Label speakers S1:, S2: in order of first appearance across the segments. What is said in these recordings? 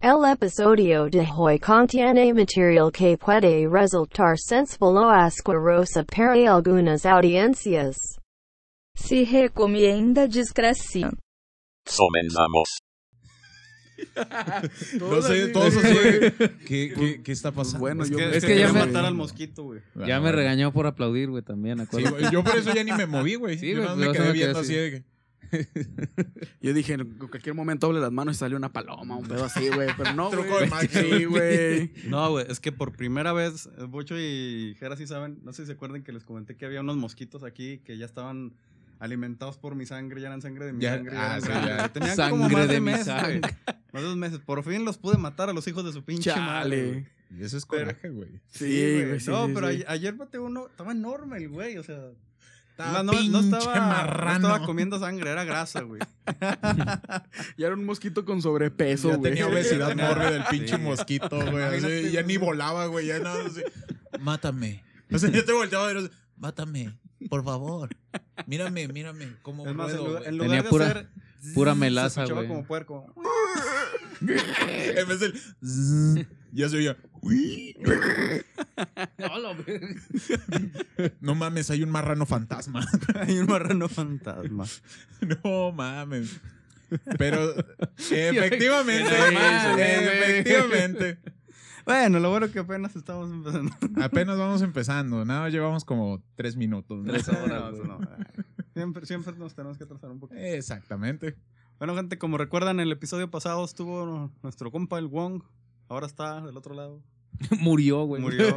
S1: El episodio de hoy contiene material que puede resultar sensible o asqueroso para algunas audiencias.
S2: Se recomienda discreción.
S3: Comenzamos.
S4: No sé, todos así. de, ¿Qué, qué, qué está pasando?
S5: Bueno,
S4: es
S5: yo
S4: que,
S6: es que ya
S5: quería
S6: me-
S5: matar al mosquito, güey.
S6: Ya me regañó por aplaudir, güey, también,
S4: Sí,
S6: acuérdate.
S4: güey, yo por eso ya ni me moví, güey.
S6: Sí,
S4: pues, yo nada
S6: güey,
S4: más me
S6: yo se
S4: quedé
S6: me quedé
S4: viendo
S6: así.
S4: así de que.
S5: Yo dije, en cualquier momento doble las manos y sale una paloma, un pedo así, güey. Pero no,
S4: Truco
S5: güey.
S4: de magia,
S5: Sí, güey. No, güey, es que por primera vez, eh, Bocho y Jera sí saben, no sé si se acuerdan que les comenté que había unos mosquitos aquí que ya estaban alimentados por mi sangre, ya eran sangre de mi
S4: Ya,
S5: sangre. ya
S4: ah,
S5: eran
S4: sí,
S5: grandes.
S4: ya.
S5: Tenían como
S6: Sangre
S5: más
S6: de mi
S5: mes,
S6: sangre.
S5: güey. Más de dos meses. Por fin los pude matar a los hijos de su pinche madre. güey. Chale.
S4: Y eso es
S5: Pero-
S4: coraje, güey.
S5: Sí, güey. sí,
S6: No,
S5: sí,
S6: pero
S5: sí.
S6: ahí-
S5: ayer maté uno, estaba enorme el güey, o sea.
S4: Estaba
S5: no, no
S4: pinche
S5: estaba, no
S4: marrano.
S5: estaba comiendo sangre, era grasa, güey.
S7: Ya era un mosquito con sobrepeso,
S4: Ya
S7: güey.
S4: tenía obesidad mórbida el pinche
S5: Sí.
S4: mosquito, güey. así,
S5: Imagínate,
S4: ya
S5: güey.
S4: ni volaba, güey. Ya nada, así. Mátame. O sea, yo te volteaba y era así, mátame, por favor. Mírame, mírame, cómo
S5: Es más, en
S4: ruedo,
S5: lugar,
S4: güey".
S5: en
S6: Tenía
S5: lugar de
S6: pura-
S5: hacer,
S6: pura
S5: se
S6: melaza,
S5: escuchaba
S6: güey.
S5: como puerco.
S4: En vez del zzz, ya se oía. "Uy". No mames, hay un marrano fantasma.
S5: Hay un marrano fantasma.
S4: No mames. Pero efectivamente,
S6: Sí, sí, sí.
S4: efectivamente.
S5: Bueno, lo bueno que apenas estamos empezando.
S4: Apenas vamos empezando, nada, más llevamos como tres minutos. ¿no?
S6: Tres horas,
S5: No, eso
S6: güey.
S5: no. eh. Siempre, siempre nos tenemos que atrasar un poquito.
S4: Exactamente.
S5: Bueno, gente, como recuerdan, el episodio pasado estuvo nuestro compa el Wong. Ahora está del otro lado.
S6: Murió, güey.
S5: Murió.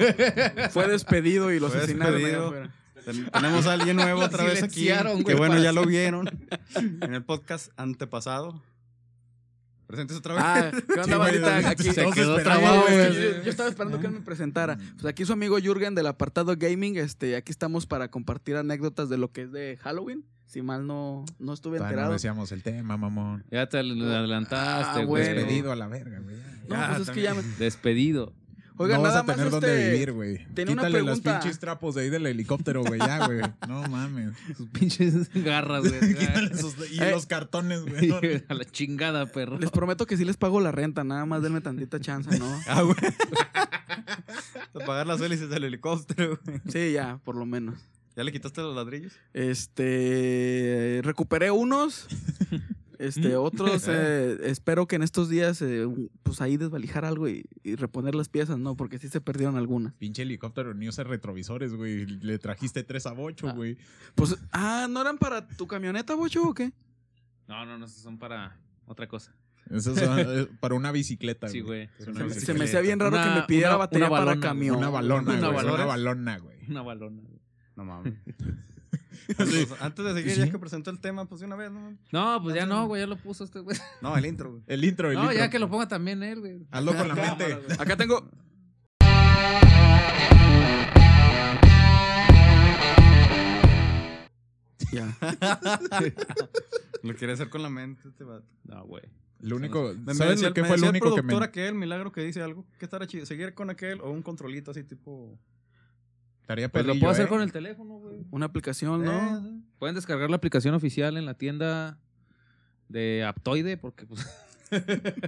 S7: Fue despedido y lo
S5: Fue
S7: asesinaron. ahí
S5: despedido.
S7: afuera.
S5: Ten- tenemos a alguien nuevo
S6: Lo
S5: otra vez aquí.
S6: silenciaron,
S5: Que
S6: güey,
S5: bueno,
S6: para
S5: ya lo vieron en el podcast antepasado. Presentes otra vez.
S7: Ah, ¿qué
S4: Sí,
S7: onda,
S4: güey,
S7: bandita? Aquí,
S4: se
S7: aquí-
S4: quedó
S7: Sí,
S4: trabado,
S7: güey,
S4: güey. Mm.
S7: es que Yo, yo estaba esperando que él me presentara. Pues aquí su amigo Jürgen del apartado gaming. Este, aquí estamos para compartir anécdotas de lo que es de Halloween. Si mal no, no estuve
S4: Todavía
S7: enterado.
S4: Ah, no decíamos el tema, mamón.
S6: Ya te al- adelantaste,
S7: Ah,
S6: güey.
S7: bueno.
S4: Despedido a la verga, güey.
S7: No, pues es que ya me...
S6: Despedido.
S7: Oigan,
S4: no vas
S7: nada
S4: a tener
S7: más
S4: dónde
S7: este...
S4: vivir, güey.
S7: tenía una
S4: Quítale los
S7: pregunta.
S4: pinches trapos de ahí del helicóptero, güey. Ya, güey. No mames.
S6: Sus pinches garras, güey.
S4: Quítale esos- y
S7: Eh.
S4: los cartones, güey. ¿no?
S6: A la chingada, perro.
S7: Les prometo que sí les pago la renta, nada más denme tantita chance, ¿no?
S5: Ah, güey. Apagar las hélices del helicóptero, güey.
S7: Sí, ya, por lo menos.
S5: ¿Ya le quitaste los ladrillos?
S7: Este, recuperé unos. Este, otros, eh, espero que en estos días, eh, pues ahí desvalijar algo y, y reponer las piezas, ¿no? Porque sí se perdieron algunas.
S4: Pinche helicóptero ni usa retrovisores, güey. Le trajiste 3 a 8,
S7: Ah.
S4: güey.
S7: Pues, ah, ¿no eran para tu camioneta, Bocho, o qué?
S6: No, no, no, esos son para otra cosa.
S4: Eso es eh, para una bicicleta,
S6: Sí, güey.
S4: Es
S6: Se
S4: una
S6: me-
S4: bicicleta.
S7: Se me hacía bien raro
S6: Una-
S7: que me pidiera
S6: una-
S7: batería
S6: una
S7: para
S6: balona,
S7: camión.
S4: Una balona,
S6: Una
S4: una güey.
S6: balona.
S4: Una balona, güey.
S6: Una balona. güey.
S5: No mames. Pues, antes de seguir,
S4: Sí.
S5: ya que presentó el tema, pues de una vez, ¿no?
S6: No, pues ya no, güey, ya lo puso este, güey.
S5: No, el intro, güey.
S4: El intro, el
S6: No,
S4: intro.
S6: ya que lo ponga también él, güey.
S4: Hazlo con la mente.
S7: Acá tengo. Ya.
S5: Lo quería hacer con la mente este vato.
S6: No, güey.
S4: Lo único,
S5: Me- me
S4: ¿sabes
S5: decía-
S4: lo que
S5: me
S4: fue
S5: decía
S4: lo
S5: el
S4: único que me
S5: productor aquel, milagro que dice algo. ¿Qué estará chido? ¿Seguir con aquel o un controlito así tipo...?
S4: estaría
S6: Pues lo
S4: perrillo,
S6: puedo hacer
S4: eh?
S6: con el teléfono, güey.
S7: Una aplicación, ¿no?
S5: Eh,
S6: Pueden descargar la aplicación oficial en la tienda de Aptoide, porque pues.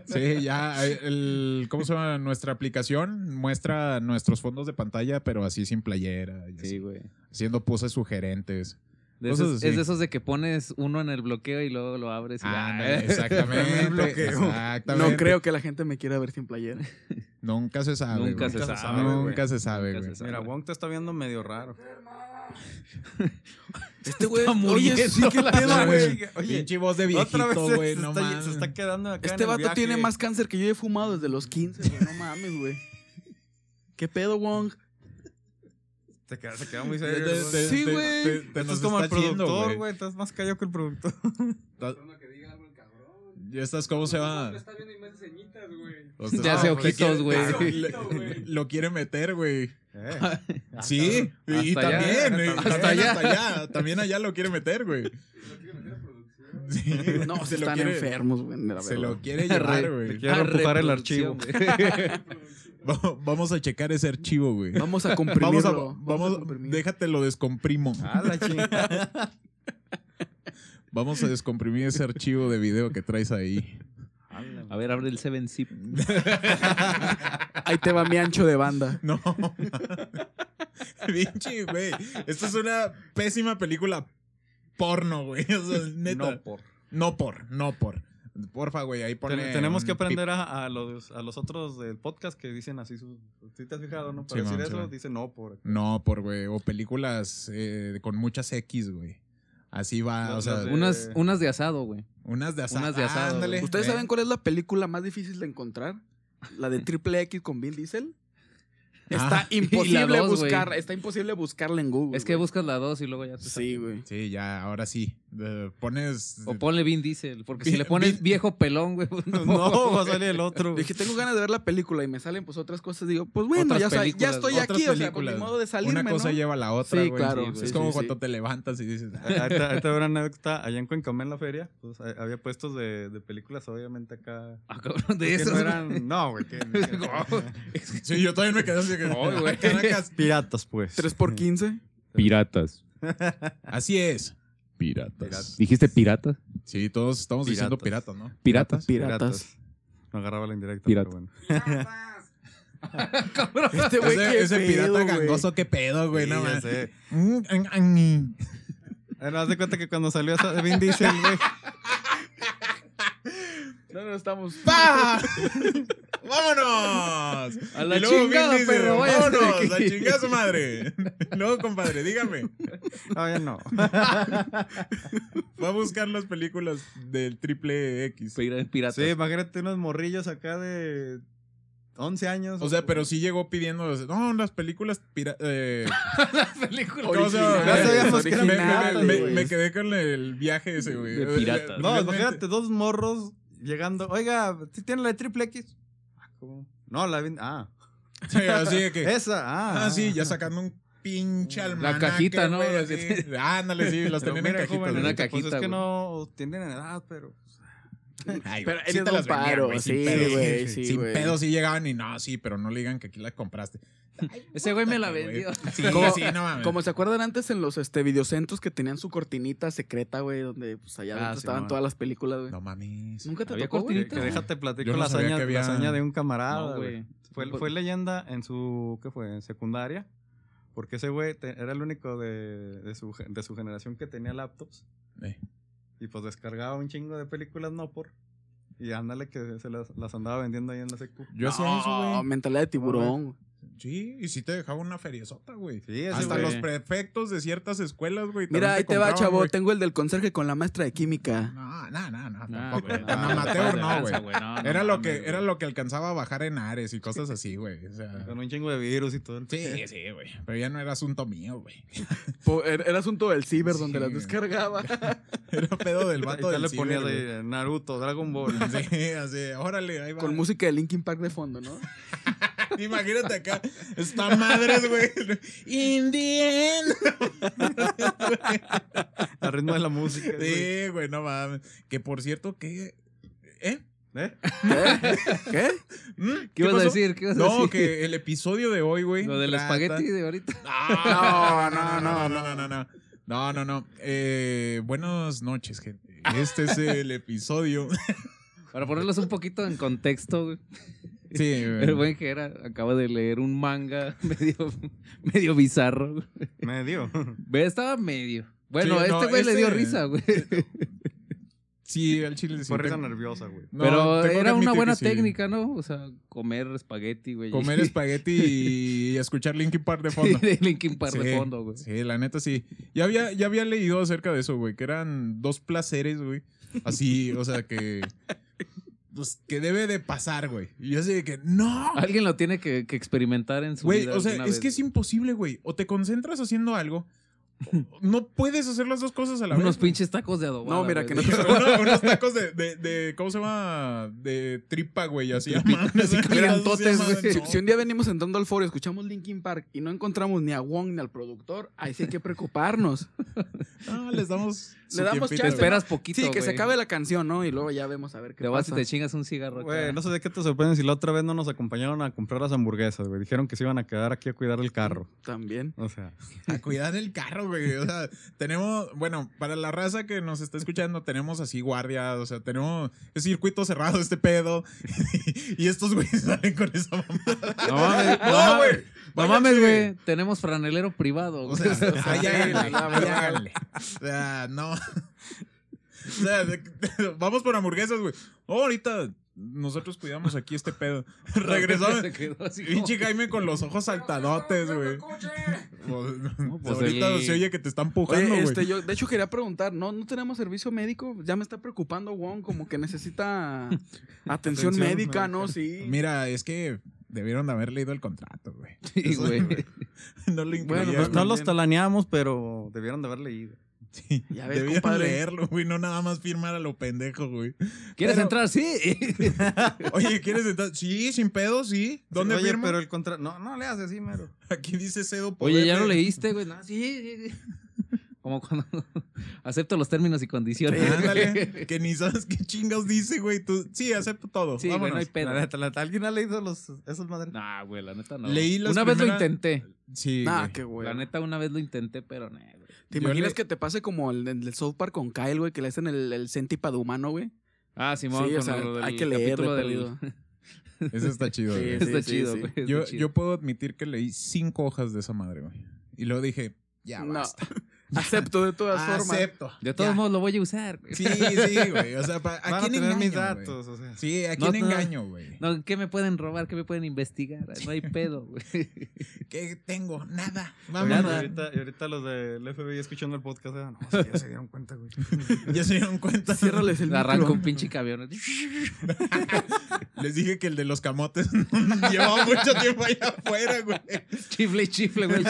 S4: Sí, ya eh, el cómo se llama nuestra aplicación muestra nuestros fondos de pantalla, pero así sin playera, y así,
S6: güey.
S4: haciendo poses sugerentes.
S6: De
S4: Cosas
S6: esos-
S4: así.
S6: es de esos de que pones uno en el bloqueo y luego lo abres. Y,
S4: Ándale,
S6: eh.
S5: Primer
S4: exactamente,
S5: bloqueo.
S4: exactamente.
S7: No creo que la gente me quiera ver sin playera.
S4: Nunca se sabe.
S6: Nunca
S4: güey.
S6: se
S5: Nunca se
S6: sabe.
S5: sabe,
S4: Nunca se sabe,
S6: Nunca
S4: güey.
S6: se sabe.
S5: Mira, Wong te está viendo medio raro.
S7: Este güey,
S6: Está
S7: oye, sí,
S6: muriendo
S7: qué
S6: la
S7: pedo,
S4: verga.
S7: güey.
S5: Oye,
S4: Pinche voz de
S5: otra vez
S4: viejito,
S5: se-
S4: güey,
S5: se,
S4: no
S5: está,
S4: mames.
S5: se está quedando acá
S7: Este
S5: en el
S7: vato
S5: viaje.
S7: tiene más cáncer que yo he fumado desde los 15, güey. No mames, güey. ¿Qué pedo, Wong?
S5: Se queda, se queda muy
S4: Te-
S5: serio.
S4: te-
S5: güey.
S4: te-
S7: Sí,
S4: te-
S7: güey.
S4: te- te
S5: Esto
S4: nos
S5: es como el
S4: estás yendo,
S5: productor, güey. Estás más callado que el productor.
S4: Ya estás, ¿cómo se va? O sea,
S6: Ya hace
S4: le
S6: ojitos,
S4: quiere-
S6: güey.
S4: le- Lo quiere meter, güey. Ah, Sí,
S6: Sí,
S4: y, y
S6: hasta allá,
S4: también, eh,
S6: hasta
S4: también
S6: allá.
S4: hasta allá, también allá lo quiere meter, güey. Sí,
S7: No,
S4: se
S7: se
S4: lo
S7: están
S4: quiere-
S7: enfermos, güey. de la
S4: Se
S7: verdad.
S4: lo quiere llevar,
S5: Te
S4: güey.
S5: quiero empujar el archivo.
S6: reproducción, güey.
S4: Va- Vamos a checar ese archivo, güey.
S7: Vamos a comprimirlo.
S4: Vamos a, vamos, déjate lo descomprimo.
S5: Ah, la chingada.
S4: Vamos a descomprimir ese archivo de video que traes ahí.
S5: Ah,
S6: A ver, abre el Seven Zip.
S7: Ahí te va mi ancho de banda.
S4: No. Vinci, güey. Esto es una pésima película porno, güey. O sea, neta.
S5: No por.
S4: No por, no por. Porfa, güey, ahí ponle
S5: Ten- tenemos
S4: un
S5: que aprender a, a los, a los otros del podcast que dicen así sus. Si te has fijado, ¿no? Para
S4: Simón,
S5: decir eso,
S4: Simón.
S5: dicen no por.
S4: pip- No por, güey. O películas eh, con muchas X, güey. Así va,
S5: No,
S4: o sea,
S5: no sé.
S6: Unas, unas de asado, güey.
S4: unas de asado.
S6: unas de asado,
S4: Ándale.
S6: güey.
S7: ¿Ustedes
S4: Eh,
S7: saben cuál es la película más difícil de encontrar? La de Triple X con Bill Diesel. Está
S4: Ah,
S6: y
S7: imposible
S6: la dos, güey.
S7: buscar, está imposible buscarla en Google.
S6: Es que
S7: güey.
S6: buscas la dos y luego ya te
S7: Sí, güey.
S4: Sí, ya, ahora sí. Eh, pones.
S6: sale. O ponle Vin Diesel, porque si
S4: Vin-
S6: le pones
S4: Vin-
S6: viejo pelón, güey, pues no.
S5: No, va a salir el otro.
S7: Dije, tengo ganas de ver la película y me salen pues otras cosas. Digo, pues bueno,
S6: Otras
S7: ya, sa- ya
S6: películas,
S7: estoy
S4: otras
S7: aquí, o sea, con mi
S4: películas.
S7: modo de salirme,
S4: Una cosa
S7: ¿no?
S4: lleva a la otra,
S7: Sí,
S4: güey.
S7: claro,
S4: es
S7: sí,
S4: como
S7: sí,
S4: cuando
S7: sí.
S4: te levantas y dices. "Ah,
S5: Ahorita ahorita habrá una anécdota. Allá en Cuencamé en la feria, pues a- había puestos de, de películas, obviamente acá.
S6: Ah, cabrón, de
S5: que
S6: esos.
S5: no
S6: güey.
S5: eran. No, güey. que- que-
S4: Sí, yo todavía me quedé así. que-
S6: Ay, güey.
S4: Caracas.
S5: Piratas, pues.
S7: 3 por 15
S8: Piratas.
S4: Así es.
S8: Piratas.
S5: Piratas.
S8: ¿Dijiste piratas?
S4: Sí, todos estamos diciendo
S5: Piratas.
S4: piratas, ¿no?
S8: ¿Piratas?
S7: Piratas.
S5: No agarraba la indirecta,
S8: Pirata.
S5: pero bueno.
S7: Este güey,
S4: ese
S7: qué
S4: ese
S7: pedo,
S4: pirata
S7: güey.
S4: gangoso, qué pedo, güey.
S5: Sí,
S4: no,
S5: ya
S4: man.
S5: sé.
S4: Mm, ang, ang.
S5: Eh, no, haz de cuenta que cuando salió esa de Vin Diesel, güey.
S7: No, no, estamos...
S4: ¡Pa! ¡Vámonos!
S6: A la
S4: Y luego
S6: chingada,
S4: Vin Diesel,
S6: perro, váyase de
S4: ¡Vámonos! ¡A
S6: aquí.
S4: chingar a su madre! luego, compadre, dígame.
S5: No, ya no.
S4: Va a buscar las películas del triple X.
S6: Pira- Piratas.
S5: Sí, imagínate unos morrillos acá de 11 años.
S4: O sea, pero sí llegó pidiendo. No, las películas. pira- eh,
S6: película.
S4: ¿cómo se llama? Me-
S5: Originales,
S4: me-
S7: originales,
S4: me- me-
S7: güey.
S4: Me quedé con el viaje ese, güey.
S6: De piratas.
S5: No,
S4: Realmente-
S5: imagínate dos morros llegando. Oiga, ¿sí tiene la de triple X? Ah, ¿cómo? No, la de Vin- Ah,
S4: Sí, así de
S7: Eh,
S4: que.
S5: esa. Ah,
S4: Ah, sí, ya sacando un pinche almanaque.
S6: cajita, ¿no?
S4: güey,
S6: Las
S4: así.
S6: que-
S4: Ándale, sí, las
S5: Pero
S4: tenían
S5: mira,
S4: en cajitas.
S5: jóvenes,
S6: en una
S4: güey.
S5: pues
S6: cajita,
S5: es que
S6: güey.
S5: no tienen edad, pero. pues,
S4: Ay, güey,
S7: Pero
S4: sí
S7: eres
S4: te
S7: un
S4: las vendían,
S7: paro,
S4: güey,
S7: sí,
S4: sin pedos.
S7: güey, sí,
S4: Sin
S7: güey.
S4: pedos sí llegaban y no, sí, pero no le digan que aquí la compraste.
S6: Ese güey me la
S4: Güey.
S6: vendió.
S4: Sí,
S7: Como-
S4: sí, no mames.
S7: Como se acuerdan antes en los este, videocentros que tenían su cortinita secreta, güey, donde pues allá
S5: Ah,
S7: adentro estaban
S5: Simón.
S7: todas las películas, güey.
S4: No pues, mames.
S7: Nunca te
S6: Había
S7: tocó, güey.
S5: Que,
S6: cortinita.
S5: que déjate platico
S4: Yo no
S5: la,
S4: sabía
S5: hazaña,
S4: que había- Pues,
S5: la hazaña de un camarada.
S6: No,
S5: güey.
S6: güey.
S5: Fue, fue leyenda en su. ¿Qué fue? En secundaria. Porque ese güey te- era el único de, de, su, ge- de su generación que tenía laptops.
S4: Eh.
S5: Y pues descargaba un chingo de películas no por. Y ándale que se las, las andaba vendiendo ahí en la secu.
S4: Yo hacía eso,
S7: No,
S4: güey.
S7: mentalidad de tiburón. güey.
S4: Sí, y sí te dejaba una feriezota, güey.
S5: Sí, ese
S4: Hasta
S5: güey.
S4: los prefectos de ciertas escuelas, güey.
S7: Mira,
S4: también
S7: ahí te va,
S4: compraban,
S7: chavo.
S4: güey.
S7: Tengo el del conserje con la maestra de química.
S4: No, no, no, no,
S6: Nah,
S4: tampoco.
S6: güey,
S4: Tan amateur no, güey.
S6: Ah, no, no
S4: Era lo
S6: mames,
S4: que
S6: güey.
S4: era lo que alcanzaba a bajar en Ares y cosas así, güey. O sea,
S5: Con un chingo de virus y todo. el-
S4: sí, sí, güey. Pero ya no era asunto mío, güey.
S7: Po- er, Era era asunto del ciber donde
S4: Sí,
S7: las
S4: güey.
S7: descargaba.
S4: Era pedo del
S5: Ahí
S4: vato
S5: te
S4: del
S5: le
S4: ciber,
S5: ponías
S4: güey. Mm,
S5: ahí Naruto, Dragon Ball.
S4: Sí, así, órale, ahí va.
S7: con música de Linkin Park de fondo, ¿no?
S4: Imagínate acá. Está madres, güey. In the end.
S5: Al ritmo de la música. güey.
S4: Sí, güey, no mames. Que por cierto, que. ¿Eh?
S5: ¿Eh?
S7: ¿Qué? ¿Qué?
S4: ¿Mm?
S6: ¿Qué ibas a
S4: pasó?
S6: decir? ¿Qué ibas a
S4: No,
S6: decir?
S4: que el episodio de hoy, güey.
S6: Lo del
S4: trata-
S6: espagueti de ahorita.
S4: No, no,
S6: Ah.
S4: no, no, no, no. No, no, no. Eh, buenas noches, gente. Este es el episodio.
S6: Para ponerlos un poquito en contexto, güey.
S4: Sí,
S6: El
S4: güey.
S6: buen Jera acaba de leer un manga medio, medio bizarro. güey.
S5: Medio.
S6: Ve, Estaba medio. Bueno,
S4: Sí,
S6: a este
S4: no,
S6: güey le dio
S4: este-
S6: risa, güey.
S4: Sí, el chile sí.
S5: Fue risa
S4: Tengo-
S5: nerviosa, güey.
S4: no,
S6: Pero
S4: tengo que
S6: era una
S4: admitir
S6: buena
S4: que sí.
S6: técnica, ¿no? O sea, comer espagueti, güey.
S4: Comer espagueti y escuchar Linkin Park de
S6: Sí,
S4: fondo.
S6: de Linkin Park de
S4: Sí,
S6: fondo, güey.
S4: Sí, la neta sí. Ya había, ya había leído acerca de eso, güey, que eran dos placeres, güey. Así, o sea, que. Pues, que debe de pasar, güey. Y yo así de que, ¡no!
S6: Alguien lo tiene que, que experimentar en su
S4: Güey,
S6: vida.
S4: o sea,
S6: alguna
S4: es
S6: vez,
S4: que es
S6: güey.
S4: imposible, güey. O te concentras haciendo algo, o- no puedes hacer las dos cosas a la
S6: Unos
S4: vez.
S6: pinches tacos de adobada.
S7: No, mira,
S6: güey.
S7: que no te-
S4: Uno- unos tacos de, de, de- ¿cómo se llama? De tripa, güey, así.
S6: así gigantotes, güey.
S7: Si, si un día venimos entrando al foro y escuchamos Linkin Park y no encontramos ni a Wong ni al productor, ahí sí hay que preocuparnos.
S4: Ah, les damos. su
S7: Le
S4: tiempito,
S7: damos
S6: Te
S7: chance,
S4: güey.
S6: esperas poquito,
S7: Sí, que se
S6: güey.
S7: acabe la canción, ¿no? Y luego ya vemos a ver qué
S6: Te vas y
S7: pasa.
S6: te chingas un cigarro acá.
S5: Güey, no sé de qué te sorprendes si la otra vez no nos acompañaron a comprar las hamburguesas, güey. Dijeron que se iban a quedar aquí a cuidar el carro.
S7: También.
S5: O sea,
S4: A cuidar el carro, güey. O sea, tenemos, bueno, para la raza que nos está escuchando, tenemos así guardias, o sea, tenemos es circuito cerrado este pedo. y estos güeyes salen con esa mamada.
S6: No
S4: No,
S6: mames, no mames,
S4: güey.
S6: no
S4: Váyanse,
S6: mames,
S4: güey.
S6: güey. Tenemos franelero privado.
S4: O
S6: güey.
S4: sea,
S7: háganle,
S4: háganle,
S7: la verdad.
S4: háganle. O sea, no. O sea, de- vamos por hamburguesas, güey. Oh, ahorita nosotros cuidamos aquí este pedo. Regresamos.
S6: Se quedó así como-
S4: Pinche Jaime con los ojos saltadotes, güey. Pues,
S6: pues
S4: ahorita
S6: el-
S4: se oye que te están
S7: Oye,
S4: pujando, güey.
S7: este, yo de hecho quería preguntar, ¿no, ¿no tenemos servicio médico? Ya me está preocupando Wong, como que necesita atención
S4: Atención
S7: médica,
S4: médica.
S7: ¿no? Sí.
S4: Mira, es que debieron de haber leído el contrato, güey.
S6: Sí, güey.
S4: No lo incluyeron.
S7: Bueno,
S5: No,
S7: pues,
S5: no los
S7: también.
S5: talaneamos, pero debieron de haber leído.
S4: Sí,
S7: Ya ves,
S4: debieron
S7: compadre.
S4: leerlo, güey. No nada más firmar a lo pendejo, güey.
S6: ¿Quieres
S4: Pero-
S6: entrar? Sí.
S4: Oye, ¿quieres entrar? Sí, sin pedo, sí. ¿Dónde
S5: Oye,
S4: firmo?
S5: pero el contra... No, no le haces así, mero.
S4: Aquí dice cedo por
S6: Oye, ¿ya lo
S4: verde.
S6: leíste, güey? No, sí, sí, sí. Como cuando acepto los términos y condiciones.
S4: Ándale, que ni sabes qué chingados dice, güey. Tú, sí, acepto todo.
S6: Sí, güey,
S4: Vámonos.
S6: no hay pedo.
S5: La neta, la neta, ¿Alguien ha leído los, esos madres?
S6: Nah, güey, la neta no.
S4: Leí las
S6: una vez lo
S4: primeras-
S6: intenté.
S4: Sí,
S7: Nah,
S4: güey.
S7: qué güey.
S6: La neta, una vez lo intenté, pero no, güey.
S7: ¿Te
S4: Yo
S7: imaginas
S4: le-
S7: que te pase como el, el South Park con Kyle, güey, que le hacen el, el centípado humano, güey?
S6: Ah, Simón,
S7: sí,
S6: con
S7: o sea,
S6: lo del
S7: hay que leer de
S6: capítulo del-
S7: perdido.
S4: Eso está chido,
S7: Sí,
S4: güey.
S7: sí,
S6: Está
S7: sí,
S6: chido,
S7: sí.
S6: güey. está
S4: Yo,
S6: chido.
S4: yo puedo admitir que leí cinco hojas de esa madre, güey. Y luego dije, ya
S7: No.
S4: basta. Ah,
S7: Acepto de todas formas.
S4: Acepto.
S6: De todos
S4: Ya.
S6: modos, lo voy a usar, güey.
S4: Sí, sí, güey. O sea, pa- ¿a
S5: Van a
S4: quién
S5: tener
S4: engaño,
S5: mis
S4: güey?
S5: datos, o sea.
S4: Sí, ¿a
S6: No,
S4: quién
S6: no.
S4: engaño, güey?
S6: No, ¿qué me pueden robar? ¿Qué me pueden investigar? No hay pedo, güey.
S4: ¿Qué tengo? Nada.
S5: Oye, y
S4: Vamos.
S5: ahorita, y ahorita los del FBI escuchando el podcast, ah, no, sí, ya se dieron cuenta, güey.
S4: Ya se dieron cuenta.
S7: Ciérrales el
S6: Le arranco
S7: micro.
S6: un pinche cabrón.
S4: Les dije que el de los camotes llevaba mucho tiempo allá afuera, güey.
S6: Chifle, y chifle, güey.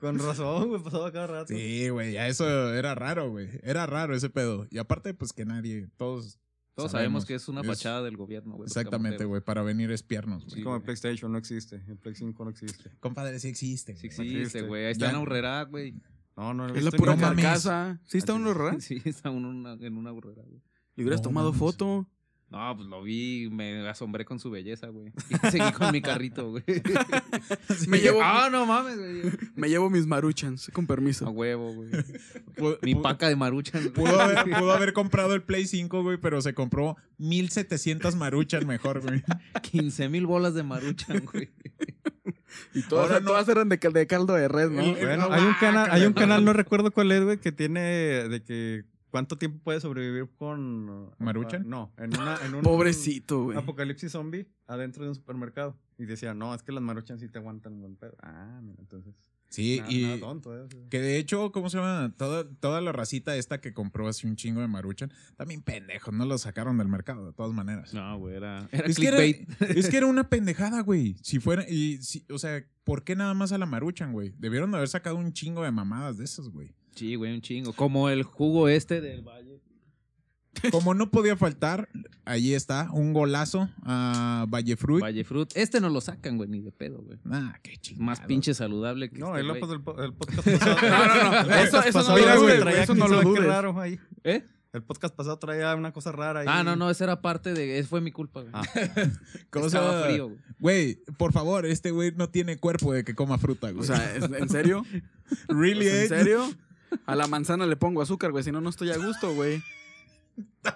S5: Con razón, güey, pasaba cada rato.
S4: Sí, güey, ya eso era raro, güey. Era raro ese pedo. Y aparte, pues que nadie, todos.
S6: Todos sabemos que es una fachada del gobierno, güey. los
S4: Exactamente,
S6: camoteros.
S4: güey, para venir a espiarnos, güey.
S6: Sí,
S5: Como el
S6: güey.
S5: PlayStation no existe, el Play 5 no existe.
S4: Compadre, sí existe.
S6: Pues Sí este,
S4: güey.
S6: existe,
S5: Triste.
S6: güey. Ahí está
S4: Ya.
S6: en Aurrera, güey.
S5: No, no, lo he
S7: Es la
S5: visto
S7: pura
S5: ni-
S4: No mames.
S7: carcasa. ¿Sí está
S5: Así
S7: uno raro?
S6: Sí, está uno en una- en una Aurrera, güey.
S7: Le hubieras
S4: No
S7: tomado
S4: mames.
S7: foto.
S6: No, pues lo vi, me asombré con su belleza, güey. Y seguí con mi carrito, güey.
S7: Me llevo,
S6: Ah, no mames, güey.
S7: me llevo mis maruchans, con
S6: A
S7: permiso.
S6: huevo, güey.
S4: Pu-
S6: Mi
S4: pu-
S6: paca de maruchan. güey.
S4: Pudo haber, pudo haber comprado el Play 5, güey, pero se compró 1700 maruchas mejor, güey.
S6: 15 mil bolas de maruchan, güey.
S7: Y todas,
S4: Ahora no.
S7: todas eran de, cal- de caldo de red, ¿no?
S4: El-
S5: Bueno,
S4: No,
S5: hay un canal, hay un
S4: guácala.
S5: canal, no recuerdo cuál es, güey, que tiene de que cuánto tiempo puede sobrevivir con ah,
S4: ¿Maruchan?
S5: No, en una en un
S7: Pobrecito,
S5: un
S7: güey.
S5: apocalipsis zombie adentro de un supermercado y decía, "No, es que las maruchan sí te aguantan buen pedo." Ah, mira, entonces.
S4: Sí,
S5: nada-
S4: y.
S5: nada tonto, eh, o sea.
S4: Que de hecho, ¿cómo se llama? Toda, toda la racita esta que compró así un chingo de maruchan, también pendejos, no lo sacaron del mercado, de todas maneras.
S6: No, güey, era, era
S4: Es que era,
S6: clickbait.
S4: es que era una pendejada, güey. Si fuera, y si- o sea, ¿por qué nada más a la maruchan, güey? Debieron de haber sacado un chingo de mamadas de esas, güey.
S6: Sí, güey, un chingo. Como el jugo este del Valle.
S4: Como no podía faltar, ahí está, un golazo a Vallefruit.
S6: Vallefrut. Este no lo sacan, güey, ni de pedo, güey.
S4: Ah, qué chingado.
S6: Más pinche saludable que
S5: No,
S6: este,
S5: el
S6: güey.
S5: del el podcast pasado.
S7: no, no. Eso- eso no
S5: pasado,
S7: lo
S5: güey,
S7: dudes,
S5: traía
S7: eso no
S5: quién
S7: lo
S5: sabe qué
S7: dudes.
S5: raro ahí.
S6: ¿Eh?
S5: El podcast pasado traía una cosa rara ahí.
S6: Ah, no, no, esa era parte de... esa Fue mi culpa, güey.
S5: Ah.
S6: Estaba frío, güey.
S4: Güey, por favor, este güey no tiene cuerpo de que coma fruta, güey.
S7: O sea, ¿es- ¿en serio?
S4: really,
S7: ¿En
S4: eh?
S7: serio? A la manzana le pongo azúcar, güey, si no, no estoy a gusto, güey.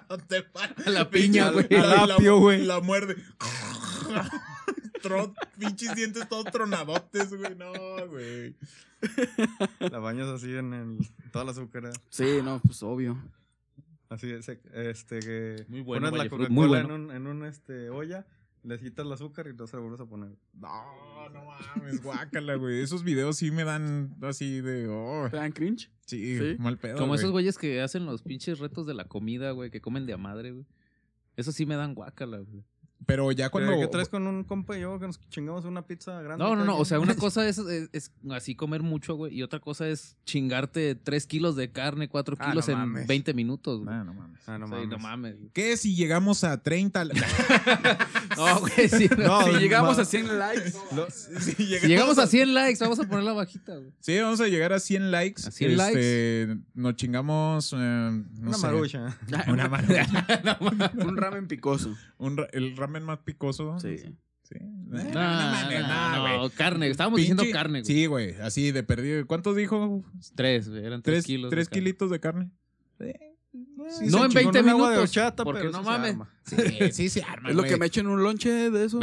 S4: No te pares.
S6: La piña, güey.
S4: La- la-
S5: Al apio, güey.
S4: La muerde. Tro- pinches dientes todos tronadotes, güey. No, güey.
S5: La bañas así en el- toda la azúcar. eh.
S7: Sí, no, pues obvio.
S5: Así es, este que
S6: Muy bueno,
S5: pones la
S6: Valle Fruit,
S5: Coca-Cola
S6: muy bueno.
S5: en un, en un este olla, le quitas el azúcar y lo se lo vuelves a poner.
S4: No, no mames, guácala, güey. Esos videos sí me dan así de. Oh,
S7: ¿Te dan cringe?
S4: sí,
S7: Sí.
S4: mal pedo.
S6: Como
S4: güey.
S6: esos güeyes que hacen los pinches retos de la comida, güey, que comen de a madre, güey. Eso sí me dan guácala, güey.
S4: Pero ya cuando.
S5: ¿Qué traes con un compa y yo que nos chingamos una pizza grande?
S6: No, no, no.
S5: cada
S6: O sea,
S5: quien?
S6: una cosa es, es- es así comer mucho, güey. Y otra cosa es chingarte 3 kilos de carne, 4
S5: Ah,
S6: kilos
S5: no
S6: en
S5: mames.
S6: 20 minutos, güey.
S4: Ah, no mames.
S5: Ah, no
S6: O sea, y
S5: mames.
S6: no mames. güey.
S4: ¿Qué si llegamos a 30?
S6: No, güey. Si,
S5: No,
S7: Si
S5: ma-
S7: llegamos a 100 likes.
S5: Lo-
S4: si
S6: si llegamos a 100 likes, vamos a ponerla bajita, güey.
S4: Sí, vamos a llegar a 100 likes.
S6: A 100
S4: likes. Nos chingamos. eh, no
S5: una
S4: sé,
S5: marucha.
S4: Una marucha.
S7: Un ramen picoso.
S4: Un ra- el ramen más picoso.
S7: Sí.
S4: Sí.
S6: No,
S4: Eh,
S6: no,
S4: mames, no, güey.
S6: no, carne. Estábamos diciendo
S4: Pinche-
S6: carne, güey.
S4: Sí, güey, así de perdido. ¿Cuántos dijo?
S6: Tres, güey, eran tres,
S4: Tres,
S6: kilos. de
S4: tres
S6: carne.
S4: kilitos de carne.
S5: Sí,
S6: no
S5: se
S6: en
S5: chingó
S6: 20
S5: un agua de
S6: minutos,
S5: horchata,
S6: porque
S5: pero
S6: no
S5: sí se
S6: mames.
S5: arma.
S4: Sí, sí se arma,
S7: Es lo que
S4: güey.
S7: me echen un lonche de eso.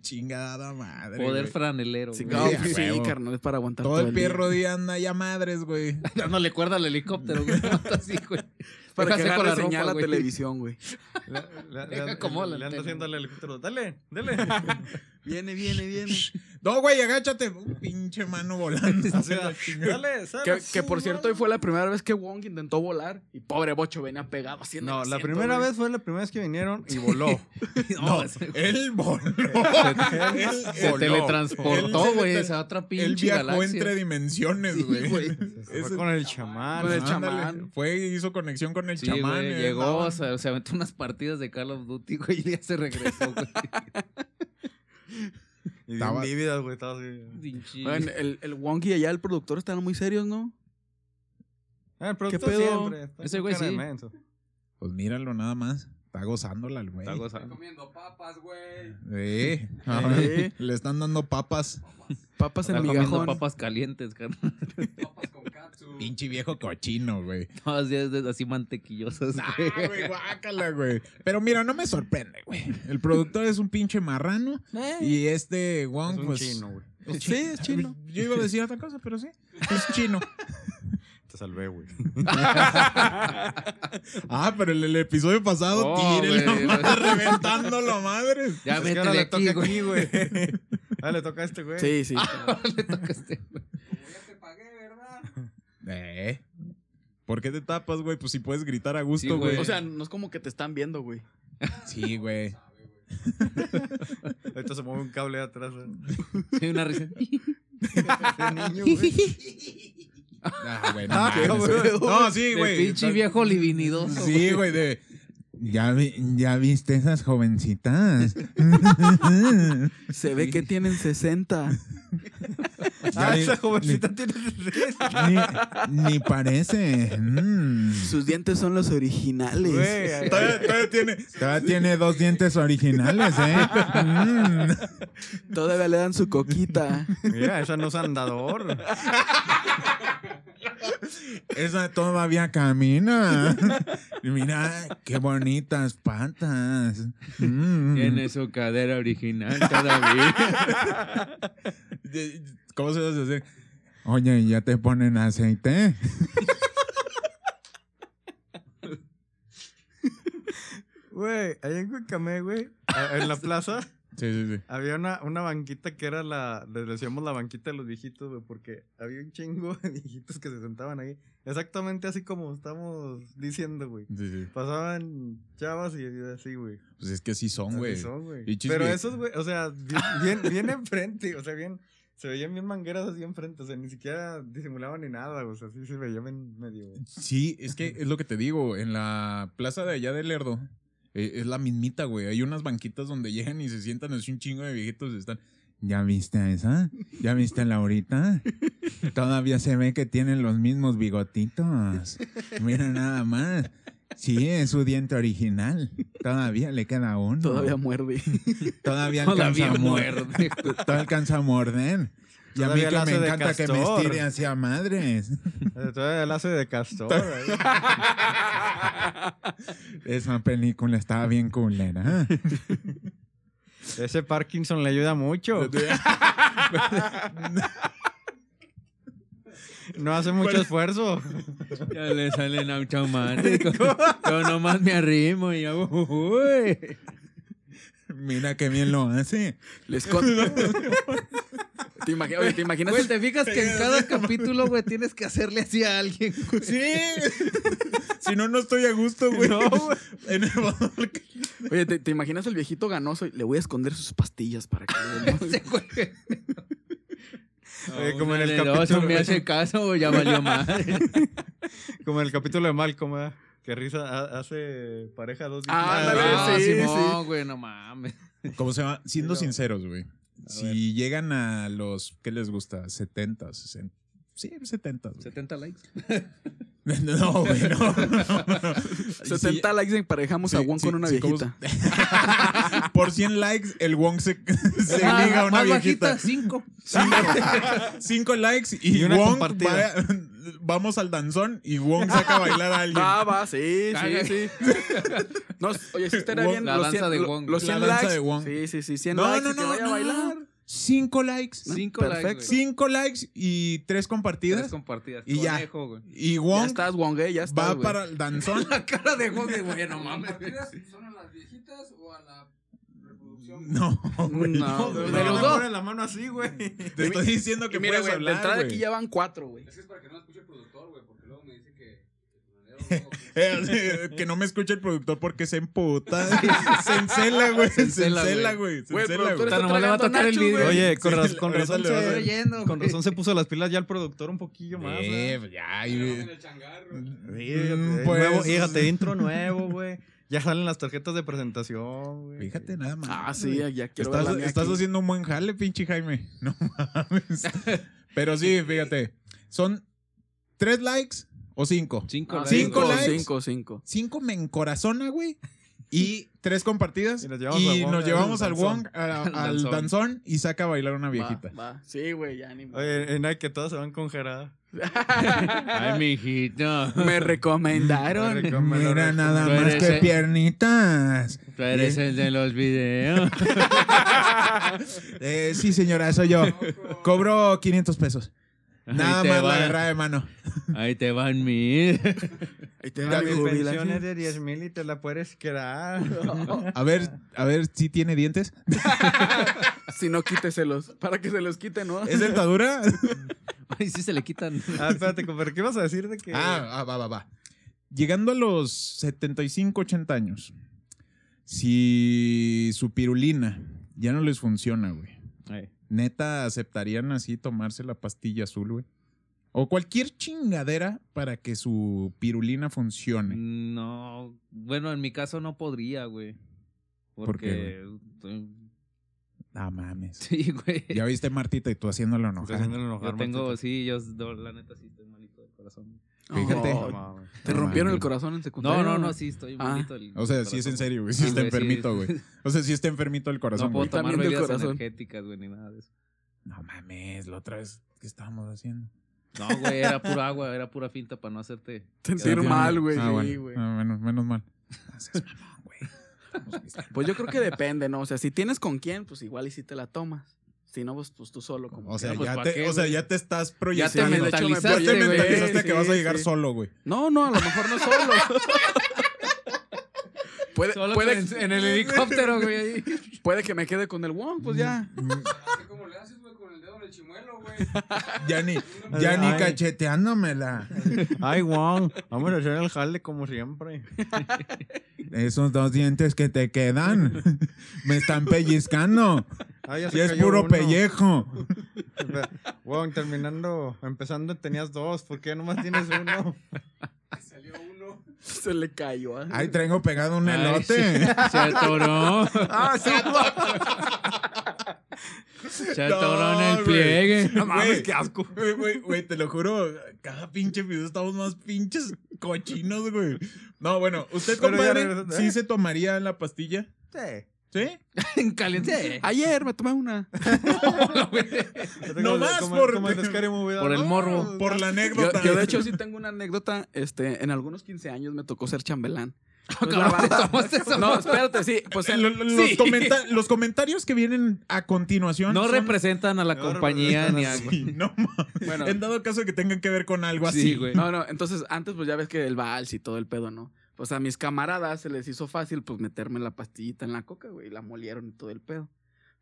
S4: Chingada madre.
S6: Poder
S4: güey.
S6: franelero.
S7: Sí,
S6: güey.
S7: no,
S4: Sí,
S7: pues
S4: a
S7: sí,
S4: huevo.
S7: carnal, es para aguantar
S4: Todo el
S7: día.
S4: perro día anda ya madres, güey.
S6: Dándole cuerda al helicóptero, güey. Mata así, güey.
S7: Para que
S6: Deja seco
S7: agarre
S6: la ropa,
S7: señal a
S6: güey.
S7: televisión, güey.
S5: Le- le-
S6: Deja
S5: le-
S6: como
S5: le-
S6: la
S5: le anda
S6: antena.
S5: haciendo al helicóptero. Dale, dale.
S7: Viene, viene, viene.
S4: No, güey, agáchate. Un pinche mano volando.
S5: O sea, dale, sal,
S7: que, que, por
S5: sal,
S7: cierto, hoy fue la primera vez que Wong intentó volar. Y pobre Bocho venía pegado haciendo.
S5: No, la primera vez fue la primera vez que vinieron y voló.
S4: no, él voló. Él
S6: Se
S4: voló. Él
S6: teletransportó,
S4: se
S6: güey,
S4: tele-
S6: esa otra
S4: Él
S6: pinche
S4: viajó
S6: galaxia.
S4: entre dimensiones, güey.
S5: Fue
S4: Ese- pues,
S5: con el chamán.
S7: Con el
S5: ¿no?
S7: chamán.
S4: Ándale, Fue y hizo conexión con el
S6: Sí,
S4: chamán.
S6: güey,
S4: eh,
S6: llegó,
S4: andaban-
S6: o sea, se aventó unas partidas de Call of Duty, güey, y ya se regresó, güey.
S5: Y bien
S4: Estaba-
S5: vívidas, güey, estaba así.
S6: Pinche-
S7: Oigan, el, el Wong y allá el productor estaban muy serios, ¿no?
S5: Ah, el producto
S7: pedo?
S5: siempre. está
S6: Ese
S5: con
S6: güey
S5: cara de
S6: sí.
S5: menso.
S4: Pues míralo nada más. Está gozándola el güey.
S6: Está gozando.
S7: Comiendo papas, güey.
S4: Eh, ahora
S7: Eh.
S4: Le están dando papas.
S7: Papas
S6: Está
S7: en
S6: comiendo
S7: migajón.
S6: papas calientes, carnal.
S7: Papas con katsu.
S4: Pinche viejo cochino, güey.
S6: Todas así, así mantequillosas,
S4: Ah,
S6: güey.
S4: güey, guácala, güey. Pero mira, no me sorprende, güey. El productor es un pinche marrano. Y este
S5: Es
S4: Wong,
S5: un
S4: pues.
S5: chino, güey.
S4: Sí, es chino. Yo iba a decir otra cosa, pero sí. Es chino.
S5: Te salvé, güey.
S4: Ah, pero el, el episodio pasado,
S6: Oh,
S4: tírenlo,
S6: güey.
S4: madre, reventándolo, madre.
S6: Ya
S5: Es que
S6: vete
S5: ahora
S6: de
S5: le
S6: aquí,
S5: toca
S6: güey.
S5: aquí, güey. Ah, le toca a este, güey.
S7: Sí, sí.
S6: Le toca a este, güey.
S4: Eh. ¿Por qué te tapas, güey? Pues si puedes gritar a
S6: Sí,
S4: gusto,
S6: güey.
S4: güey.
S7: O sea, no es como que te están viendo, güey.
S4: sí, güey.
S5: Ahorita se mueve un cable de atrás. güey.
S6: Sí, una risa.
S5: Ese niño, güey.
S4: Ah, güey, no,
S5: Ah,
S4: mames,
S5: cabrón.
S4: güey. No, sí,
S6: De
S4: güey.
S6: pinche viejo libidinoso.
S4: Sí, güey, de. Ya, vi- ya viste esas jovencitas.
S7: Se ve que tienen 60.
S5: Ah,
S4: Ya-
S5: esa jovencita tiene.
S4: Ni, ni parece. Mm.
S7: Sus dientes son los originales.
S5: Güey, ay, ay,
S4: Todavía, todavía tiene, todavía tiene dos dientes originales, ¿eh? Mm.
S7: Todavía le dan su coquita.
S5: Mira, esa no es andador.
S4: Esa todavía camina. Y Mira, qué bonitas patas. Mm.
S6: Tiene su cadera original todavía.
S4: De- ¿Cómo se hace así? Oye, ¿y ¿ya te ponen aceite?
S5: Güey, allá en Cucamé, güey. a- Ah, En la plaza.
S4: Sí, sí, sí.
S5: Había una, una banquita que era la, les decíamos la banquita de los viejitos, güey, porque había un chingo de viejitos que se sentaban ahí. Exactamente así como estamos diciendo, güey.
S4: sí, sí.
S5: Pasaban chavas y así, güey.
S4: Pues es que así son,
S5: Así
S4: güey.
S5: son, güey.
S4: Y chis-
S5: Pero
S4: vie-
S5: esos, güey, o sea, bien, bien, bien enfrente, o sea, bien, se veían bien mangueras así enfrente, o sea, ni siquiera disimulaban ni nada, o sea, sí se veía bien medio.
S4: Sí, es que es lo que te digo. En la plaza de allá de Lerdo eh, es la mismita, güey. Hay unas banquitas donde llegan y se sientan así un chingo de viejitos y están. ¿Ya viste a esa? ¿Ya viste a Laurita? Todavía se ve que tienen los mismos bigotitos. Mira nada más. Sí, es su diente original. Todavía le queda uno.
S7: Todavía muerde.
S4: Todavía alcanza
S6: Todavía
S4: a mor-
S6: muerde. güey.
S4: Todavía alcanza a morder. Y a mí
S5: Todavía
S4: que
S5: la hace
S4: me
S5: de
S4: encanta que me
S5: castor.
S4: estire hacia madres.
S5: O sea, todavía el hace de castor, ahí.
S4: Esa película estaba bien Ah, culera.
S5: Ese Parkinson le ayuda mucho. No hace mucho esfuerzo.
S6: Ya le salen automáticos. Yo nomás me arrimo y hago. "Uy".
S4: Mira qué bien lo hace.
S7: Les con- ¿Te, imagi- oye, ¿te imaginas?
S6: Güey, te fijas que en cada capítulo, güey, tienes que hacerle así a alguien. güey.
S4: Sí. si no, no estoy a gusto, güey. En el botón.
S7: Oye, ¿te, te imaginas el viejito ganoso? Y Le voy a esconder sus pastillas para que... le den-
S6: Ese güey.
S5: Oye, Eh, como en el
S6: Una de dos,
S5: capítulo,
S6: o me
S5: güey.
S6: hace caso o ya valió más.
S5: Como en el capítulo de Malcolm, ¿eh? que risa ha- hace pareja dos
S7: Ah, ándale,
S6: no,
S7: sí,
S6: Simón, güey, no mames.
S4: ¿Cómo se llama? Siendo
S5: Sí, no.
S4: sinceros, güey. Si
S6: ver.
S4: llegan a los, ¿qué les gusta? 70, 60. Sí, 70. güey.
S6: 70 likes.
S4: No, güey, no. no, no.
S7: 70 likes emparejamos a
S4: Sí,
S7: Wong
S4: sí,
S7: con una
S4: sí, ¿cómo
S7: viejita.
S4: se- Por 100 likes, el Wong se, se
S6: Ah,
S4: liga a una
S6: más
S4: viejita.
S6: bajita, cinco.
S4: 5 likes y,
S5: Y una
S4: Wong
S5: compartida.
S4: va- vamos al danzón y Wong saca a bailar a alguien.
S7: Ah, va, sí,
S6: Caga.
S7: sí, sí. No, oye, sí estaría
S4: Wong,
S7: bien
S6: la
S7: los
S6: danza
S7: 100
S6: de
S7: lo-
S6: Wong.
S7: Los
S4: La
S7: 100
S4: danza
S7: likes.
S4: de Wong.
S7: Sí, sí, sí, 100
S4: No,
S7: likes
S4: no,
S7: y que
S4: no,
S7: vaya
S4: no.
S7: a bailar.
S4: 5 likes.
S6: Cinco
S7: Perfecto.
S6: likes, güey.
S4: 5 likes y 3 compartidas.
S6: Tres compartidas.
S4: Y ya.
S6: Conejo, güey.
S4: y
S7: Ya
S4: Wong
S7: estás, Wong, eh, ya estás.
S4: va
S7: güey.
S4: para el danzón.
S6: La cara de Juan de güey, no mames.
S9: ¿Son a las viejitas o a la reproducción?
S4: No, güey.
S7: No,
S5: De
S7: güey.
S6: los
S5: los
S6: dos.
S5: dos. la mano así, güey.
S4: Te estoy diciendo que
S7: Que mira,
S4: puedes
S7: güey, de
S4: hablar,
S7: entrada aquí
S4: güey.
S7: ya van cuatro, güey.
S9: Es que es para que no escuche el productor, güey, porque luego me dice que. que
S4: Eh, eh, que no me escuche el productor porque se emputa. se encela, güey. Se
S6: encela,
S4: encela,
S6: güey.
S4: güey. Se
S7: Güey, el
S4: encela, güey.
S7: productor está
S6: Puta, nomás le va a
S7: tragando
S6: tocar el
S7: nachos,
S6: vidrio.
S7: güey.
S5: Oye, con,
S4: Sí,
S5: raz- con
S4: ahorita
S5: razón
S4: le vas a-
S5: se, con razón se puso las pilas ya el productor un poquillo más.
S4: Eh,
S5: ¿verdad?
S4: ya,
S9: en
S4: güey.
S7: Ah,
S9: el changar,
S4: Mm,
S5: Fíjate,
S4: pues-
S5: nuevo, fíjate, intro nuevo, güey. Ya salen las tarjetas de presentación, güey.
S4: Fíjate nada más.
S7: Ah, sí,
S4: güey.
S7: ya, ya quiero ver
S4: Estás,
S7: la mía
S4: estás
S7: aquí.
S4: haciendo un buen jale, pinche Jaime. No mames. Pero sí, fíjate. Son tres likes o cinco.
S6: Cinco
S7: Ah,
S6: likes.
S4: Cinco
S7: cinco,
S6: güey.
S4: likes.
S7: cinco, cinco.
S4: Cinco me encorazona, güey. Y tres compartidas.
S5: Y
S4: Y
S5: nos
S4: nos
S5: llevamos al Wong,
S4: llevamos al Wong,
S5: al danzón.
S4: a-
S6: Al
S4: al
S6: danzón.
S4: danzón y saca a bailar una viejita.
S7: Va, va. Sí, güey, ya ni
S5: Oye, en la que todas se van con Gerard.
S6: Ay, mijito.
S7: Me recomendaron.
S4: Mira nada
S6: Tú
S4: más
S6: eres
S4: que
S6: el-
S4: piernitas.
S6: Tú eres el de los videos.
S4: Eh, sí, señora, soy yo. Cobro 500 pesos. Nada
S6: Ahí te
S4: más la
S6: van-
S4: agarrada de mano.
S6: Ahí te van mil.
S7: Ahí te
S5: La
S7: va mi
S5: pensión es
S7: jubilación.
S5: de 10 mil y te la puedes quedar.
S4: A ver, a ver si tiene dientes.
S7: Si no, quíteselos. Para que se los quiten, ¿no?
S4: ¿Es dentadura?
S6: Ay, sí se le quitan.
S5: Ah, espérate, ¿pero qué ibas a decir de que...?
S4: Ah, ah, va, va, va. Llegando a los 75, 80 años, si su pirulina ya no les funciona, güey,
S6: Ay.
S4: ¿neta aceptarían así tomarse la pastilla azul, güey? O cualquier chingadera para que su pirulina
S6: Mm.
S4: funcione.
S6: No, bueno, en mi caso no podría, güey.
S4: ¿Por
S6: Porque.
S4: qué, Ah, mames.
S6: sí, güey.
S4: Ya viste, Martita, y tú haciéndolo
S5: Estoy
S4: enojar.
S5: haciéndolo enojar,
S6: Yo tengo,
S5: Martita.
S6: sí, yo, no, la neta sí estoy malito del corazón.
S4: Fíjate.
S7: Oh,
S5: No mames.
S7: te rompieron el corazón en secundaria.
S6: No, no, no,
S7: güey.
S6: sí estoy
S7: Ah.
S6: malito del
S4: O sea, sí es
S6: corazón.
S4: en serio, güey. Sí
S6: Ah,
S4: está
S6: güey, sí.
S4: enfermito, güey. O sea, sí está enfermito el
S6: No
S4: corazón,
S6: puedo
S4: güey.
S6: tomar
S7: También del
S6: bebidas
S7: corazón.
S6: energéticas, güey, ni nada de eso.
S4: No mames, la otra vez que estábamos haciendo.
S6: No, güey, era pura agua, era pura finta para no hacerte.
S7: Sentir
S6: quedar-
S7: mal, güey.
S4: Ah,
S7: sí,
S4: bueno.
S7: güey.
S4: Ah, menos, menos mal. No seas mamón, güey. Estamos bien.
S7: Pues yo creo que depende, ¿no? O sea, si tienes con quién, pues igual y si te la tomas. Si no, pues, pues tú solo. Como
S4: O sea,
S7: quieras.
S6: pues,
S4: ya
S6: ¿pa'
S4: te,
S6: qué,
S4: o sea,
S6: güey?
S4: ya te estás
S6: Ya te
S4: proyectando.
S7: me-
S6: mentalizaste,
S4: Ya te
S7: güey.
S4: mentalizaste
S7: Sí,
S4: que vas a
S7: sí,
S4: llegar
S7: sí.
S4: solo, güey.
S7: No, no, a lo mejor no solo. puede,
S6: Solo
S7: puede,
S6: en, en el helicóptero, güey. ahí.
S7: puede que me quede con el Wong, pues ya.
S4: Mm.
S9: Así como le haces, güey, con el dedo en el chimuelo, güey.
S4: Ya ni, ya ni
S5: Ay.
S4: cacheteándomela.
S5: Ay, Wong, vamos a hacer el jale como siempre.
S4: Esos dos dientes que te quedan me están pellizcando.
S5: Ay,
S4: Y es puro pellejo.
S5: Wong, terminando, empezando tenías dos, ¿por qué nomás tienes uno?
S9: Salió uno.
S7: Se le cayó. ¿ah?
S4: Ay, traigo pegado un
S6: Ay,
S4: elote.
S6: Se se atoró.
S5: ah, sí,
S6: Se atoró en
S4: No, güey.
S6: el pliegue.
S4: No mames,
S5: qué asco.
S4: Güey, güey, güey, te lo juro, cada pinche video estamos más pinches cochinos, güey. No, bueno, usted,
S5: Pero ya
S4: compadre,
S5: regresando, ¿eh?
S4: ¿sí se tomaría la pastilla?
S5: Sí.
S4: ¿Sí?
S6: En caliente.
S7: Ayer me tomé una.
S4: No más
S5: como,
S4: por-
S5: como en Scary Movie,
S6: Por el
S5: ¿no?
S6: morbo.
S4: Por la
S7: Yo,
S4: anécdota.
S7: yo, de hecho sí tengo una anécdota, este, en algunos 15 años me tocó ser chambelán. Pues, la
S6: Cabrón,
S7: banda-
S6: tomaste eso.
S7: No, espérate, sí, pues
S4: Lo- lo- los,
S6: Sí.
S4: comenta- los comentarios que vienen a continuación
S6: No
S4: son-
S6: representan a la
S5: No
S6: compañía ni a.
S4: Sí, no mames.
S7: Bueno.
S4: En dado caso que tengan que ver con algo
S6: Sí,
S4: así,
S6: güey.
S7: No, no, entonces antes pues ya ves que el vals y todo el pedo, ¿no? Pues a mis camaradas se les hizo fácil pues meterme la pastillita en la coca, güey, y la molieron y todo el pedo.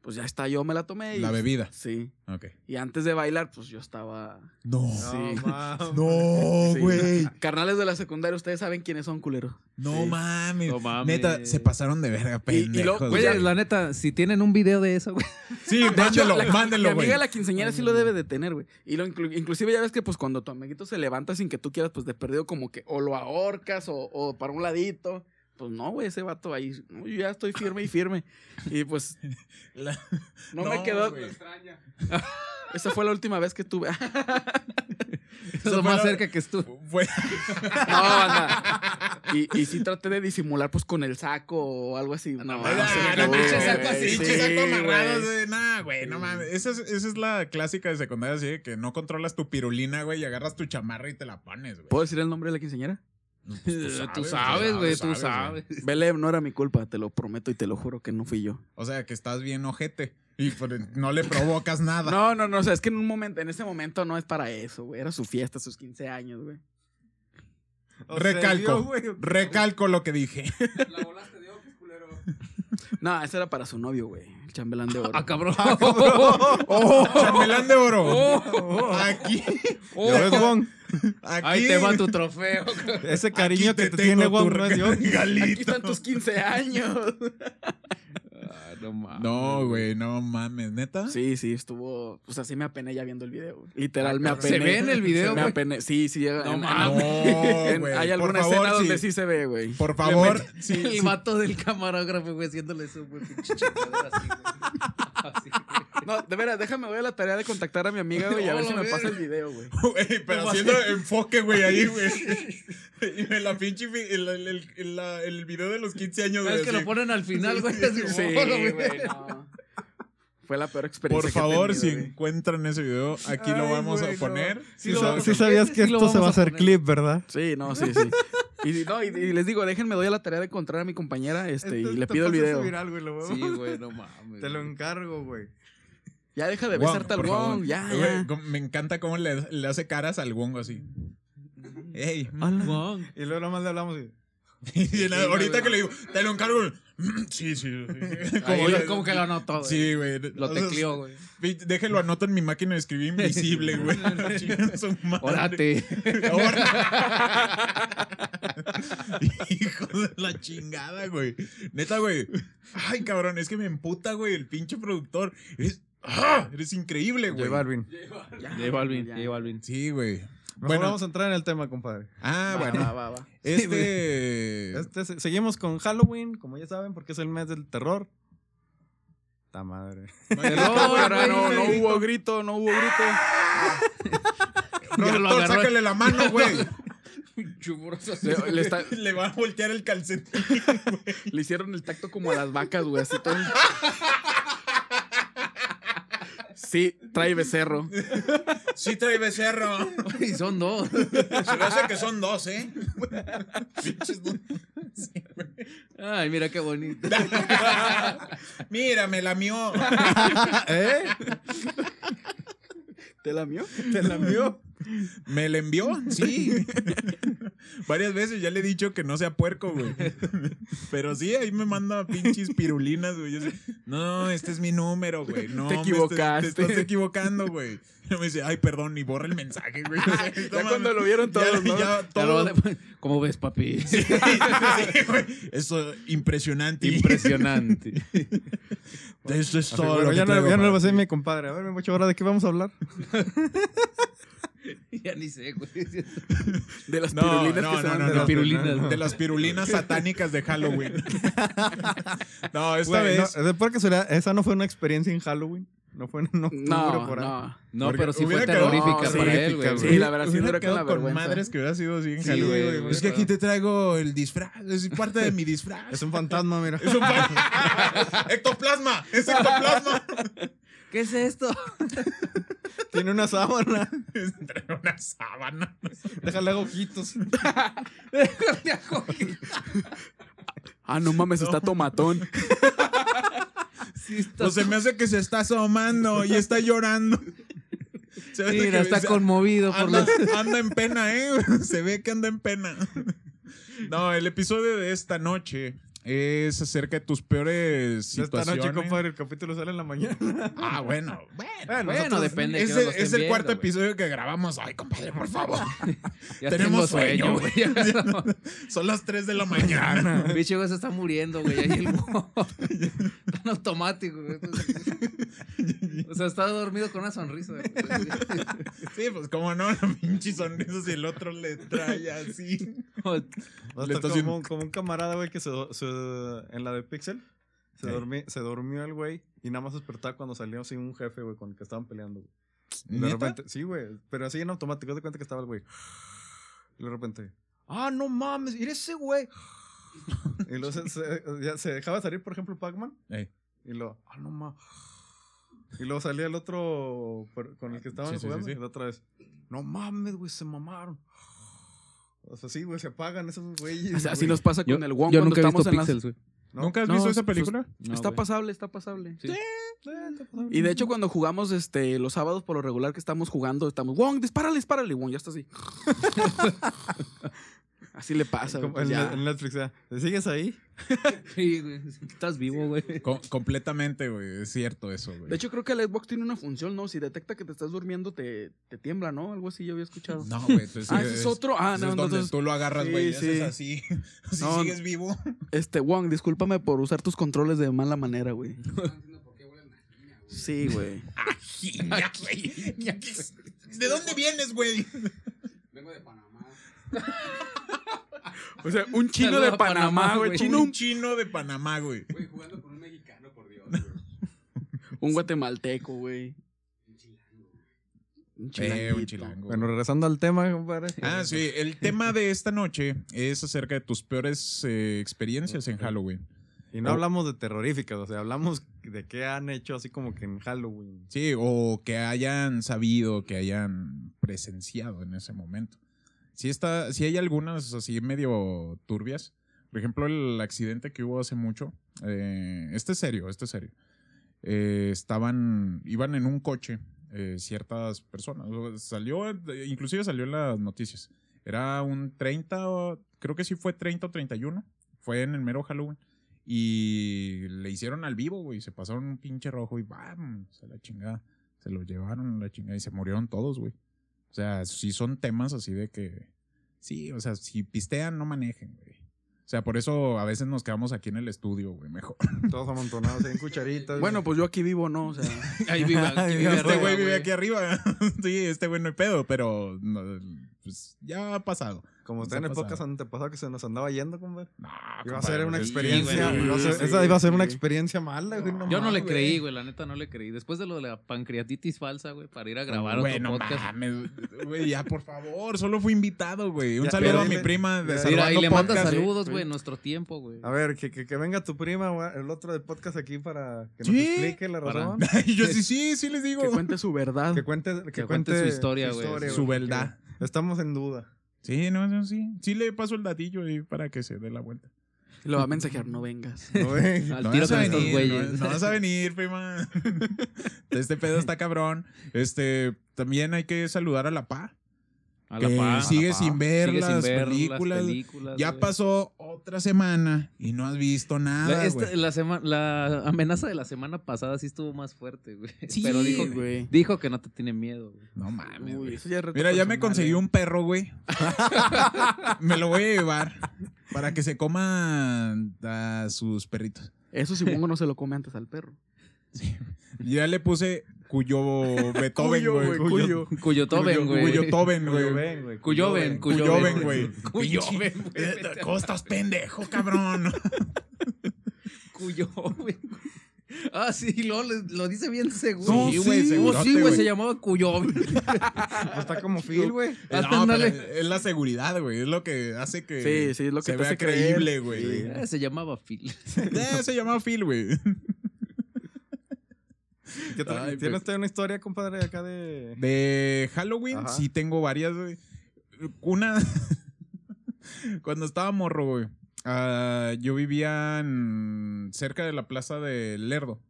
S7: Pues ya está, yo me la tomé y...
S4: La bebida.
S7: Sí.
S4: Ok.
S7: Y antes de bailar, pues yo estaba...
S4: No.
S5: No,
S7: Sí.
S5: mames.
S4: No,
S7: Sí.
S4: güey.
S7: Carnales de la secundaria, ustedes saben quiénes son, culeros.
S4: No
S7: Sí.
S4: mames.
S6: No mames.
S4: Neta, se pasaron de verga,
S7: Y- y lo-
S4: pendejos.
S7: güey,
S4: güey.
S6: Güey, la neta, si tienen un video de eso, güey.
S4: sí,
S7: De hecho,
S4: mándelo,
S7: la-
S4: mándelo,
S7: Mi
S4: güey.
S7: amiga la quinceañera sí lo debe de tener, güey. Y lo inclu- inclusive ya ves que pues cuando tu amiguito se levanta sin que tú quieras, pues de perdido como que o lo ahorcas o, o para un ladito. Pues no, güey, ese vato ahí, no, yo ya estoy firme y firme. Y pues
S4: La-
S7: no,
S4: No,
S7: me quedó.
S4: güey.
S9: Extraña.
S7: Esa fue la última vez que tuve.
S6: Eso es lo
S4: fue
S6: más
S4: la-
S6: cerca que estuve.
S4: Fue,
S7: No, banda. Y, y sí traté de disimular, pues, con el saco o algo así. No, no,
S4: Ah,
S7: se
S4: no,
S7: pudo,
S4: pinche
S7: güey.
S4: saco así, pinche
S7: Sí,
S4: saco
S7: güey.
S4: amarrado, güey. Nah, güey, no
S7: Sí.
S4: mames. Esa es, esa es la clásica de secundaria, así de que no controlas tu pirulina, güey, y agarras tu chamarra y te la pones, güey.
S7: ¿Puedo decir el nombre de la quinceañera?
S4: No, pues,
S6: Tú sabes, güey, tú sabes.
S4: güey.
S7: Belém, no era mi culpa, te lo prometo y te lo juro que no fui yo.
S4: O sea, que estás bien ojete y por- no le provocas nada.
S7: No, no, no, o sea, es que en un momento, en ese momento no es para eso, güey. Era su fiesta, sus 15 años, güey.
S5: O sea,
S4: Recalco,
S5: yo, güey,
S4: recalco lo que dije.
S9: La volaste de ojos, culero.
S7: No, ese era para su novio, güey. El chambelán de oro. Oh.
S6: Ah, cabrón.
S4: Chamelán de oro.
S6: Oh,
S4: Aquí.
S5: ¿Ya ves, Wong?
S4: Aquí.
S6: Ahí te va tu trofeo.
S5: Ese cariño
S4: aquí
S5: que te, tiene
S4: tengo
S5: Wong
S4: tu
S5: no es de ojos.
S7: Aquí
S4: regalito.
S7: están tus 15 años.
S6: Ah, no mames.
S4: No, güey, no mames, neta.
S7: Sí, sí, estuvo. O sea, sí me apené ya viendo el video. güey. Literal, me
S6: cabrón.
S7: apené.
S6: ¿Se ve en el video,
S7: Se Me
S6: güey?
S7: apené. Sí, sí. No
S6: mames.
S4: No, güey.
S7: Hay
S4: Por
S7: alguna
S4: favor,
S7: escena
S4: sí.
S7: donde sí se ve, güey.
S4: Por favor, sí,
S6: El
S4: sí.
S6: vato del camarógrafo, güey, haciéndole eso, güey, pinche chingadera así, güey. Así, güey.
S7: No, de veras, déjame voy a la tarea de contactar a mi amiga, güey, y a ver
S6: Hola,
S7: si me
S6: ver.
S7: pasa el video, güey.
S4: Güey, pero haciendo enfoque, güey, ahí, güey. Y me la pinche. fi- El, el, el- el- la- el video de los 15 años,
S6: Es que
S4: así.
S6: lo ponen al final, güey. así,
S7: Sí,
S6: "Hola, güey".
S7: güey, no. Fue la peor
S4: Por
S7: experiencia.
S4: favor,
S7: que he
S4: si
S7: tenido, güey.
S4: encuentran ese video, aquí lo
S5: Ay,
S4: vamos
S5: güey,
S4: a
S5: no.
S4: poner.
S5: Sí,
S4: Lo-
S5: sab-
S6: vamos
S5: sí
S6: a-
S5: sabías
S6: ese
S5: que
S6: sí lo
S5: esto se
S6: vamos
S5: va a
S6: a
S5: hacer
S6: poner.
S5: clip, ¿verdad?
S7: Sí, no, sí, sí. Y, no, y, y les digo, déjenme, doy a la tarea de encontrar a mi compañera este, y le pido el video.
S6: Sí, güey, no mames.
S5: Te lo
S4: Mm.
S6: güey.
S5: encargo, güey.
S7: Ya deja de
S4: Wong,
S7: besarte al
S4: por favor.
S7: Wong, ya,
S4: Güey,
S7: ya.
S4: com- Me encanta cómo le, le hace caras al Wongo así. Ey.
S6: Ah, Wong.
S5: Y luego nomás le hablamos y...
S4: Y en la- ahorita
S6: güey.
S4: que le digo, te lo encargo. Sí, sí. sí.
S6: Ahí
S4: Como
S6: lo-
S4: le-
S6: como que lo anotó, güey.
S4: Sí, güey.
S6: Lo
S4: O sea,
S6: tecleó, güey.
S4: Pinche- Déjelo anoto en mi máquina de escribir invisible, güey. Chinga su madre.
S6: Órate.
S4: Ahora- Hijo de la chingada, güey. Neta, güey. Ay, cabrón, es que me emputa, güey, el pinche productor. Eres, ¡Ah! Eres increíble,
S5: J
S4: güey.
S5: Balvin.
S7: ya,
S6: J Balvin,
S7: ya.
S6: J Balvin.
S4: Sí, güey.
S5: Mejor
S4: Bueno.
S5: vamos a entrar en el tema, compadre.
S4: Ah,
S7: Va,
S4: bueno.
S7: va, va, va.
S4: Este.
S5: Este, se- seguimos con Halloween, como ya saben, porque es el mes del terror. Ta madre.
S7: No,
S6: Terror,
S7: no, no
S6: güey.
S7: hubo grito, no hubo grito.
S6: Ya lo
S4: Productor,
S6: agarró.
S4: sácale la mano, güey.
S6: Chumoroso así.
S7: Le, le está-
S4: Le va a voltear el calcetín.
S7: le hicieron el tacto como a las vacas, güey, así todo. Sí, trae becerro.
S4: Sí, trae becerro.
S6: Y son dos.
S4: Se me hace que son dos, ¿eh? Pinches dos. Sí, güey.
S6: Ay, mira qué bonito.
S4: Mira, me lamió.
S5: ¿Eh?
S7: ¿Te lamió?
S5: ¿Te la envió?
S4: ¿Me la envió? Sí. Varias veces ya le he dicho que no sea puerco, güey. Pero sí, ahí me manda pinches pirulinas, güey. Yo sé, no, este es mi número, güey. No,
S7: Te
S4: me
S7: equivocaste.
S4: estás- Te, estás equivocando, güey. Y me dice, ay, perdón, y borra el mensaje, güey.
S7: Ya cuando lo vieron todos, ¿no?
S4: Ya,
S6: Ya
S4: todo.
S6: lo van a- ¿Cómo ves, papi?
S4: Sí, güey. Eso, impresionante.
S6: Impresionante.
S4: Eso es
S5: Así,
S4: todo
S5: bueno,
S4: lo que
S5: ya no,
S4: traigo
S5: ya no
S4: para
S5: lo va a hacer
S4: ti.
S5: mi compadre. A ver, mucho ahora de qué vamos a hablar.
S6: ya ni sé, güey.
S7: De las
S4: No,
S7: pirulinas
S4: no,
S7: que
S4: no,
S7: se van
S4: no,
S7: de
S4: no.
S7: la-
S4: De las pirulinas satánicas de Halloween. No, esta
S5: Güey,
S4: vez.
S5: no, de por casualidad, esa no fue una experiencia en Halloween. No fue en octubre
S7: No,
S5: por ahí.
S7: no.
S6: No,
S4: Porque
S6: pero sí fue
S4: hubiera quedado-
S6: terrorífica
S7: No, sí,
S6: para él, güey.
S7: Sí, la verdad, sí,
S4: hubiera
S7: dura con
S4: quedado
S7: la
S4: con
S7: vergüenza.
S4: madres que hubiera sido así en
S6: Sí,
S4: Halloween.
S6: güey,
S4: güey.
S6: güey,
S4: es que aquí
S6: claro.
S4: te traigo el disfraz, es parte de mi disfraz.
S5: Es un fantasma, mira.
S4: Es un pa- ectoplasma, es ectoplasma.
S6: ¿Qué es esto?
S5: Tiene una sábana.
S4: Entre una sábana.
S5: Déjale hago ojitos.
S7: Ah, no mames, está tomatón.
S6: Sí, está-
S4: No Pues se me hace que se está asomando y está llorando. Se ve que
S6: Mira, está
S4: se-
S6: conmovido por
S4: Anda,
S6: los...
S4: anda en pena, ¿eh? Se ve que anda en pena. No, el episodio de esta noche es acerca de tus peores
S5: Esta
S4: situaciones.
S5: noche, compadre, el capítulo sale en la mañana.
S4: Ah, bueno. Bueno,
S6: Bueno, depende de
S4: Es,
S6: que lo
S4: el-
S6: estén
S4: es el
S6: viendo,
S4: cuarto
S6: güey.
S4: episodio que grabamos. Ay, compadre, por favor.
S6: Ya
S4: Tenemos sueño,
S6: tengo güey. Ya no.
S4: Son las 3 de la mañana.
S6: Bicho, güey, se está muriendo, güey. Ahí el Tan automático, güey. O sea, está dormido con una sonrisa, güey.
S4: Sí, pues como no, la pinche sonrisa si el otro le trae así.
S5: Va a
S4: Le
S5: estar
S4: está
S5: como,
S4: haciendo-
S5: un- como un camarada, güey, que se, do- se- en la de Pixel se,
S4: Ey.
S5: dormi- se durmió el güey y nada más despertaba cuando salió así un jefe, güey, con el que estaban peleando. güey. De
S4: ¿Neta?
S5: repente, sí, güey. Pero así en automático, haz de cuenta que estaba el güey. Y de repente, ah, no mames, mira ese güey. y luego se, se- ya se dejaba salir, por ejemplo, Pac-Man.
S4: Ey.
S5: Y luego, ah, no mames. Y luego salía el otro per- con el que estaban
S4: Sí, sí, sí,
S5: jugando.
S4: sí.
S5: Y la otra vez, no mames, güey, se mamaron. O sea, sí, güey, se apagan esos güeyes.
S7: O sea, así
S5: güey.
S7: nos pasa
S8: Yo,
S7: con el Wong
S8: yo
S7: cuando
S8: nunca he
S7: estamos
S8: visto
S7: en las...
S8: Pixels, güey.
S5: ¿No?
S4: ¿Nunca has
S7: No,
S4: visto
S7: pues,
S4: esa película?
S8: No,
S7: está
S8: güey.
S7: pasable, está pasable.
S8: Sí.
S7: Y de hecho, cuando jugamos este, los sábados por lo regular que estamos jugando, estamos, Wong, dispárale, dispárale, y Wong, ya está así. así le pasa. güey,
S5: Como
S7: pues
S5: en,
S7: ya.
S5: en Netflix, ya. ¿Te sigues ahí?
S6: Sí, güey. Estás vivo, güey.
S4: Co- completamente, güey. Es cierto eso, güey.
S7: De hecho, creo que el Xbox tiene una función, ¿no? Si detecta que te estás durmiendo, te, te tiembla, ¿no? Algo así yo había escuchado.
S4: no, güey. entonces,
S7: ah, ese es otro. Ah,
S4: ese
S7: no,
S4: es donde
S7: entonces,
S4: tú lo agarras,
S7: sí,
S4: güey, y haces
S7: sí.
S4: así. Si
S7: No,
S4: sigues vivo.
S7: este, Wong, discúlpame por usar tus controles de mala manera, güey. Sí, güey.
S4: ¿De dónde vienes, güey?
S9: Vengo de Panamá.
S7: O sea, un chino de
S6: Saluda a Panamá,
S7: Panamá, güey.
S6: güey.
S7: Chino,
S4: Un
S7: un,
S4: chino de Panamá, güey.
S9: Güey, jugando con un mexicano, por Dios, güey.
S7: un guatemalteco, güey. Un
S4: Eh, un
S7: chilanguito.
S4: chilango.
S5: Bueno, regresando al tema, compadre.
S7: eh,
S4: Ah, sí, el tema de esta noche es acerca de tus peores eh, experiencias en Halloween.
S5: Y no hablamos de terroríficas, o sea, hablamos de qué han hecho así como que en Halloween.
S4: Sí, o que hayan sabido, que hayan presenciado en ese momento. Sí, está, sí hay algunas así medio turbias. Por ejemplo, el accidente que hubo hace mucho. eh, este es serio, este es serio. Eh, estaban, iban en un coche eh, ciertas personas. O sea, Salió, eh, inclusive salió en las noticias. Era un 30, o- creo que sí fue 30 o 31. Fue en el mero Halloween. Y le hicieron al vivo, güey. Se pasaron un pinche rojo y ¡bam! Se la chingada. Se lo llevaron a la chingada y se murieron todos, güey. O sea, sí son temas así de que. Sí, o sea, si pistean, no manejen, güey. O sea, por eso a veces nos quedamos aquí en el estudio, güey, mejor.
S5: Todos amontonados ahí en cucharitas.
S7: Bueno, pues yo aquí vivo, ¿no? O sea,
S6: Ahí vive. Aquí vive
S4: Este
S6: arriba,
S4: güey vive aquí arriba. sí, este güey no hay pedo, pero no, pues, ya ha pasado.
S5: como
S4: nos
S5: está en
S4: ha
S5: el podcast
S4: pasado.
S5: antepasado que se nos andaba yendo, compadre.
S4: No,
S5: Iba a
S4: compadre,
S5: ser una
S4: pues, sí,
S5: experiencia.
S6: Ah, güey.
S5: iba a ser-
S7: Sí,
S5: esa iba a ser una
S7: sí.
S5: experiencia mala, güey.
S6: Yo no
S5: mames,
S6: le creí, güey, la neta no le creí. Después de lo de la pancreatitis falsa, güey, para ir a grabar
S4: Güey,
S6: otro
S4: no
S6: podcast.
S4: mames, güey, ya por favor, solo fui invitado, güey. Un
S5: Ya,
S4: saludo
S5: pero
S4: a mi
S5: dile-
S4: prima de
S5: ya,
S6: Mira, ahí
S4: Salvando
S6: le manda
S4: Podcast.
S6: saludos, güey, en nuestro tiempo, güey.
S5: A ver, que, que, que venga tu prima, güey, el otro del podcast aquí para que nos
S4: Sí.
S5: explique la
S6: Para-
S5: razón.
S4: Y yo sí, sí, sí les digo.
S7: que cuente su verdad.
S5: Que cuente, que
S6: Que
S5: cuente
S6: cuente su historia, güey.
S4: Su verdad.
S5: porque Estamos en duda.
S4: Sí, no, no, sí. Sí le paso el datillo ahí para que se dé la vuelta.
S7: Y lo va a mensajear, no vengas.
S5: ¿no, güey?
S6: Al
S4: no
S6: tiro
S4: vas a
S6: con estos
S4: venir,
S6: güeyes.
S4: No, no vas a venir, prima. este pedo está cabrón. Este, también hay que saludar a la PA.
S6: A
S4: que
S6: pa,
S4: sigue
S6: a pa.
S4: sin ver
S6: Sigue
S4: las
S6: ver
S4: películas.
S6: películas,
S4: Ya
S6: güey.
S4: pasó otra semana y no has visto
S6: La,
S4: nada,
S6: esta-
S4: güey.
S6: la, sema- la amenaza de la semana pasada sí estuvo más fuerte, güey.
S4: Sí,
S6: Pero dijo,
S7: Sí, güey.
S6: dijo que no te tiene miedo, güey.
S4: No mames,
S7: Uy,
S4: güey.
S7: eso ya es reto
S4: Mira, ya me
S7: personal,
S4: conseguí
S7: eh.
S4: un perro, güey. me lo voy a llevar para que se coman a sus perritos.
S7: Eso supongo no se lo come antes al perro.
S4: Ya le puse cuyo Beethoven,
S5: Cuyo,
S4: güey.
S5: güey, cuyo.
S6: Cuyo Toben, güey.
S4: Cuyo Toben,
S5: Cuyo
S4: güey.
S5: ven, güey.
S6: Cuyoven,
S4: Cuyo
S6: Cuyoven,
S4: ven, güey.
S6: Cuyoven, güey.
S4: Eh, ¿Cómo estás, pendejo, cabrón?
S6: Cuyoven. Ah, sí, lo, lo dice bien seguro.
S4: No,
S6: Sí,
S4: sí,
S6: seguro. Sí,
S4: güey.
S6: güey, se llamaba Cuyoven.
S5: Pues Está como Phil, güey.
S6: Hasta
S4: No,
S6: no
S4: pero
S6: le-
S4: es la seguridad, güey. Es lo que hace que.
S7: Sí, sí, es lo que
S4: se
S7: te
S4: vea
S7: hace creer.
S4: creíble, güey.
S6: Eh, se llamaba Phil.
S4: Eh, se llamaba Phil, güey.
S5: ¿Qué tal?
S4: Ay, pues.
S5: ¿Tiene
S4: pe-
S5: usted una historia, compadre, acá de...?
S4: De Halloween,
S5: Ajá.
S4: sí tengo varias, güey. Una. Cuando estaba morro, güey. ah, yo vivía en- cerca de la plaza de Lerdo.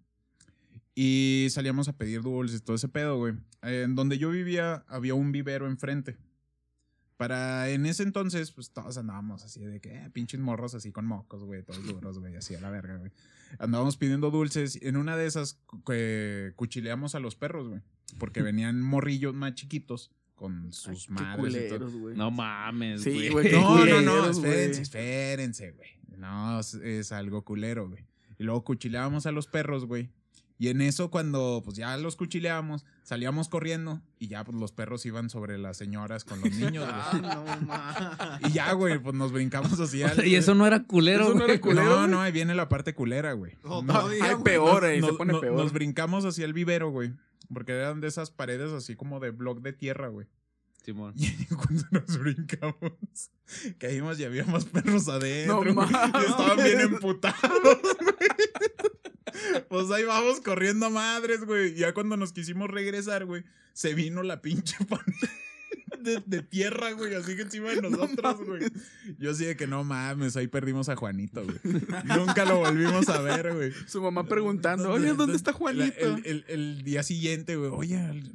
S4: Y salíamos a pedir dulces, todo ese pedo, güey. Eh, En donde yo vivía había un vivero enfrente. Para en ese entonces, pues todos andábamos así de que eh, pinches morros así con mocos, güey, todos duros, güey, así a la verga, güey. Andábamos pidiendo dulces. En una de esas cu- que cuchileamos a los perros, güey. Porque venían morrillos más chiquitos con
S7: Ay,
S4: sus
S7: qué
S4: madres y todo.
S7: culeros, güey.
S6: No mames,
S7: Sí,
S6: güey.
S7: güey, qué
S4: No, no, no,
S7: culeros, güey.
S4: espérense, espérense, güey. No, es, es algo culero, güey. Y luego cuchileábamos a los perros, güey. Y en eso, cuando pues ya los cuchileábamos, salíamos corriendo y ya pues los perros iban sobre las señoras con los niños, güey.
S5: no, ma.
S4: Y ya, güey, pues nos brincamos así.
S6: O
S4: al-
S6: sea, y eso no era culero,
S7: Eso no era
S6: güey.
S7: culero,
S4: No,
S7: güey.
S4: no, ahí viene la parte culera, güey.
S5: No,
S4: No,
S5: todavía,
S7: Hay
S5: güey.
S7: peor, eh,
S4: nos,
S7: se pone
S4: no-
S7: peor.
S4: nos brincamos hacia el vivero, güey. Porque eran de esas paredes así como de bloc de tierra, güey.
S6: Simón.
S4: Y cuando nos brincamos, caímos y había más perros adentro.
S7: No
S4: güey.
S7: mames.
S4: y estaban bien emputados, güey. Pues ahí vamos corriendo a madres, güey. Ya cuando nos quisimos regresar, güey, se vino la pinche pan de, de tierra, güey. Así que encima de nosotros, güey. Yo así de que no mames, ahí perdimos a Juanito, güey. Nunca lo volvimos a ver, güey.
S7: Su mamá preguntando, oye, ¿dónde está Juanito?
S4: La- el, el- el día siguiente, güey, oye, el-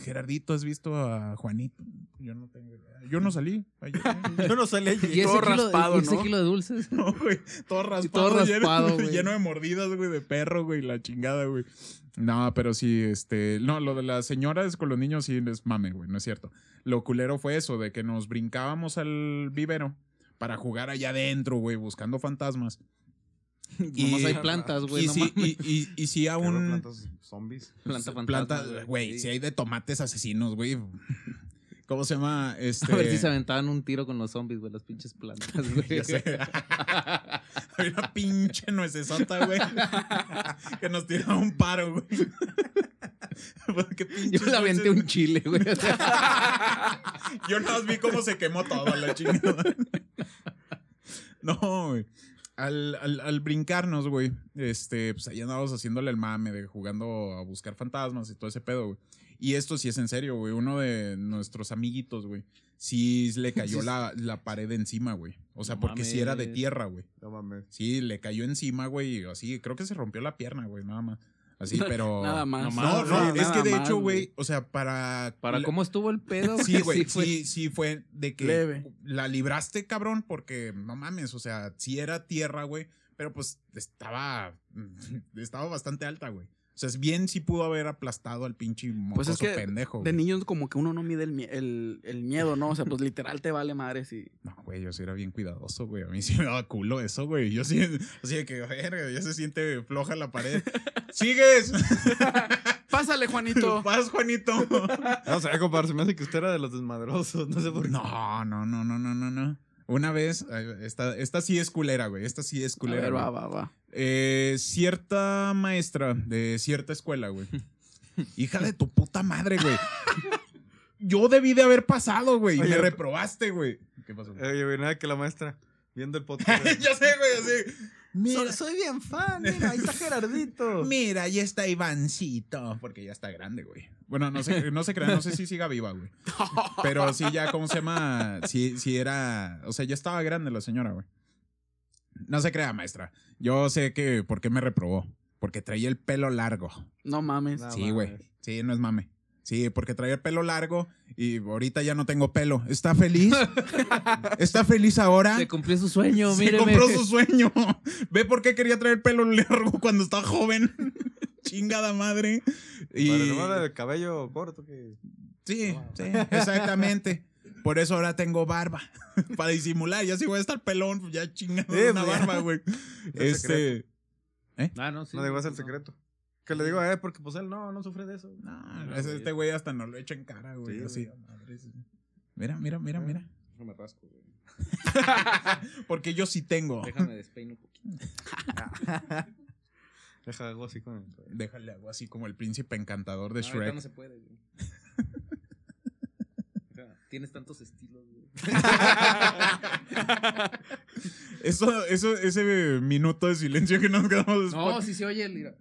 S4: Gerardito, ¿has visto a Juanito? Yo no tengo idea. Yo no salí. ayer.
S5: Yo no salí allí.
S6: Y ese
S7: todo
S6: kilo,
S7: raspado,
S6: y ese
S7: ¿no?
S6: kilo de dulces.
S4: No, güey. Todo raspado.
S6: todo
S4: lleno-
S6: raspado,
S4: lleno,
S6: güey.
S4: de mordidas, güey, de perro, güey, la chingada, güey. No, pero sí, este. No, lo de las señoras con los niños sí les mame, güey, no es cierto. Lo culero fue eso, de que nos brincábamos al vivero para jugar allá adentro, güey, buscando fantasmas. Y-
S6: Nomás hay plantas, güey.
S4: y,
S6: no
S4: sí,
S6: mames.
S4: y, y- y sí a
S5: Cabrón,
S4: un.
S5: plantas zombies.
S6: Planta
S4: Pues,
S6: fantasma,
S4: planta- güey,
S6: Sí.
S4: si hay de tomates asesinos, güey. ¿Cómo se llama? Este...
S6: A ver si se aventaban un tiro con los zombies, güey, las pinches plantas, güey.
S4: Ya sé. Hay una pinche nuecesota, güey. que nos tiró un paro, güey. Porque
S6: Yo
S4: pinches
S6: le aventé un
S4: nueces-
S6: chile, güey. o sea,
S4: Yo nada más vi cómo se quemó todo la chingada. No, güey. Al, al, al brincarnos, güey, este, pues ahí andábamos haciéndole el mame de jugando a buscar fantasmas y todo ese pedo, güey. Y esto sí es en serio, güey. Uno de nuestros amiguitos, güey, sí le cayó la, la pared encima, güey. O sea,
S6: No
S4: porque sí era de
S6: mames.
S4: tierra, güey.
S5: No mames.
S4: Sí, le cayó encima, güey, y así, creo que se rompió la pierna, güey, nada más. Así, pero...
S7: Nada más.
S4: No,
S6: Nomás,
S4: no,
S7: Sí,
S4: es que
S7: nada
S4: de
S7: más,
S4: hecho, güey, o sea, para...
S6: Para
S4: la-
S6: cómo estuvo el pedo,
S4: Sí, güey,
S6: fue-
S4: sí, sí fue de que
S7: Leve.
S4: la libraste, cabrón, porque no mames, o sea, sí era tierra, güey, pero pues estaba, estaba bastante alta, güey. O sea, es bien sí pudo haber aplastado al pinche mocoso
S7: Pues es que
S4: pendejo.
S7: De
S4: güey.
S7: niños como que uno no mide el, mie- el, el miedo, ¿no? O sea, pues literal te vale madre si...
S4: No, güey, yo sí era bien cuidadoso, güey. A mí sí me daba culo eso, güey. Yo sí, así de que, verga, ya se siente floja la pared. ¡Sigues!
S7: Pásale, Juanito.
S4: ¡Vas, Juanito!
S5: No sé, compadre, se me hace que usted era de los desmadrosos. No sé por qué.
S4: No, no, no, no, no, no, no. Una vez, eh, esta, esta sí es culera, güey. Esta sí es
S7: A
S4: culera.
S7: ver,
S4: güey.
S7: va, va, va.
S4: Eh, cierta maestra de cierta escuela, güey. Hija de tu puta madre, güey. Yo debí de haber pasado, güey. y
S5: Oye,
S4: Me
S5: pero-
S4: reprobaste, güey. ¿Qué pasó?
S5: Eh, yo vi nada que la maestra viendo el podcast.
S4: ya sé, güey, así. Mira,
S5: soy bien fan, mira, ahí está Gerardito.
S4: mira, ahí está Ivancito. Porque ya está grande, güey. Bueno, no sé, no se crean, no sé si siga viva, güey. Pero sí, ya, ¿cómo se llama? Sí, sí era. O sea, ya estaba grande la señora, güey. No se crea, maestra. Yo sé que por qué me reprobó. Porque traía el pelo largo.
S7: No mames.
S5: No
S4: sí, güey.
S5: mames.
S4: Sí, no es mame. Sí, porque traía el pelo largo y ahorita ya no tengo pelo. ¿Está feliz? ¿Está feliz
S8: Ah.
S4: ahora?
S6: Se cumplió su sueño,
S4: Se
S6: míreme.
S4: compró su sueño. Ve por qué quería traer pelo largo cuando estaba joven. Chingada madre. Y...
S5: Para no era el cabello corto que.
S4: Sí, sí, exactamente. Por eso ahora tengo barba. Para disimular, ya si voy a estar pelón, ya chingada
S5: Sí,
S4: una
S5: pues, ya.
S4: barba, güey.
S5: Es
S4: Este.
S6: Ah, no, sí.
S5: no digo, es el
S6: no.
S5: secreto. Que le digo a él, porque pues él no, no sufre de eso.
S4: No, es- este güey hasta no lo echa en cara, güey.
S5: Sí,
S4: así. Mira, mira, mira, mira.
S5: No me rasco, güey.
S4: Porque yo sí tengo.
S6: Déjame despeino un poquito.
S5: Deja algo así con el.
S4: Déjale algo así como el príncipe encantador de
S6: No, Ah, ahorita
S4: Shrek.
S6: no se puede, güey. Acá, Tienes tantos estilos, güey.
S4: Eso, eso, ese minuto de silencio que nos quedamos
S6: No,
S4: después.
S6: sí se oye, mira.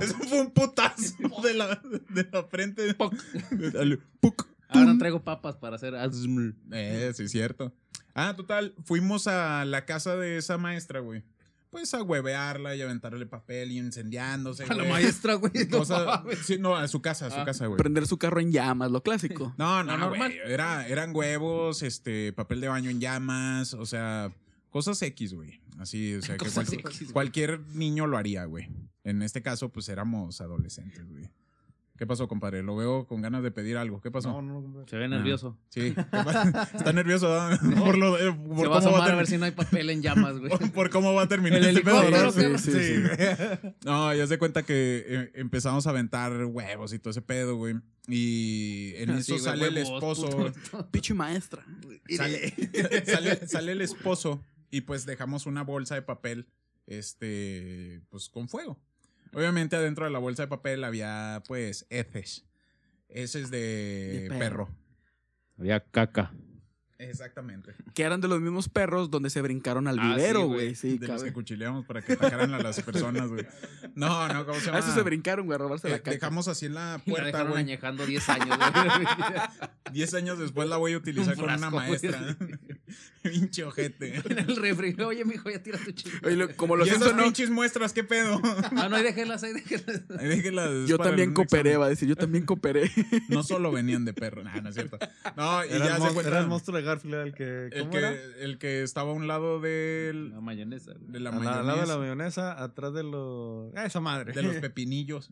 S4: Eso fue un putazo de la, de la frente.
S6: Poc.
S4: Dale, puc.
S6: Ahora no traigo papas para hacer ASMR.
S4: Eh, sí, cierto. Ah, total, fuimos a la casa de esa maestra, güey. Pues a huevearla y aventarle papel y incendiándose.
S6: A la
S4: güey.
S6: maestra, güey. no
S4: O sea,
S6: mames.
S4: sí, no, a su casa, a su
S6: Ah.
S4: casa, güey.
S7: Prender su carro en llamas, lo clásico.
S4: No, no,
S6: Lo
S4: no,
S6: normal.
S4: güey. Era, eran huevos, este, papel de baño en llamas, o sea, cosas X, güey. Así, o sea, que
S6: Cosas
S4: cual-
S6: X, güey.
S4: cualquier niño lo haría, güey. En este caso, pues éramos adolescentes, güey. ¿Qué pasó, compadre? Lo veo con ganas de pedir algo. ¿Qué pasó?
S5: No, no, compadre.
S4: Ah.
S6: Se ve nervioso.
S4: Sí. ¿qué pa- Está nervioso ¿verdad? por lo de- por
S6: Se va a
S4: cómo
S6: asomar a
S4: terminar-
S6: ver si no hay papel en llamas, güey.
S4: por, por cómo va a terminar
S6: El
S4: este pedo,
S6: helicóptero,
S4: ¿verdad?
S7: sí, sí,
S4: No, ya se cuenta que eh, empezamos a aventar huevos y todo ese pedo, güey. Y en eso
S6: Sí, güey,
S4: sale el
S6: huevos,
S4: esposo.
S6: puto.
S7: Pinche maestra.
S4: Sale, sale- sale el esposo y pues dejamos una bolsa de papel, este, pues con fuego. Obviamente adentro de la bolsa de papel había pues heces. Heces de,
S7: De perro.
S4: perro.
S8: Había caca.
S4: Exactamente.
S7: Que eran de los mismos perros donde se brincaron al
S8: Ah, sí,
S7: vivero,
S8: güey.
S7: güey. Sí,
S4: de los
S7: cabe.
S4: que cuchileamos para que atacaran a las personas, güey. No, no, ¿cómo se
S7: A
S4: llama?
S7: eso se brincaron, güey, a robarse la
S4: Eh,
S7: caca.
S4: dejamos así en la
S6: Y la
S4: puerta,
S6: dejaron
S4: güey.
S6: añejando 10 años, güey.
S4: Diez años después la voy a utilizar
S6: Un
S4: con una
S6: frasco, güey.
S4: maestra. Pinche ojete.
S6: en el refri. Oye, mijo, ya tira tu chingada.
S7: Oye, lo- como
S4: ¿Y
S7: los
S4: esas
S7: Simpson, ¿no?
S4: pinches muestras qué pedo?
S6: Ah, no, ahí déjenlas, ahí déjenlas.
S4: Ahí déjenlas
S7: Yo
S4: para
S7: también
S4: un
S7: cooperé,
S4: examen.
S7: va a decir, yo también cooperé.
S4: No solo venían de perro, nah, no es cierto. No, y
S5: Era,
S4: ya
S5: el
S4: se
S5: monstruo, era el
S4: cuenta.
S5: monstruo de Garfield, el que.
S4: El
S5: ¿Cómo
S4: que,
S5: era?
S4: el que estaba a un lado del,
S8: La mayonesa.
S4: de la
S5: Al lado- al lado de la
S4: mayonesa,
S5: mayonesa, atrás de los. ¡Ah, esa madre!
S4: de los pepinillos.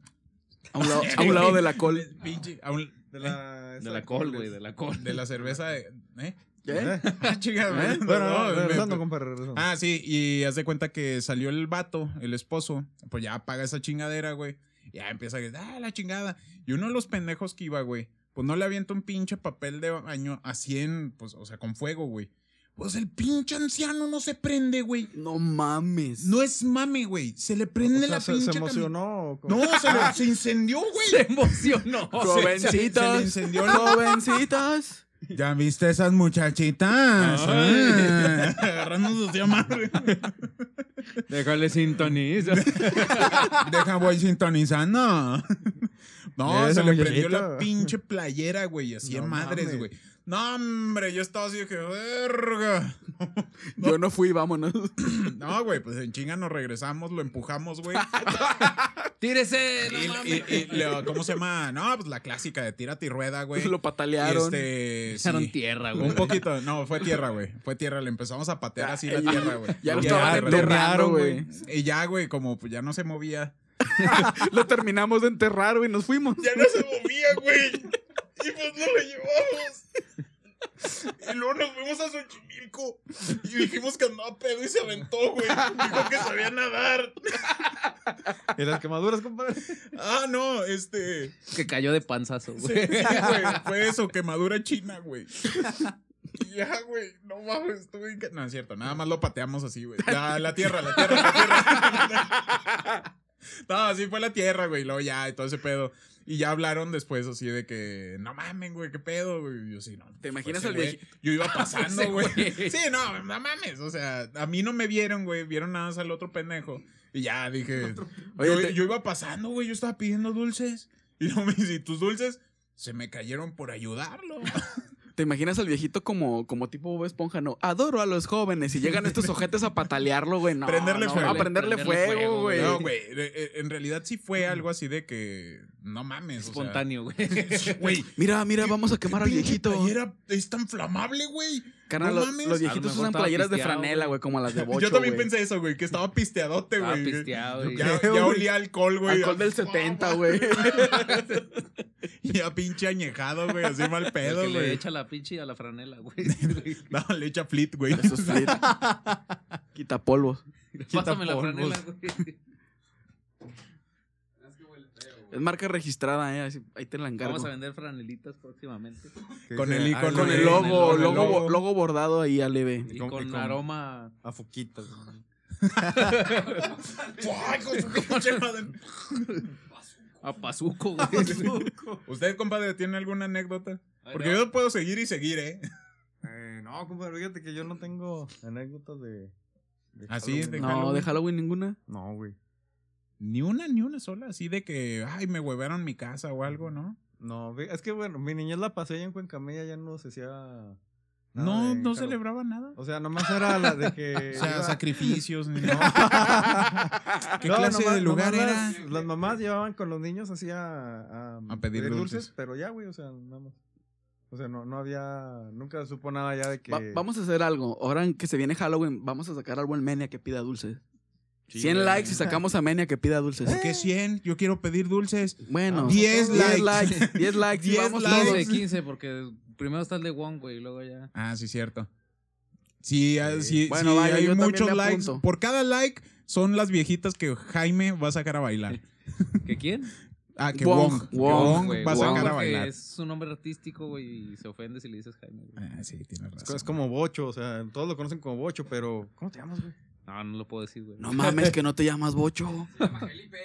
S7: A un lado, a un lado de la col. ¿eh?
S4: Pinche, a un-
S5: De la,
S6: De la col, güey, de la col.
S4: de la cerveza. de- ¿Eh?
S7: ¿Eh?
S4: Ah, chica,
S5: ¿Eh?
S4: no,
S5: Bueno,
S4: no,
S5: no,
S4: me-
S5: regresando, compadre, regresando.
S4: Ah, sí, y haz de cuenta que salió el vato, el esposo, pues ya apaga esa chingadera, güey. Ya empieza a gritar, ah, la chingada. Y uno de los pendejos que iba, güey, pues no le avienta un pinche papel de baño a 100, pues, o sea, con fuego, güey. Pues el pinche anciano no se prende, güey.
S7: No mames.
S4: No es mame, güey. Se le
S5: O
S4: prende
S5: sea,
S4: la
S5: se,
S4: pinche
S5: se
S4: cami-
S5: emocionó. o cómo?
S4: No, se, le- se incendió, güey.
S6: Se emocionó.
S4: Se le
S7: Jovencitas.
S4: incendió la-
S7: Jovencitas.
S4: ¿Ya viste esas muchachitas? Ah, Agarrando sus llamas.
S8: Déjale sintoniza.
S4: Deja, voy sintonizando. No,
S5: Esa
S4: se le prendió
S5: muchachita.
S4: la pinche playera, güey. Así
S5: No
S4: a madres,
S5: mames.
S4: güey. No, hombre, yo estaba así de que, verga.
S7: Yo no fui, vámonos.
S4: No, güey, pues en chinga nos regresamos, lo empujamos, güey.
S6: Tírese, no
S4: Y- y,
S6: mames.
S4: y le- ¿Cómo se llama? No, pues la clásica de tírate y rueda, güey.
S7: Lo
S4: Y
S7: patalearon.
S4: este, sí.
S6: Echaron tierra, güey.
S4: Un poquito, no, fue tierra, güey. Fue tierra, le empezamos a patear así la
S7: Ya-
S4: tierra, güey.
S7: Ya lo
S4: Y
S7: estaban
S4: agarré-
S7: enterrando,
S5: enterraron,
S7: güey.
S4: Y ya, güey, como pues, ya no se movía.
S7: Lo terminamos de enterrar, güey, nos fuimos.
S4: Ya no se movía, güey. Y pues no lo llevamos. Y luego nos fuimos a Xochimilco. Y dijimos que andaba pedo y se aventó, güey. Dijo que sabía nadar.
S5: ¿Y las quemaduras, compadre?
S4: Ah, no, este.
S6: Que cayó de panzazo,
S4: Sí,
S6: güey.
S4: sí, güey. Fue eso, quemadura china, güey. Y Ya, güey, no mames, estuve en ca- No, es cierto, nada más lo pateamos así, güey. Ya, la tierra, la tierra, la tierra. No, sí fue la tierra, güey, y luego ya, y todo ese pedo. Y ya hablaron después así de que, no mamen, güey, qué pedo, güey. Y Yo sí, no.
S7: ¿Te
S4: pues,
S7: imaginas
S4: ese
S7: al
S4: güey,
S7: viejito?
S4: Yo iba pasando,
S6: Ese
S4: güey.
S6: güey.
S4: Sí, no, no mames, o sea, a mí no me vieron, güey, vieron nada más al otro pendejo. Y ya dije,
S7: Oye,
S4: yo,
S7: te-
S4: yo iba pasando, güey, yo estaba pidiendo dulces. Y luego me dice, "¿Y tus dulces se me cayeron por ayudarlo.
S7: ¿Te imaginas al viejito como, como tipo Bob Esponja? No, adoro a los jóvenes y llegan estos ojetes a patalearlo, güey. No,
S4: Prenderle
S7: no,
S4: fuego.
S7: A prenderle,
S6: Prenderle
S7: fuego,
S6: fuego,
S7: güey.
S4: No, güey, re- eh, en realidad sí fue algo así de que, no mames. o sea,
S6: Espontáneo, güey.
S4: Güey,
S7: Mira, mira, vamos a quemar al
S4: pinche
S7: viejito.
S4: playera es tan flamable, güey.
S7: Carnal,
S4: No
S7: los,
S4: mames.
S7: los
S6: A lo
S7: viejitos
S6: mejor
S7: usan
S6: estaba
S7: playeras de
S6: pisteado,
S7: franela,
S6: güey.
S7: güey, como las de bocho,
S4: Yo también
S7: güey.
S4: pensé eso, güey, que estaba pisteadote,
S6: Estaba
S4: güey.
S6: pisteado, güey.
S4: Ya, ya olía alcohol, güey.
S7: Alcohol del 70, güey.
S4: Ya pinche añejado, güey, así mal
S6: El
S4: pedo,
S6: que le
S4: güey.
S6: echa la pinche a la franela, güey.
S4: No, le echa flit, güey.
S7: Eso es flit. Quita polvos.
S6: Pásame la
S5: polvos.
S6: franela, güey.
S7: Es marca registrada, eh. así- Ahí te la encargo.
S6: Vamos a vender franelitas próximamente.
S4: Con el
S5: icono.
S4: icono.
S7: Con el
S6: Con el
S7: logo,
S6: logo,
S7: logo,
S4: logo.
S7: logo bordado ahí al leve.
S6: Y
S5: con-
S6: con,
S5: y con-
S6: aroma.
S5: A foquitas.
S4: ¡Fua, hijo de su pinche madre!
S6: A pazuco, güey.
S4: ¿Usted, compadre, tiene alguna anécdota?
S6: Ay,
S4: Porque
S6: no.
S4: yo puedo seguir y seguir, ¿eh?
S5: Eh, no, compadre, fíjate que yo no tengo anécdotas de. de
S4: Así,
S5: Halloween.
S4: ¿Ah, de
S7: No,
S4: Halloween.
S7: de Halloween ninguna.
S5: No, güey.
S4: Ni una, ni una sola, así de que, ay, me huevearon mi casa o algo, ¿no?
S5: No, vi- es que bueno, mi niñez la pasé allá en Cuencamella, ya no se hacía. nada
S4: no,
S5: de
S4: no
S5: Halloween.
S4: celebraba nada.
S5: O sea, nomás era la de que.
S4: O sea,
S5: iba-
S4: sacrificios, ni ¿Qué
S5: No,
S4: clase
S5: nomás-
S4: de lugar
S5: nomás
S4: era?
S5: Las, las mamás llevaban con los niños así a,
S4: A pedir dulces.
S5: pero ya, güey, o sea, nada más. O sea, no, no había, nunca supo nada ya de que...
S7: Va- vamos a hacer algo. Ahora en que se viene Halloween, vamos a sacar al buen Menia que pida dulces. 100 likes y sacamos a Menia que pida dulces.
S4: ¿Por qué 100? Yo quiero pedir dulces.
S7: Bueno,
S4: 10 likes.
S7: 10 likes. 10 likes. y
S4: 10
S7: vamos
S4: likes.
S7: todos.
S6: 15, 15, porque primero está el de Wong, güey, y luego ya.
S4: Ah, sí, cierto. Sí, ah, sí,
S7: Bueno,
S4: sí,
S7: vaya, yo
S4: hay
S7: también
S4: muchos
S7: me
S4: likes.
S7: apunto.
S4: Por cada like son las viejitas que Jaime va a sacar a bailar.
S6: ¿Que quién?
S4: Ah, que
S7: Wong,
S4: Wong. que
S7: Wong,
S4: Wong
S6: güey,
S4: va a
S6: Wong,
S4: sacar a
S6: porque
S4: bailar.
S6: Es un nombre artístico, güey, y se ofende si le dices Jaime. güey.
S4: Ah, sí, tiene
S5: Es,
S4: razón.
S5: co- es como Bocho, o sea, todos lo conocen como Bocho, pero... ¿Cómo te llamas, güey?
S6: No, no lo puedo decir, güey.
S7: No mames, que no te llamas Bocho.
S9: Se llama Felipe.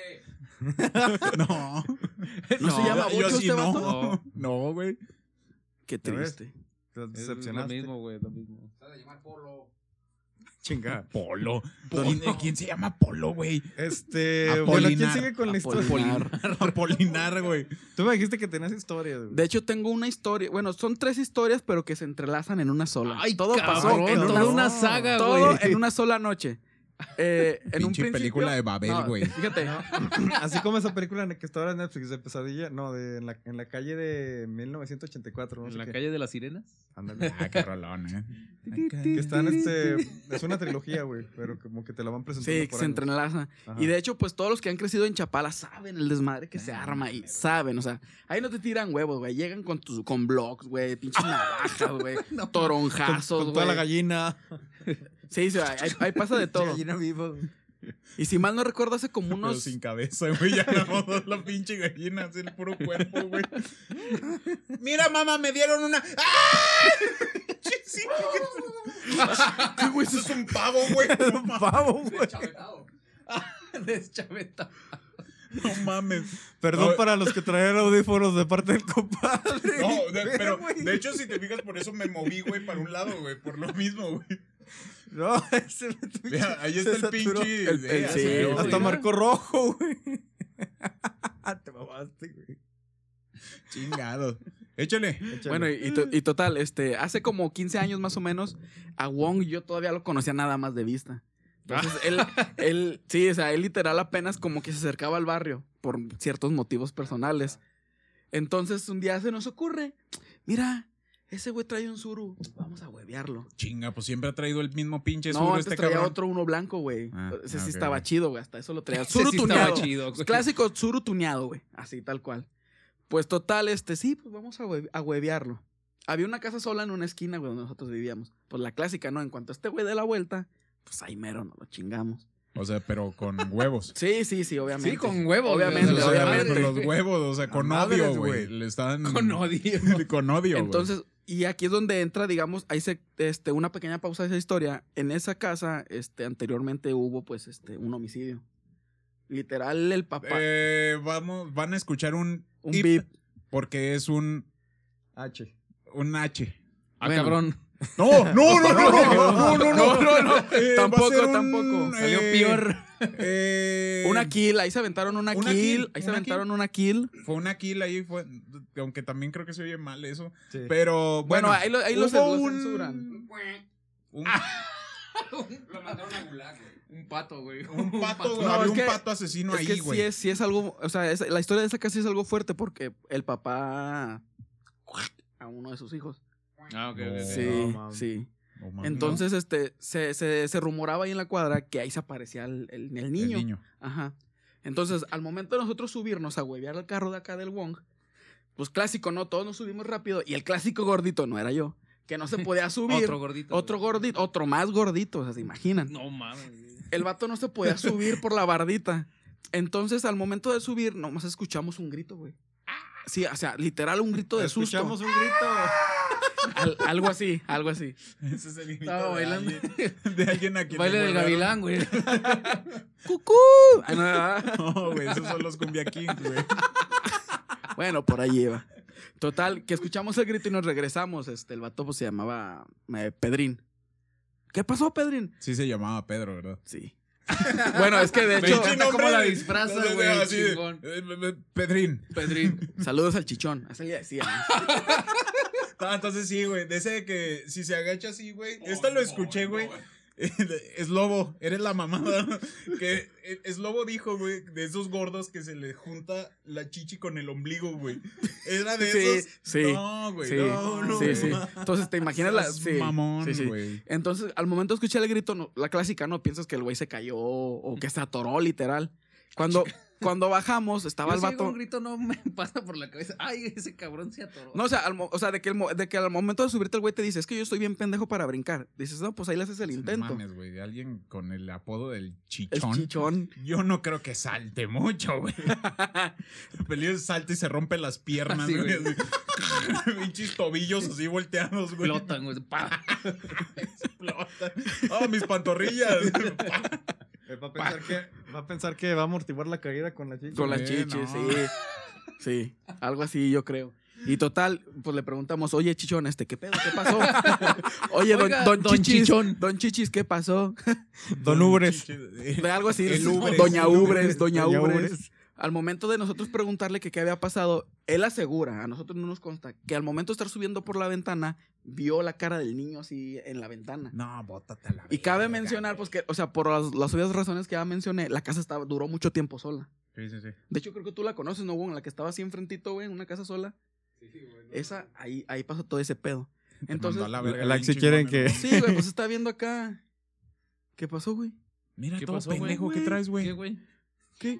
S4: No.
S7: ¿No se llama
S4: yo
S7: bocho
S4: así,
S7: este vato?
S4: no. No, güey.
S7: Qué
S5: ¿Ya ves?
S7: triste.
S5: Te
S8: Es lo
S5: decepcionaste.
S8: mismo, güey, lo mismo.
S9: Se ha de llamar Polo.
S5: Chinga.
S4: Polo. ¿Quién, eh, quién se llama Polo, güey?
S5: Este. Bueno, ¿quién
S4: Apolinar.
S5: sigue con la historia?
S7: Apolinar.
S4: Apolinar, güey.
S5: Tú me dijiste que tenías historias, güey.
S7: De hecho, tengo una historia. Bueno, son tres historias, pero que se entrelazan en una sola. todo pasó
S6: cabrón,
S7: en
S6: toda
S7: una,
S6: una saga,
S7: todo
S6: güey.
S7: en una sola noche. Eh, en un
S4: Pinche
S7: principio-
S4: película de Babel,
S7: No,
S4: güey.
S7: Fíjate,
S5: Así como esa película en la que está ahora en Netflix de pesadilla. No, de en la, en la calle de 1984. No sé
S8: ¿En la
S5: qué.
S8: calle de las sirenas?
S5: Ándale.
S4: Ah, qué rolón, eh.
S5: Que están este. Es una trilogía, güey. Pero como que te la van presentando.
S7: sí,
S5: por
S7: se
S5: años.
S7: entrelazan.
S5: Ajá.
S7: Y de hecho, pues todos los que han crecido en Chapala saben el desmadre que se
S5: Ah,
S7: arma y saben, o sea, ahí no te tiran huevos, güey. Llegan con tus con blogs, güey, pinches navajas, güey,
S5: Con-
S7: toronjazos,
S5: con toda la
S7: güey.
S5: gallina.
S7: Sí, sí, ahí, ahí pasa de todo.
S5: viva.
S7: Y si mal no recuerdo, hace como
S4: Pero
S7: unos
S4: sin cabeza, güey. Ya la rodó la pinche gallina, así el puro cuerpo, güey. Mira, mamá, me dieron una. ¡Ah! Sí, sí,
S7: ¿Qué, güey?
S4: Eso es un pavo, güey. No mames.
S9: Chavetado.
S6: Deschaveta.
S4: No mames.
S5: Perdón
S4: Ay.
S5: para los que trajeron audífonos de parte del compadre.
S4: No, de- pero de hecho, si te fijas, por eso me moví, güey, para un lado, güey. Por lo mismo, güey.
S5: No, ese
S4: Vea, ahí
S5: Se
S4: está el
S5: saturó.
S4: pinche.
S7: El- el-
S4: eh,
S7: sí,
S4: se vio,
S7: hasta
S4: güey.
S5: Hasta marcó rojo, güey. Te mamaste, güey.
S4: Chingado. Échale.
S7: Bueno, y, y to- y total, este, hace como 15 años más o menos, a Wong yo todavía lo conocía nada más de vista.
S4: Ah.
S7: Entonces, él, él, sí, o sea, él literal apenas como que se acercaba al barrio por ciertos motivos personales. Entonces, un día se nos ocurre, mira, ese güey trae un suru, vamos a huevearlo.
S4: Chinga, pues siempre ha traído el mismo pinche
S7: no,
S4: suru
S7: antes
S4: este
S7: traía
S4: cabrón.
S7: otro uno blanco, güey.
S4: Ah,
S7: ese
S4: ah,
S7: sí
S4: ok,
S7: estaba
S4: ok.
S7: chido, güey, hasta eso lo traía.
S6: Ese
S7: Suru
S6: sí estaba
S7: tuneado.
S6: chido, güey.
S7: Clásico suru tuneado, güey. Así, tal cual. Pues total, este, sí, pues vamos a, hue- a huevearlo. Había una casa sola en una esquina, güey, donde nosotros vivíamos. Pues la clásica, ¿no? En cuanto este güey dé la vuelta, pues ahí mero nos lo chingamos.
S4: O sea, pero con huevos.
S7: Sí, sí, sí, obviamente.
S6: Sí, con huevos. güey.
S7: Obviamente,
S4: O
S6: O
S4: sea,
S6: sea,
S4: con
S7: obviamente.
S4: los huevos, o sea, con
S5: Madres,
S4: odio, güey.
S5: güey.
S4: Le están.
S6: Con odio.
S4: con odio, güey.
S7: Entonces, y aquí es donde entra, digamos, ahí se, este, una pequeña pausa de esa historia. En esa casa, este, anteriormente hubo, pues, este, un homicidio. Literal, el papá.
S4: Eh, vamos, van a escuchar un,
S7: un
S4: ip,
S7: bip.
S4: porque es un,
S5: H.
S4: un H.
S6: Ah,
S7: Bueno.
S6: cabrón.
S4: No, no, no, no, no, no, no, no,
S7: No, no, no.
S4: Eh, va a
S7: Tampoco,
S4: ser un,
S7: tampoco.
S6: Salió
S4: eh,
S6: peor.
S4: eh,
S7: Una kill, ahí se aventaron una,
S4: una
S7: kill,
S4: kill,
S7: ahí se
S4: una
S7: aventaron una kill.
S4: Fue una kill ahí, fue, aunque también creo que se oye mal eso.
S5: Sí.
S4: Pero bueno,
S7: Bueno, ahí lo- ahí lo
S4: hubo
S7: cen- lo
S4: un-
S7: censuran.
S4: Un,
S9: Lo mandaron a Gulag, güey.
S6: Un pato, güey.
S4: un pato,
S7: No,
S4: había
S7: es
S4: un
S7: que-
S4: pato asesino
S7: es que
S4: ahí, güey.
S7: sí es, sí es algo, o sea, es- la historia de esa casa sí es algo fuerte porque el papá a uno de sus hijos.
S8: Ah, ok, ok, ok.
S7: Sí,
S5: No, mames.
S7: sí.
S4: No mames.
S7: Entonces, este, se, se, se rumoraba ahí en la cuadra que ahí se aparecía el, el- el
S4: El
S7: niño. Ajá. Entonces, al momento de nosotros subirnos a huevear al carro de acá del Wong, pues clásico, ¿no? Todos nos subimos rápido y el clásico gordito no era yo, que no se podía subir.
S6: Otro gordito.
S7: Otro
S6: güey.
S7: gordito, otro más gordito, o sea, se imaginan.
S6: No mames. güey.
S7: El vato no se podía subir por la bardita. Entonces, al momento de subir, nomás escuchamos un grito, güey. Sí, o sea, literal un grito de susto.
S5: Escuchamos un grito.
S7: Al- algo así, algo así.
S4: Ese es el grito
S6: Estaba
S4: de
S6: bailando.
S4: alguien- De alguien a quien
S6: Baile
S4: le
S6: del
S4: guardaron-
S6: gavilán, güey.
S7: ¡Cucú! Ah, no, ah.
S4: No, güey, esos son los cumbia kings, güey.
S7: Bueno, por ahí iba. Total, que escuchamos el grito y nos regresamos. Este, el vato pues, se llamaba eh, Pedrín. ¿Qué pasó, Pedrín?
S4: Sí se llamaba Pedro, ¿verdad?
S7: Sí. Bueno, es que de
S6: Me
S7: hecho.
S6: encanta
S4: nombre
S6: cómo la
S4: de-
S6: disfraza,
S4: no, no, no,
S6: güey,
S4: así de,
S6: chingón.
S4: eh, me- me- Pedrín.
S6: Pedrín.
S7: Saludos al chichón. Así le decía.
S4: Ah, entonces sí, güey. De ese de que si se agacha así, güey. Esto lo escuché, güey. Es lobo, eres la mamada. Que es lobo dijo, güey, de esos gordos que se le junta la chichi con el ombligo, güey. Era de
S7: Sí,
S4: esos.
S7: sí,
S4: No, güey.
S7: Sí,
S4: no, no,
S7: sí, sí.
S4: no.
S7: Entonces, ¿te imaginas la.
S4: Seas
S7: Sí,
S4: mamón,
S7: sí, sí.
S4: güey.
S7: Entonces, al momento de escuchar el grito, no, la clásica, ¿no? Piensas que el güey se cayó o que se atoró, literal. Cuando, cuando bajamos, estaba
S6: Yo
S7: el
S6: sí oigo
S7: vato.
S6: un grito no me pasa por la cabeza. Ay, ese cabrón se atoró.
S7: No, o sea, al mo- o sea, de, que el mo- de que al momento de subirte el güey te dice, es que yo estoy bien pendejo para brincar. Dices, no, pues ahí le haces el
S4: No
S7: intento.
S4: mames, güey. Alguien con el apodo del
S7: el
S4: chichón.
S7: chichón.
S4: Yo no creo que salte mucho, güey. El peligro salta y se rompe las piernas,
S6: Así,
S4: güey.
S6: güey.
S4: así. Pinches tobillos así volteados, güey.
S6: Explotan, güey. Pa.
S4: Oh, Explota. Ah, mis pantorrillas.
S5: Eh, va, a pensar que, va a pensar que va a amortiguar la caída con la chicha.
S7: Con las
S4: Sí,
S7: chiches,
S4: no.
S7: sí. Sí, algo así yo creo. Y total, pues le preguntamos, oye, Chichón, este, ¿qué pedo? ¿Qué pasó? Oye, don,
S6: Oiga,
S7: don
S6: don
S7: Chichis,
S6: Chichón.
S7: Don Chichis, ¿qué pasó?
S5: Don Ubres.
S7: De algo así.
S4: El Ubres.
S7: Doña
S4: El
S7: Ubres,
S4: Ubres,
S7: Doña,
S5: Doña
S7: Ubres.
S5: Ubres.
S7: Al momento de nosotros preguntarle que qué había pasado, él asegura, a nosotros no nos consta, que al momento de estar subiendo por la ventana, vio la cara del niño así en la ventana.
S4: No, bótate a la
S7: Y cabe
S4: verga.
S7: mencionar, pues que, o sea, por las, las obvias razones que ya mencioné, la casa estaba, duró mucho tiempo sola.
S4: Sí, sí, sí.
S7: De hecho, creo que tú la conoces, ¿no, güey? La que estaba así enfrentito, güey, en una casa sola. Esa, ahí, ahí pasó todo ese pedo.
S4: Te
S7: Entonces,
S4: mandó a la verga
S5: like
S4: bien
S5: si quieren
S4: chingón,
S5: que-
S4: ¿no?
S7: sí, güey, pues está viendo acá. ¿Qué pasó, güey?
S4: Mira
S6: ¿Qué
S4: todo
S6: pasó, güey?
S4: pendejo que traes,
S6: ¿Qué,
S4: güey.
S6: güey?
S7: ¿Qué?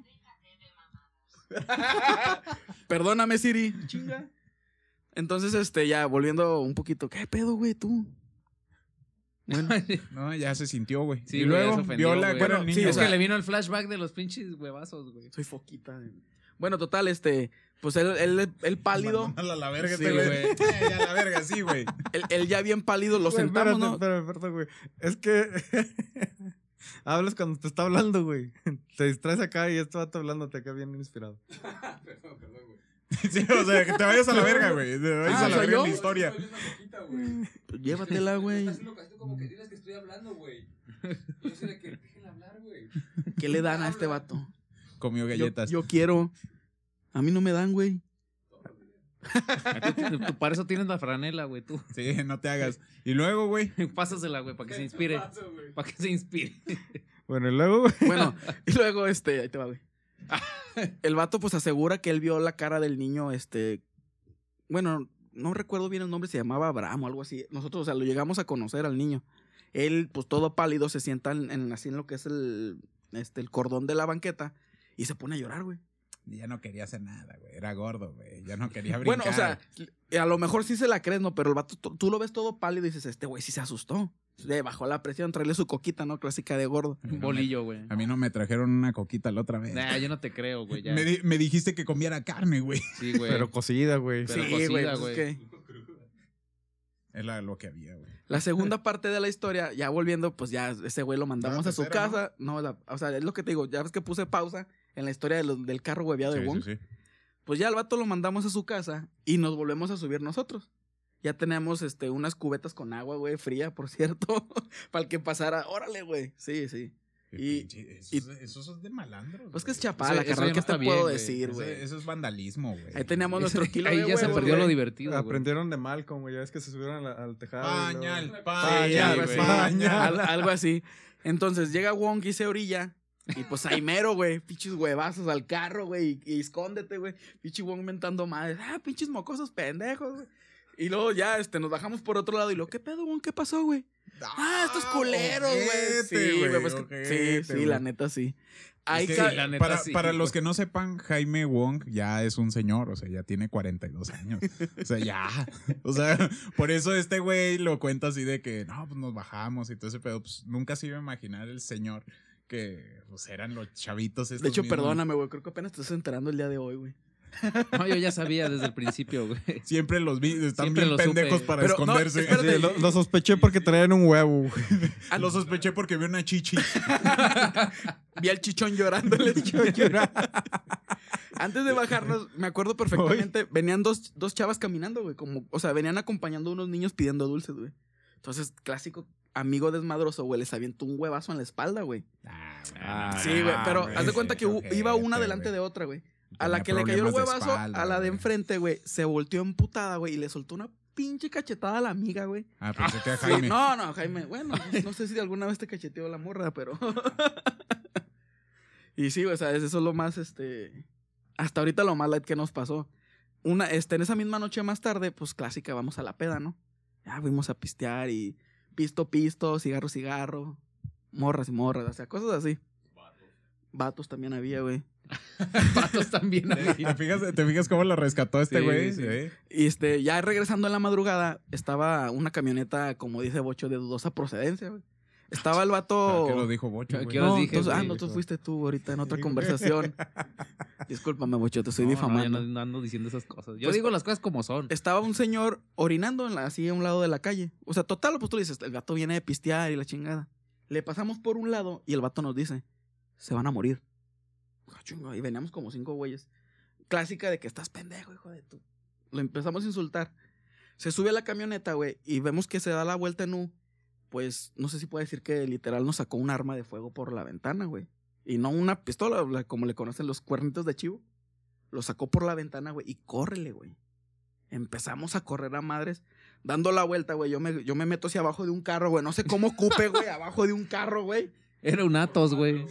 S7: Perdóname, Siri. Chinga. Entonces, este, ya, volviendo un poquito. ¿Qué pedo, güey, tú?
S4: No, ya se sintió, güey.
S6: Sí,
S4: y
S6: güey, ya
S4: luego
S6: se ofendió,
S4: vio la
S6: güey.
S4: cara
S7: Bueno,
S4: del
S7: sí,
S4: niño.
S7: o
S6: Es
S7: sea-
S6: que le vino el flashback de los pinches huevazos, güey.
S7: Soy foquita. güey. Bueno, total, este, pues él, él, él pálido,
S4: Mándalo a la verga,
S7: Sí,
S4: este güey.
S6: güey.
S4: Eh, ya a la verga, sí, güey.
S7: él, él ya bien pálido, lo
S5: Güey,
S7: sentamos,
S5: espérate,
S7: ¿no?
S5: espérate, espérate, güey. Es que hablas cuando te está hablando, güey. Te distraes acá y esto va hablándote acá bien inspirado.
S9: Perdón, perdón, güey.
S4: Sí, o sea, que te vayas a la verga, güey. Te vayas
S7: Ah,
S4: a la
S7: ¿soy
S4: verga
S7: yo?
S4: en la historia.
S9: Soy una loquita, güey.
S7: Pues Llévatela, güey.
S9: Estás haciendo casi como que diles que estoy hablando, güey. Y yo sé de que déjenla hablar, güey.
S7: ¿Qué le dan a este vato?
S4: Comió
S7: Yo-
S4: galletas.
S7: Yo, quiero. A mí no me dan, güey.
S6: Tú- tú- tú para eso tienes la franela, güey, tú.
S4: Sí, no te hagas. Y luego, güey.
S6: Pásasela, güey, para que se inspire.
S9: Paso, güey.
S6: Para que se inspire.
S5: Bueno, y luego, güey.
S7: Bueno, y luego, este, ahí te va, güey. El vato, pues, asegura que él vio la cara del niño, este. Bueno, no recuerdo bien el nombre, se llamaba Abraham o algo así. Nosotros, o sea, lo llegamos a conocer al niño. Él, pues, todo pálido, se sienta en, en- así en lo que es el, este, el cordón de la banqueta y se pone a llorar, güey.
S4: Ya no quería hacer nada, güey. Era gordo, güey. Ya no quería brincar.
S7: Bueno, o sea, a lo mejor sí se la crees, ¿no? Pero el vato, tú tú lo ves todo pálido y dices, este güey sí se asustó. Le bajó la presión, traerle su coquita, ¿no? Clásica de gordo.
S4: A mí no me-
S6: Bolillo, güey.
S4: A mí no me trajeron una coquita la otra vez.
S6: Nah, yo no te creo, güey. ya.
S4: me, di- me dijiste que comiera carne, güey.
S6: Sí, güey.
S5: Pero cocida, güey.
S6: Pero
S7: sí,
S6: cocida,
S7: güey. pues,
S6: güey.
S7: es que-
S4: Es la- lo que había, güey.
S7: La segunda parte de la historia, ya volviendo, pues ya ese güey lo mandamos
S4: la
S7: a su
S4: tercera,
S7: casa. No, la- o sea, es lo que te digo, ya ves que puse pausa en la historia de los- del carro hueveado de Wong.
S4: sí.
S7: Pues ya al vato lo mandamos a su casa y nos volvemos a subir nosotros. Ya tenemos este, unas cubetas con agua, güey, fría, por cierto, para el que pasara. Órale, güey. Sí, sí. Y-
S4: Y,
S7: y-
S4: eso, eso es de malandro.
S7: Pues que es
S6: Eso-
S7: chapala,
S6: eso
S7: carnal,
S6: ya no
S7: ¿qué
S6: está
S7: te
S6: bien,
S7: puedo
S6: güey.
S7: decir,
S4: Eso,
S7: güey?
S4: eso es vandalismo, güey.
S7: Ahí teníamos nuestro kilo
S6: Ahí
S7: de
S6: ya se
S7: huevos,
S6: perdió
S7: güey.
S6: lo divertido, güey.
S5: Aprendieron de mal, güey. Ya es que se subieron a la- al tejado.
S4: Ah,
S5: y luego-
S4: Pañal,
S7: Sí,
S4: pañal,
S7: algo
S6: güey.
S7: así.
S4: pañal.
S7: Al- algo así. Entonces llega Wong y se orilla. Y pues ahí mero, güey. Pinches huevazos al carro, güey. Y, y escóndete, güey. Pinche Wong mentando madres. Ah, pinches mocosos pendejos, güey. Y luego ya este, nos bajamos por otro lado y lo, ¿qué pedo, Wong? ¿Qué pasó, güey? Ah, estos culeros, güey.
S4: ojete,
S7: Sí, güey. pues que-
S4: ojete,
S7: sí, sí,
S4: güey.
S7: la neta, sí. Ahí
S4: Es que
S7: ca-
S6: sí, la neta
S4: para,
S6: sí,
S4: para
S6: güey.
S4: los que no sepan, Jaime Wong ya es un señor, o sea, ya tiene 42 años. O sea, ya. O sea, por eso este güey lo cuenta así de que, no, pues nos bajamos y todo ese pedo. Pues nunca se iba a imaginar el señor que pues, eran los chavitos estos
S7: De hecho,
S4: mismos.
S7: perdóname, güey. Creo que apenas te estás enterando el día de hoy, güey.
S6: No, yo ya sabía desde el principio, güey.
S4: Siempre los vi, están
S6: Siempre
S4: bien
S6: lo supe,
S4: pendejos
S6: güey.
S4: para
S7: Pero, no,
S4: esconderse.
S7: espérate.
S5: Sí, lo, lo sospeché porque traían un huevo, güey.
S7: Ah,
S4: Lo sospeché porque vi una chichi.
S7: Vi al chichón llorando. Antes de bajarnos, me acuerdo perfectamente, venían dos, dos chavas caminando, güey. Como, o sea, venían acompañando a unos niños pidiendo dulces, güey. Entonces, clásico amigo desmadroso, güey, les avientó un huevazo en la espalda, güey. Ah,
S4: Ah,
S7: sí, güey, pero haz de cuenta que hu- iba una delante de otra, güey. A la que le cayó el huevazo, a la de enfrente, güey, se volteó emputada, güey, y le soltó una pinche cachetada a la amiga, güey.
S4: Ah, pensé que a
S7: Sí,
S4: Jaime.
S7: no, no, Jaime. Bueno, pues, no sé si alguna vez te cacheteó la morra, pero. y sí, o sea, eso es lo más, este. Hasta ahorita lo más light que nos pasó. Una, este, en esa misma noche más tarde, pues clásica, vamos a la peda, ¿no? Ya fuimos a pistear y pisto, pisto, cigarro, cigarro, morras y morras, o sea, cosas así. Vatos también había, güey.
S6: Patos también. ahí.
S4: ¿Te fijas, ¿Te fijas cómo lo rescató este
S6: Sí,
S4: güey?
S6: sí.
S4: Sí.
S7: Y este, ya regresando en la madrugada, estaba una camioneta, como dice Bocho, de dudosa procedencia, güey. Estaba el vato.
S4: ¿Qué Ah, lo dijo Bocho?
S6: ¿A
S4: güey?
S6: qué horas
S7: Oh. No,
S6: dije,
S7: entonces- ah,
S6: güey?
S7: no, tú fuiste tú ahorita en otra
S5: Sí, güey.
S7: conversación. Discúlpame, bocho, te estoy
S6: No, no, yo
S7: difamando.
S6: No, no ando diciendo esas cosas. Yo
S7: Pues-
S6: digo las cosas como son.
S7: Estaba un señor orinando en la- así a un lado de la calle. O sea, total, pues tú le dices, el gato viene de pistear y la chingada. Le pasamos por un lado y el vato nos dice, se van a morir. Ah, chinga, y veníamos como cinco güeyes. Clásica de que estás pendejo, hijo de tu. Lo empezamos a insultar. Se sube a la camioneta, güey, y vemos que se da la vuelta en U. Pues no sé si puedo decir que literal nos sacó un arma de fuego por la ventana, güey. Y no una pistola, la- como le conocen los cuernitos de chivo. Lo sacó por la ventana, güey, y córrele, güey. Empezamos a correr a madres, dando la vuelta, güey. Yo me, yo me meto hacia abajo de un carro, güey. No sé cómo cupe, güey, abajo de un carro, güey.
S6: Era un Atos, güey.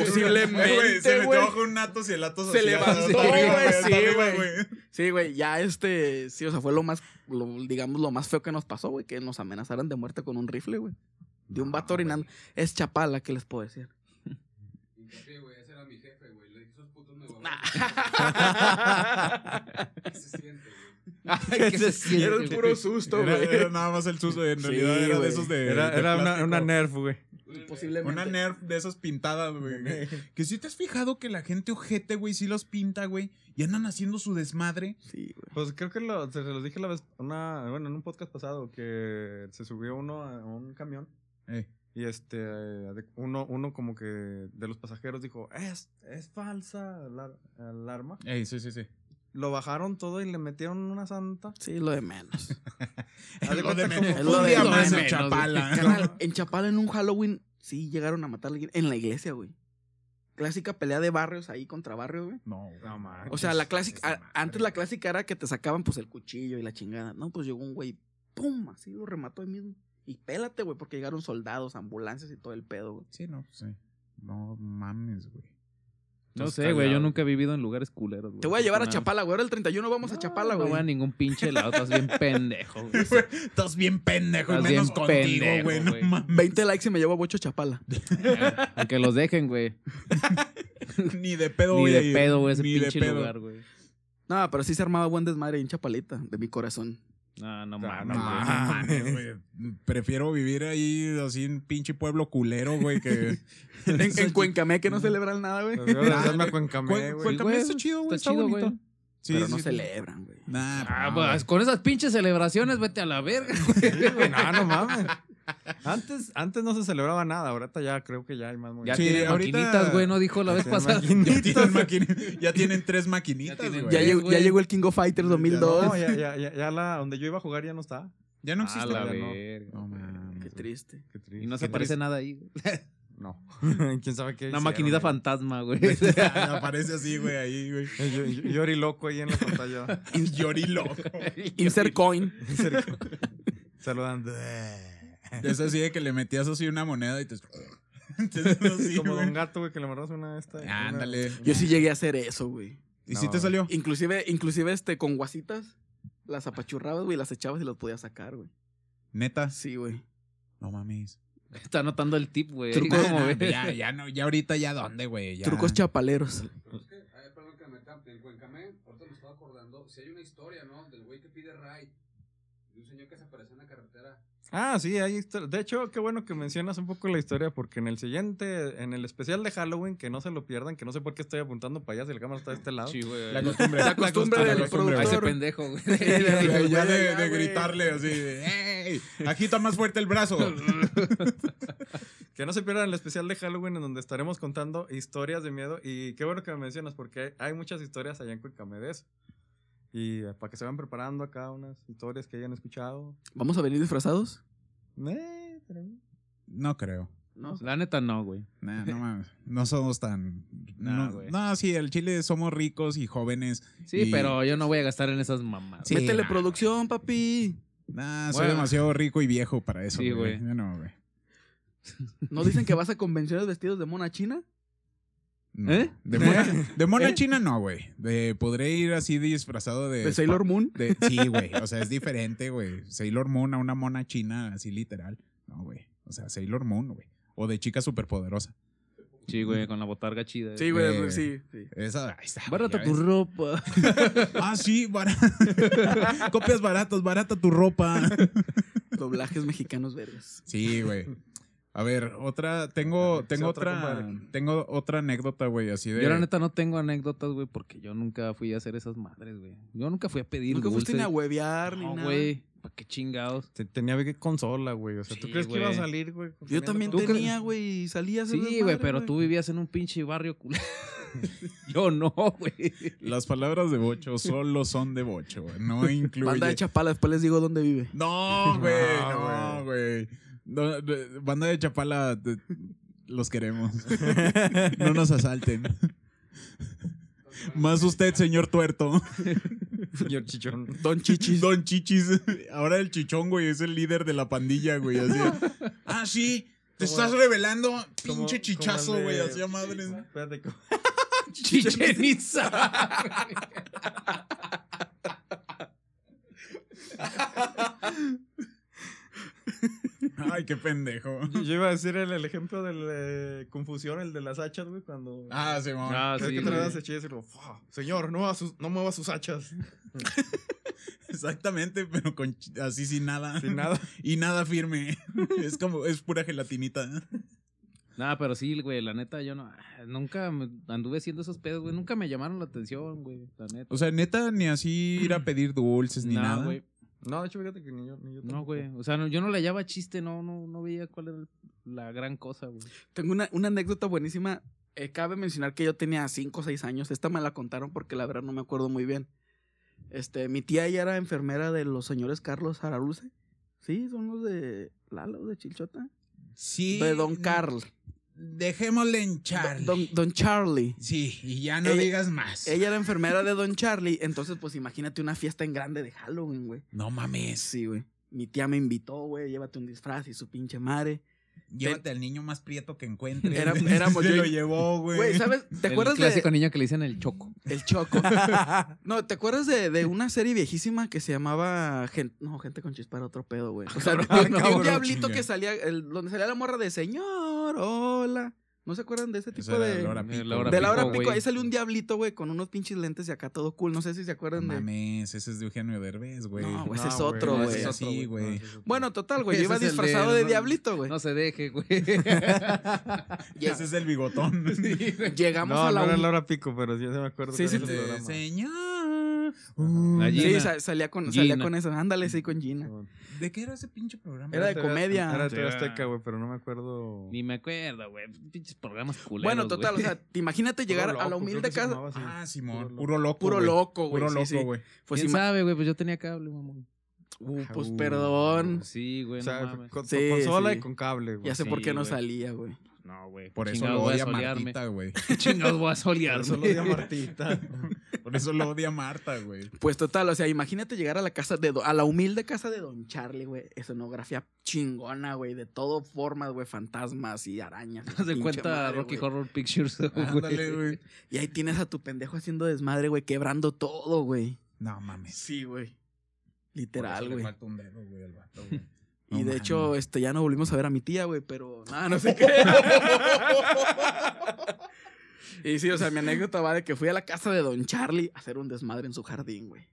S4: Güey, se
S7: Posiblemente,
S4: metió
S7: güey.
S4: bajo un Atos y el Atos
S7: Se
S4: así,
S7: levantó,
S4: hasta arriba,
S7: güey,
S4: hasta
S7: sí,
S4: arriba,
S7: güey. Sí, güey, ya este, sí, o sea, fue lo más, lo- digamos, lo más feo que nos pasó, güey, que nos amenazaran de muerte con un rifle, güey. De un vato orinando. Es chapala, ¿qué les puedo decir?
S9: Y papi, güey, ese era mi jefe, güey. Le dije, esos putos me van
S7: Nah.
S9: ¿Qué se siente, güey?
S6: Ay, ¿qué se siente,
S7: Era un
S6: güey?
S7: puro susto,
S4: Era,
S7: güey.
S4: era nada más el susto, en
S7: Sí,
S4: realidad era de
S7: güey.
S4: esos de.
S10: Era,
S4: de
S10: era una,
S4: plástico.
S10: una nerf, güey.
S7: Posiblemente.
S4: Una nerf de esas pintadas, güey. Que si te has fijado que la gente ojete, güey, sí los pinta, güey. Y andan haciendo su desmadre.
S7: Sí, güey.
S5: Pues creo que lo, se se los dije la vez, una, bueno, en un podcast pasado, que se subió uno a un camión
S4: Eh.
S5: y este, eh, de- uno, uno como que de los pasajeros dijo, es, es falsa la- alarma.
S4: Ey, sí, sí, sí.
S5: Lo bajaron todo y le metieron una santa.
S7: Sí, lo de menos.
S4: Es lo
S5: Haz de
S4: de
S5: cuenta
S4: menos.
S5: como-
S7: Es
S4: Un
S7: lo de
S4: día
S7: lo de
S4: más en
S7: menos,
S4: Chapala.
S7: Carnal, en Chapala en un Halloween sí llegaron a matar a alguien en la iglesia, güey. Clásica pelea de barrios ahí contra barrios, güey.
S4: No, no mames.
S7: O sea, la clásica,
S4: Esa
S7: a-
S4: madre.
S7: antes la clásica era que te sacaban pues el cuchillo y la chingada. No, pues llegó un güey, pum, así lo remató ahí mismo. Y pélate, güey, porque llegaron soldados, ambulancias y todo el pedo, güey.
S4: Sí, no, sí. No mames, güey.
S6: No
S4: Estás
S6: sé, güey. Yo
S4: cagado.
S6: nunca he vivido en lugares culeros, güey.
S7: Te voy a llevar a
S6: Afortunadamente.
S7: Chapala, güey. Ahora el 31 vamos a Chapala,
S6: No
S7: güey.
S6: voy a ningún pinche lado. Estás bien pendejo, güey.
S4: Estás bien pendejo, y
S6: Estás
S4: menos
S6: bien
S4: contigo,
S6: pendejo,
S4: güey. No
S6: güey.
S4: mames.
S7: 20 likes y me llevo a Bocho Chapala.
S6: Aunque los dejen, güey.
S4: Ni de pedo,
S6: Ni
S4: voy a
S6: de
S4: ir.
S6: pedo, güey, ese
S4: Ni de
S6: pinche
S4: pedo.
S6: lugar, güey.
S7: No, pero sí se armaba buen desmadre ahí en Chapalita, de mi corazón.
S6: No, no
S4: Ah,
S6: mames.
S4: No
S6: güey.
S4: mames, güey. Prefiero vivir ahí así en pinche pueblo culero, güey, que...
S7: En, en Cuencamé que no celebran nada, güey.
S5: Pues, yo regresarme a
S4: Cue-
S5: Cuencamé, güey.
S4: Cuencamé
S6: güey,
S4: está chido, güey, está,
S6: está chido,
S4: bonito.
S6: güey.
S4: Sí,
S7: pero no
S4: sí.
S7: celebran, güey.
S4: Nah,
S6: Ah,
S4: no,
S6: pues con esas pinches celebraciones, vete a la verga, güey.
S5: Güey, No, Ah, no mames. Antes, antes no se celebraba nada, ahorita ya creo que ya hay más
S6: Ya
S5: movimiento.
S4: Sí,
S6: tienen
S4: ahorita-
S6: maquinitas, güey, no dijo la vez
S5: Tienen
S6: pasada.
S5: maquinitas.
S4: Ya tienen, maquini- ya tienen tres maquinitas,
S6: Ya tienen-
S4: güey.
S7: Ya,
S4: Ya,
S6: Güey,
S7: llegó, ya
S6: güey.
S7: llegó el King of Fighters 2002.
S5: No, ya, ya, ya, ya la, donde yo iba a jugar ya no está.
S4: no
S6: A
S4: existe.
S6: la
S5: güey, no.
S6: verga.
S4: No mames.
S7: Qué triste.
S5: Qué triste.
S6: Y no se aparece nada ahí. güey.
S5: No. ¿Quién sabe qué
S6: Una
S5: hicieron,
S6: maquinita
S5: güey?
S6: fantasma, güey.
S4: Aparece así, güey, ahí, güey.
S5: Eh, yo- yo- Yori loco ahí en la pantalla.
S4: Yori loco.
S7: Insert coin.
S5: saludando.
S4: Es así de que le metías así una moneda y te... Entonces, así,
S5: Como
S4: güey.
S5: Don Gato, güey, que le amarras una de esta. una-
S4: Ándale.
S7: Yo sí llegué a hacer eso, güey.
S4: ¿Y si
S5: No.
S4: te salió?
S7: Inclusive, inclusive este, con guasitas, las apachurrabas, güey, las echabas y las podías sacar, güey.
S4: Neta.
S7: Sí, güey.
S4: No mames.
S6: Está anotando el tip,
S8: Eh,
S6: güey.
S7: Truco-
S6: ¿Cómo
S4: Ah,
S6: ves?
S4: ya, ya no, ya ahorita ya dónde, güey. Ya.
S7: Trucos chapaleros.
S9: Pero es que, a ver, perdón que me capte. En Cuencamé, ahorita me estaba acordando, si hay una historia, ¿no? Del güey que pide ride. De un señor que se apareció en la carretera.
S5: Ah, sí, ahí está. De hecho, qué bueno que mencionas un poco la historia, porque en el siguiente, en el especial de Halloween, que no se lo pierdan, que no sé por qué estoy apuntando para allá si la cámara está de este lado.
S6: Sí, güey.
S4: La costumbre.
S7: La costumbre
S4: La
S7: del
S4: costumbre,
S6: A
S4: güey.
S6: ese
S7: productor.
S6: pendejo, güey.
S4: Sí, güey, ya
S7: güey,
S4: de,
S7: ya,
S4: de
S7: güey.
S4: gritarle así de, ¡Ey! Agita más fuerte el brazo.
S5: Que no se pierdan el especial de Halloween en donde estaremos contando historias de miedo. Y qué bueno que me mencionas, porque hay, hay muchas historias allá en Cuencamé de eso. Y eh, para que se vayan preparando acá unas historias que hayan escuchado.
S7: ¿Vamos a venir disfrazados?
S5: Eh, pero-
S4: No creo.
S7: No.
S6: La neta no, güey.
S4: Nah, no mames. No somos tan.
S6: Nah,
S4: no,
S6: güey.
S4: no, sí, el Chile somos ricos y jóvenes.
S6: Sí,
S4: y-
S6: pero yo no voy a gastar en esas mamadas.
S4: Sí,
S7: Métele
S4: nah.
S7: producción, papi.
S4: Nah, soy
S6: Bueno.
S4: demasiado rico y viejo para eso.
S6: Sí,
S4: güey.
S6: güey.
S4: Yo No, güey.
S7: ¿No dicen que vas a convenciones vestidos de mona china?
S4: No.
S6: ¿Eh?
S4: De mona, de mona china no, güey. De- Podré ir así disfrazado de.
S7: ¿De Sailor Moon?
S4: de- sí, güey. O sea, es diferente, güey. Sailor Moon a una mona china así literal. No, güey. O sea, Sailor Moon, güey. O de chica superpoderosa.
S6: Sí, güey, con la botarga chida.
S7: Sí,
S4: güey,
S7: güey,
S4: Eh. sí,
S7: sí.
S4: Esa, ahí está.
S6: Bárrate
S4: ya
S6: tu
S4: ves.
S6: ropa.
S4: Ah, sí, bara- copias baratas, barata tu ropa.
S7: Doblajes mexicanos verdes.
S4: Sí, güey. A ver, otra, tengo,
S5: Sí,
S4: tengo
S5: otra,
S4: otra,
S5: compadre.
S4: tengo otra anécdota, güey, así de.
S6: Yo la neta no tengo anécdotas, güey, porque yo nunca fui a hacer esas madres, güey. Yo nunca fui a pedir
S7: Nunca fuiste ni
S6: dulces.
S7: a huevear ni
S6: No,
S7: nada.
S6: güey.
S8: ¿Para qué chingados?
S5: Te- Tenía que consola, güey. O sea, ¿tú
S8: Sí,
S5: crees que iba a
S8: güey.
S5: salir, güey?
S7: Yo también
S8: ¿Tú crees?
S7: tenía, güey, y salía a hacer
S8: Sí,
S7: desmadre,
S8: güey, pero tú vivías en un pinche barrio culero. Yo no, güey.
S4: Las palabras de Bocho solo son de Bocho, güey. No incluye.
S7: Banda de Chapala, después les digo dónde vive.
S4: No, güey,
S5: No,
S4: no, güey. No, no, banda de Chapala, te- los queremos. No nos asalten. Más usted, señor tuerto.
S5: Señor Chichón.
S7: Don Chichis.
S4: Don Chichis. Ahora el chichón, güey, es el líder de la pandilla, güey. Así. Ah, sí. Te
S5: Como-
S4: estás revelando,
S5: Como-
S4: pinche chichazo,
S5: como el
S4: güey.
S5: de-
S4: Así a madres.
S5: Espérate, ¿cómo?
S8: Chichen Itza.
S4: Ay, qué pendejo.
S5: Yo- yo iba a decir el, el ejemplo de la confusión, el de las hachas, güey, cuando...
S4: Ah, sí, mamá.
S8: Ah,
S5: Creo
S8: sí,
S5: que traías
S8: güey.
S5: hachas y luego, "Fa, señor, no, mueva sus- no mueva sus hachas.
S4: Exactamente, pero con chi- así sin nada.
S5: Sin nada.
S4: Y nada firme. Es como, es pura gelatinita.
S8: Nah, pero sí, güey, la neta, yo no, ah, nunca me- anduve haciendo esos pedos, güey. Nunca me llamaron la atención, güey, la neta.
S4: O sea, neta, ni así ir a
S7: Mm.
S4: pedir dulces
S6: Pues,
S4: ni
S8: Nah,
S4: nada.
S8: güey.
S5: No, de hecho, fíjate que ni yo. Ni yo
S8: No,
S5: tampoco.
S8: güey. O sea, no- yo no le hallaba chiste, no, no, no veía cuál era el- la gran cosa, güey.
S7: Tengo una, una anécdota buenísima. Eh, cabe mencionar que yo tenía 5 o 6 años. Esta me la contaron porque la verdad no me acuerdo muy bien. Este, mi tía ella era enfermera de los señores Carlos Araluce. Sí, son los de Lalo, de Chilchota.
S4: Sí.
S7: de Don Carl.
S4: Dejémosle en Charlie.
S7: Don, don Charlie.
S4: Sí, y ya
S7: Ella-
S4: más.
S7: Ella era enfermera de Don Charlie. Entonces, pues imagínate una fiesta en grande de Halloween, güey.
S4: No mames.
S7: Sí, güey. Mi tía me invitó, güey, llévate un disfraz y su pinche madre.
S4: Llévate al niño más prieto que encuentres.
S7: Era- éramos
S4: Se
S7: yo y-
S4: lo llevó, güey.
S7: Güey, ¿sabes? ¿Te
S8: el
S7: acuerdas de,
S8: clásico niño que le dicen el choco.
S7: El Choco. No, ¿te acuerdas de, de una serie viejísima que se llamaba Gen- No, Gente con Chispa era otro pedo, güey. O sea, de- de un
S4: cabrón,
S7: diablito
S4: chinga.
S7: que salía, el- donde salía la morra de Señor, hola. ¿No se acuerdan de ese tipo
S4: Esa era
S7: de.
S4: la hora pico.
S8: la hora
S7: de la hora
S8: pico,
S7: pico,
S8: güey.
S7: ahí salió un diablito, güey, con unos pinches lentes y acá todo cool. No sé si se
S4: No
S7: acuerdan de.
S4: mames, ese es de Eugenio Derbez, güey.
S7: No, güey, ese
S5: No,
S7: es otro,
S5: no,
S7: güey.
S5: ese es
S4: Sí,
S5: otro,
S4: güey.
S5: No, ese es otro.
S7: Bueno, total, güey. yo
S8: Ese
S7: Iba
S8: es el
S7: disfrazado
S8: de-
S7: de
S8: no-
S7: diablito,
S6: Pues,
S7: güey.
S8: No se deje, güey.
S7: Ya.
S4: Ese es el bigotón.
S7: Llegamos
S5: no,
S7: a la.
S5: no era
S7: uni-
S5: la hora pico, pero sí se me acuerdo.
S7: Sí,
S5: que
S7: sí,
S5: era ese
S7: te-
S5: programa.
S4: Señor. Uh,
S8: Allí-
S7: Sí,
S8: Gina.
S7: sa- salía con, salía
S8: Gina.
S7: con eso. Ándale, sí, con Gina.
S4: ¿De qué era ese pinche programa?
S7: Era de
S5: TV
S7: comedia.
S5: Era de TV
S8: Era-
S5: Azteca, güey, pero no me acuerdo.
S8: Ni me acuerdo, güey. Pinches programas culeros.
S7: Bueno, total, o sea, te imagínate
S5: Puro
S7: llegar a
S5: Loco,
S7: la
S5: creo
S7: humilde
S5: que se
S7: casa.
S5: llamaba así.
S4: Ah, Simón.
S5: Puro
S4: Puro loco.
S7: Puro loco, güey.
S4: Puro
S7: sí, sí.
S4: loco, güey.
S7: Pues,
S8: ¿Quién
S7: ima-
S8: sabe, güey? Pues yo tenía cable, mamón.
S7: Uh, pues
S5: Uh,
S7: perdón.
S8: Sí, güey,
S5: O
S8: no
S5: sea,
S8: mames.
S5: con,
S7: Sí,
S5: con consola
S7: sí.
S5: y con cable, güey.
S7: Ya sé por
S8: Sí,
S7: qué no
S8: güey.
S7: salía, güey.
S8: No, güey.
S4: Por eso
S8: Chingados
S4: lo
S8: voy a
S4: odia
S8: solearme.
S4: Martita, güey.
S8: Chingados voy a solearme.
S5: Solo di a Martita.
S4: Por eso lo odia Marta, güey.
S7: Pues total, o sea, imagínate llegar a la casa de do- a la humilde casa de Don Charlie, güey. Escenografía chingona, güey, de todo formas, güey, fantasmas y arañas. y
S8: Se
S7: pinche
S8: cuenta
S7: madre,
S8: Rocky
S7: güey.
S8: Horror Pictures.
S4: Ándale,
S8: güey.
S4: güey.
S7: Y ahí tienes a tu pendejo haciendo desmadre, güey, quebrando todo, güey.
S4: No mames.
S7: Sí, güey.
S4: Por eso
S7: Literal,
S4: le
S7: güey.
S4: falta un dedo, güey, al vato, güey.
S7: Y
S4: No
S7: de hecho,
S4: mames.
S7: este, ya no volvimos a ver a mi tía, güey, pero nada, no sé qué. y sí, o sea, mi anécdota va de que fui a la casa de Don Charlie a hacer un desmadre en su jardín, güey.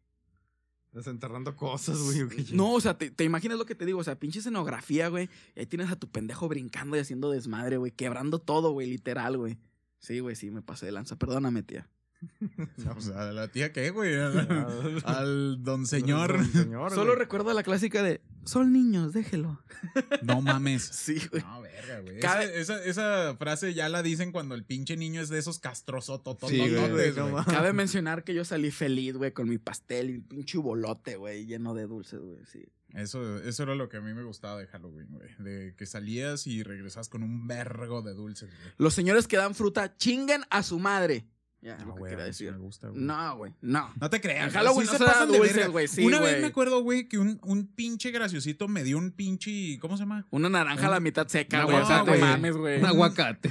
S5: Desenterrando cosas, güey. o qué
S7: No, o sea, te, te imaginas lo que te digo, o sea, pinche escenografía, güey. Y ahí tienes a tu pendejo brincando y haciendo desmadre, güey, quebrando todo, güey, literal, güey. Sí, güey, sí, me pasé de lanza. Perdóname, tía.
S4: No, pues, ¿A la tía qué, güey? Al,
S5: chingada.
S4: al don señor.
S5: Señor,
S7: Solo
S5: güey.
S7: recuerdo la clásica de, son niños, déjelo.
S4: No mames.
S7: Sí, güey.
S4: No, verga, güey.
S7: Cada-
S4: Esa, esa, esa frase ya la dicen cuando el pinche niño es de esos
S5: Sí, güey,
S4: castrosototototes,
S5: no
S4: güey.
S5: mames.
S7: Cabe mencionar que yo salí feliz, güey, con mi pastel y un pinche bolote, güey, lleno de dulces, güey, sí.
S4: Eso, eso era lo que a mí me gustaba de Halloween, güey. De que salías y regresas con un vergo de dulces, güey.
S7: Los señores que dan fruta chingan a su madre. Ya,
S4: Ah,
S7: lo que
S4: güey,
S7: quería
S4: a mí sí
S7: decir.
S4: me gusta, güey.
S7: No, güey, no.
S4: No te creas.
S7: En
S4: güey, sí
S7: Halloween no
S4: se
S7: se dan
S4: pasan de
S7: dulces,
S4: verga.
S7: güey, sí,
S4: Una vez
S7: güey.
S4: me acuerdo, güey, que un, un pinche graciosito me dio un pinche. ¿Cómo se llama?
S7: Una naranja a la mitad seca, Ah,
S8: No,
S7: güey. o sea, te
S4: Eh, güey.
S7: mames, güey.
S8: Un aguacate.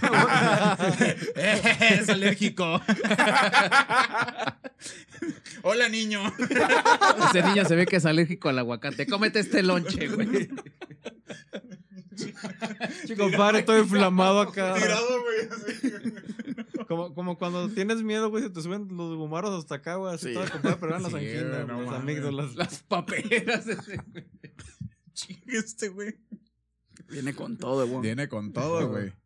S4: es alérgico. Hola, niño.
S8: Ese niño se ve que es alérgico al aguacate. Cómete este lonche, güey.
S5: Chico, padre, todo inflamado acá.
S4: Tirado, güey. así.
S5: Como, como cuando tienes miedo, güey, se te suben los gumaros hasta acá, güey. Así
S7: Sí.
S5: todo compadre, pero eran las
S4: Sí,
S5: anginas,
S4: güey, no
S5: güey, las
S4: mames.
S5: amígdalas.
S8: Las paperas. ese, güey.
S4: Chingue Este, güey.
S7: Viene con todo, güey.
S4: Viene con todo, güey.
S5: Ya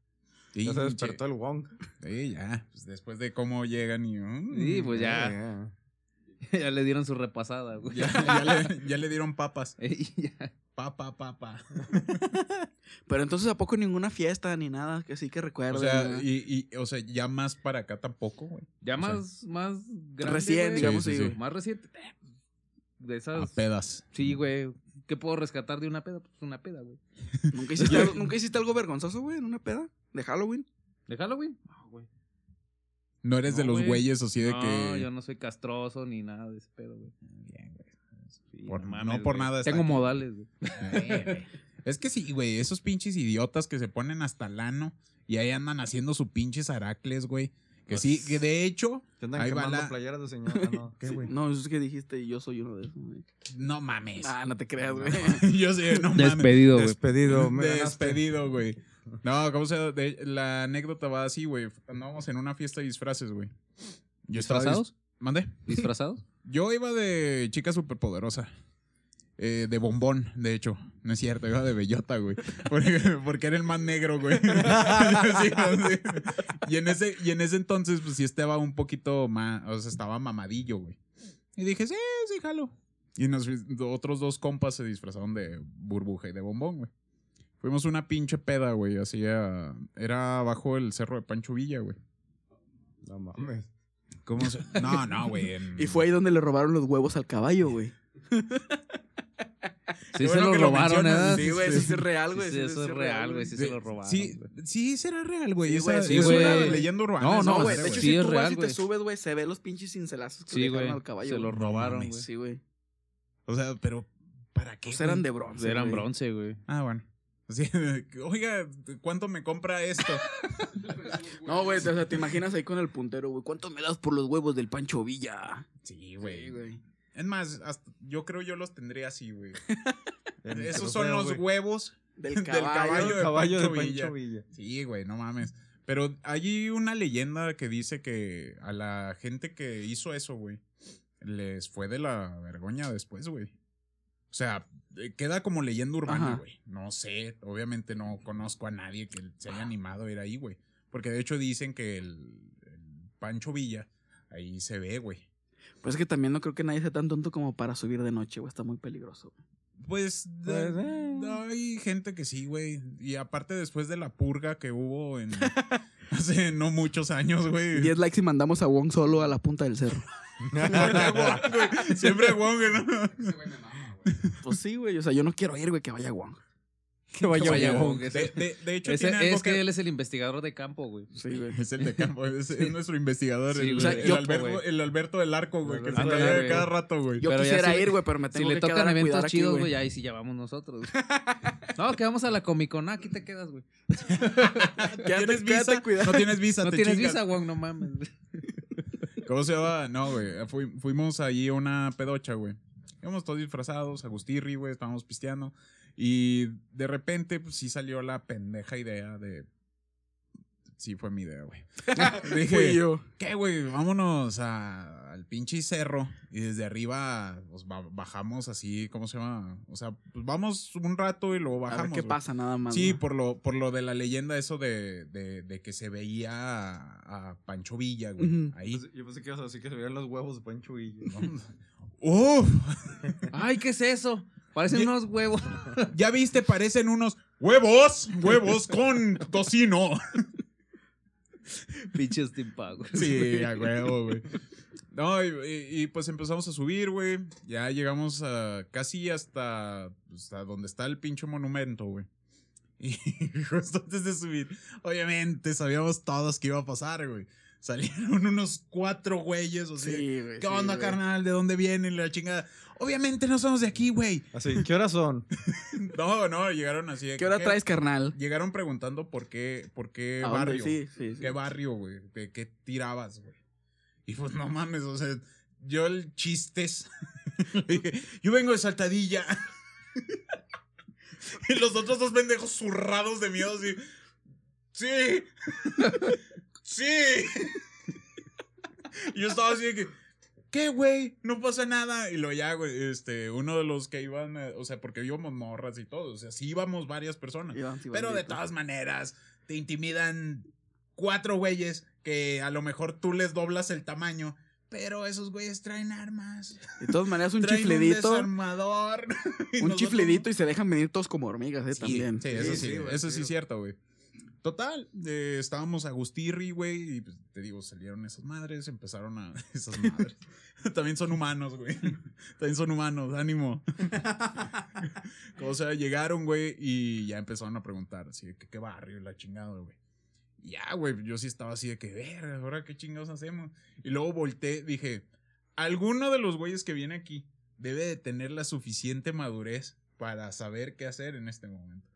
S5: se
S4: Pinche-
S5: despertó el Wong.
S4: Sí, ya. Pues después de cómo llegan y. mm,
S8: Sí, pues ya.
S5: Ya.
S8: ya le dieron su repasada, güey.
S4: Ya, ya le, ya le dieron papas.
S8: Ey, ya.
S4: Papa, papa.
S7: Pero entonces, ¿a poco ninguna fiesta ni nada que sí que recuerden?
S4: O sea,
S7: ¿verdad?
S4: y, y, o sea, ya más para acá tampoco, güey.
S8: Ya
S4: O sea,
S8: más, más grande,
S7: Recién,
S8: güey.
S7: digamos,
S4: Sí, sí,
S7: sí,
S4: sí.
S7: güey.
S8: Más reciente. eh, De
S4: A
S8: esas.
S4: pedas.
S8: Pues, Sí, güey. ¿Qué puedo rescatar de una peda? Pues una peda, güey.
S7: ¿Nunca, hiciste algo, ¿Nunca hiciste algo vergonzoso, güey, en una peda de Halloween?
S8: ¿De Halloween? No, güey.
S4: No eres de
S8: No,
S4: los
S8: güey.
S4: güeyes así de
S8: no,
S4: que.
S8: yo no soy castroso ni nada de ese pedo, güey. Sí,
S4: Por-
S8: mames,
S4: no por
S8: güey.
S4: nada está
S8: Tengo
S4: aquí.
S8: modales, güey.
S4: Es que sí, güey, esos pinches idiotas que se ponen hasta lano y ahí andan haciendo su pinches aracles, güey. Que sí,
S8: Pues
S4: que de hecho,
S5: Te andan
S4: Ahí va
S5: quemando
S4: la-
S5: playeras de señora, no.
S4: ¿Qué,
S7: Sí,
S4: güey?
S7: No, eso es que dijiste y yo soy uno de esos, güey.
S4: no mames.
S7: Ah, no te creas, güey.
S4: Yo sí, no mames.
S8: Despedido, güey.
S5: Despedido, me ganaste.
S4: Despedido, güey. No, ¿cómo se de- La anécdota va así, güey. Andábamos en una fiesta de disfraces, güey. Yo estaba dis-
S8: ¿Disfrazados?
S4: ¿Mandé?
S8: ¿Disfrazados?
S4: Yo iba de chica superpoderosa. Eh, de bombón, de hecho. No es cierto, iba de bellota, güey. Porque, porque era el más negro, güey. Sí, sí. Y, en ese, y en ese entonces, pues sí estaba un poquito más. O sea, estaba mamadillo, güey. Y dije, sí, sí, jalo. Y nos, otros dos compas se disfrazaron de burbuja y de bombón, güey. Fuimos una pinche peda, güey. Así a- era bajo el cerro de Pancho Villa, güey.
S5: No mames.
S4: ¿Cómo se- No, no, güey. en-
S7: Y fue ahí donde le robaron los huevos al caballo, güey.
S8: Sí, se
S4: bueno
S8: lo
S4: que lo
S8: robaron,
S4: mencionas,
S8: ¿eh?
S4: sí, güey,
S7: eso sí es real,
S8: Sí, sí, eso es real, güey. Sí, se
S4: De-
S8: lo robaron.
S4: Sí,
S8: güey.
S4: sí será real, güey.
S7: Sí,
S4: Esa-
S7: güey, sí,
S4: es
S8: güey.
S4: una leyenda urbana.
S8: No,
S4: esa
S7: No,
S8: no,
S4: madre,
S7: güey. pues
S8: sí,
S7: De hecho,
S8: sí
S7: si
S8: es
S7: tú
S8: real,
S7: vas y te
S8: güey.
S7: subes, güey, se ve los pinches cincelazos que le
S8: Sí, güey.
S7: dejaron al caballo.
S8: Se lo
S7: güey.
S8: robaron,
S4: mames.
S8: güey.
S7: Sí, güey.
S4: O sea, pero ¿para qué?
S7: Pues eran
S4: güey?
S7: de bronce.
S8: Eran
S7: güey.
S8: bronce, güey.
S4: Ah, bueno. Así, oiga, ¿cuánto me compra esto?
S7: No, güey, o sea, te imaginas ahí con el puntero, güey. ¿Cuánto me das por los huevos del Pancho Villa?
S4: Sí,
S7: Sí,
S4: güey.
S7: güey.
S4: Es más, hasta- yo creo yo los tendría así, güey.
S5: El
S4: Esos
S5: trofeo,
S4: son los
S5: güey.
S4: huevos.
S7: Del
S4: Del
S7: caballo.
S4: caballo.
S5: El caballo de
S4: Pancho
S5: Pancho
S4: Villa.
S5: Villa.
S4: Sí, güey, no mames. Pero hay una leyenda que dice que a la gente que hizo eso, güey, les fue de la vergoña después, güey. O sea, eh, queda como leyenda urbana,
S7: Ajá.
S4: güey. No sé, obviamente no conozco a nadie que se haya animado a ir ahí, güey. Porque de hecho dicen que el, el Pancho Villa ahí se ve, güey.
S7: Pues es que también no creo que nadie sea tan tonto como para subir de noche, güey. Está muy peligroso. güey.
S4: Pues, de-
S5: Pues, eh.
S4: hay gente que sí, güey. Y aparte después de la purga que hubo en hace no muchos años, güey.
S7: 10 likes y mandamos a Wong solo a la punta del cerro.
S4: Porque Wong, güey. Siempre Wong, ¿no?
S9: Ese güey me mama, güey.
S7: Pues sí, güey. O sea, yo no quiero ir, güey, que vaya Wong.
S5: Que vaya,
S8: Vaya,
S5: huevo.
S8: Wong.
S4: De, de- de hecho,
S8: Ese-
S4: tiene algo
S8: es que
S4: que...
S8: él es el investigador de campo, güey.
S7: Sí, güey.
S4: Es el de campo, es, es nuestro investigador.
S8: Sí,
S4: el,
S8: güey.
S4: o sea,
S7: el
S4: yo-
S8: Alberto,
S4: Alberto,
S8: güey.
S4: el Alberto del Arco, güey, que se
S8: Ándale,
S4: pelea
S8: güey.
S4: cada rato, güey.
S7: Yo
S8: Pero ya
S7: quisiera
S8: si-
S7: ir, güey, pero me
S8: Si
S7: tengo
S8: le
S7: que
S8: tocan
S7: quedar a
S8: eventos
S7: cuidar aquí,
S8: chidos,
S7: güey.
S8: güey, ahí sí ya vamos nosotros. güey. No, que vamos a la Comic Con, Ah, aquí te quedas, güey.
S7: Quédate-
S4: ¿Tienes
S7: quédate
S4: visa?
S7: cuidado.
S4: No tienes visa,
S8: No
S4: te
S8: tienes
S4: chingas.
S8: visa, Wong, no mames.
S4: ¿Cómo se va? No, güey. fui- fuimos ahí a una pedocha, güey. Íbamos todos disfrazados, Agustirri, güey, estábamos pisteando. Y de repente, pues sí salió la pendeja idea de. Sí, fue mi idea, güey. Dije,
S7: yo.
S4: ¿Qué, güey? Vámonos a- al pinche cerro y desde arriba pues, ba- bajamos así, ¿cómo se llama? O sea, pues vamos un rato y luego
S7: A
S4: bajamos.
S7: ver qué
S4: güey.
S7: pasa, nada más.
S4: Sí,
S7: ¿no?
S4: por lo, por lo de la leyenda, eso de, de, de que se veía a, a Pancho Villa, güey.
S7: Ujú.
S4: Ahí.
S5: Yo pensé que ibas a decir que se veían los huevos de Pancho Villa.
S4: ¡Uf!
S8: Ay, ¿qué es eso? Parecen
S4: Ye-
S8: unos huevos.
S4: Ya viste, parecen unos huevos, huevos con tocino.
S8: Pinches timpago.
S4: Sí, a huevo, güey. No, y, y- y, pues empezamos a subir, güey. Ya llegamos a casi hasta, hasta donde está el pinche monumento, güey. Y justo antes de subir, obviamente sabíamos todos que iba a pasar, güey. Salieron unos cuatro güeyes, o sea,
S7: Sí, güey.
S4: ¿qué
S7: sí,
S4: onda,
S7: güey.
S4: carnal? ¿De dónde vienen? La chingada. Obviamente no somos de aquí, güey.
S5: Así, ¿qué horas son?
S4: No, no, llegaron así. de
S7: ¿Qué
S4: que,
S7: hora traes, carnal?
S4: Llegaron preguntando por qué, por qué
S7: ¿A dónde?
S4: barrio.
S7: Sí, sí, sí.
S4: ¿Qué barrio, güey? ¿De qué tirabas, güey? Y pues no mames, o sea, yo el chistes. Le dije, yo vengo de Saltadilla. y los otros dos pendejos zurrados de miedo, así. Sí. sí. yo estaba así de que. ¿Qué, güey? No pasa nada. Y lo ya, güey, este, uno de los que iban, eh, o sea, porque íbamos morras y todo, o sea, sí íbamos varias personas.
S7: Iban, sí,
S4: Pero de
S7: banditos.
S4: todas maneras, te intimidan cuatro güeyes que a lo mejor tú les doblas el tamaño, pero esos güeyes traen armas.
S7: De todas maneras, un
S4: traen
S7: chifledito.
S4: Un
S7: Un,
S4: desarmador. Y nosotros-
S7: chifledito y se dejan venir todos como hormigas, eh,
S4: Sí,
S7: también.
S4: Sí, eso
S5: Sí,
S4: sí,
S5: sí, güey,
S4: eso sí
S5: sí.
S4: es cierto, güey. Total, eh, estábamos a Gustirri, güey, y pues, te digo, salieron esas madres, empezaron a. Esas madres. También son humanos, güey. También son humanos, ánimo. o sea, llegaron, güey, y ya empezaron a preguntar, así de que qué barrio, y la chingada, güey. Y Ya, güey, yo sí estaba así de que, ver, ahora qué chingados hacemos. Y luego volteé, dije, alguno de los güeyes que viene aquí debe de tener la suficiente madurez para saber qué hacer en este momento.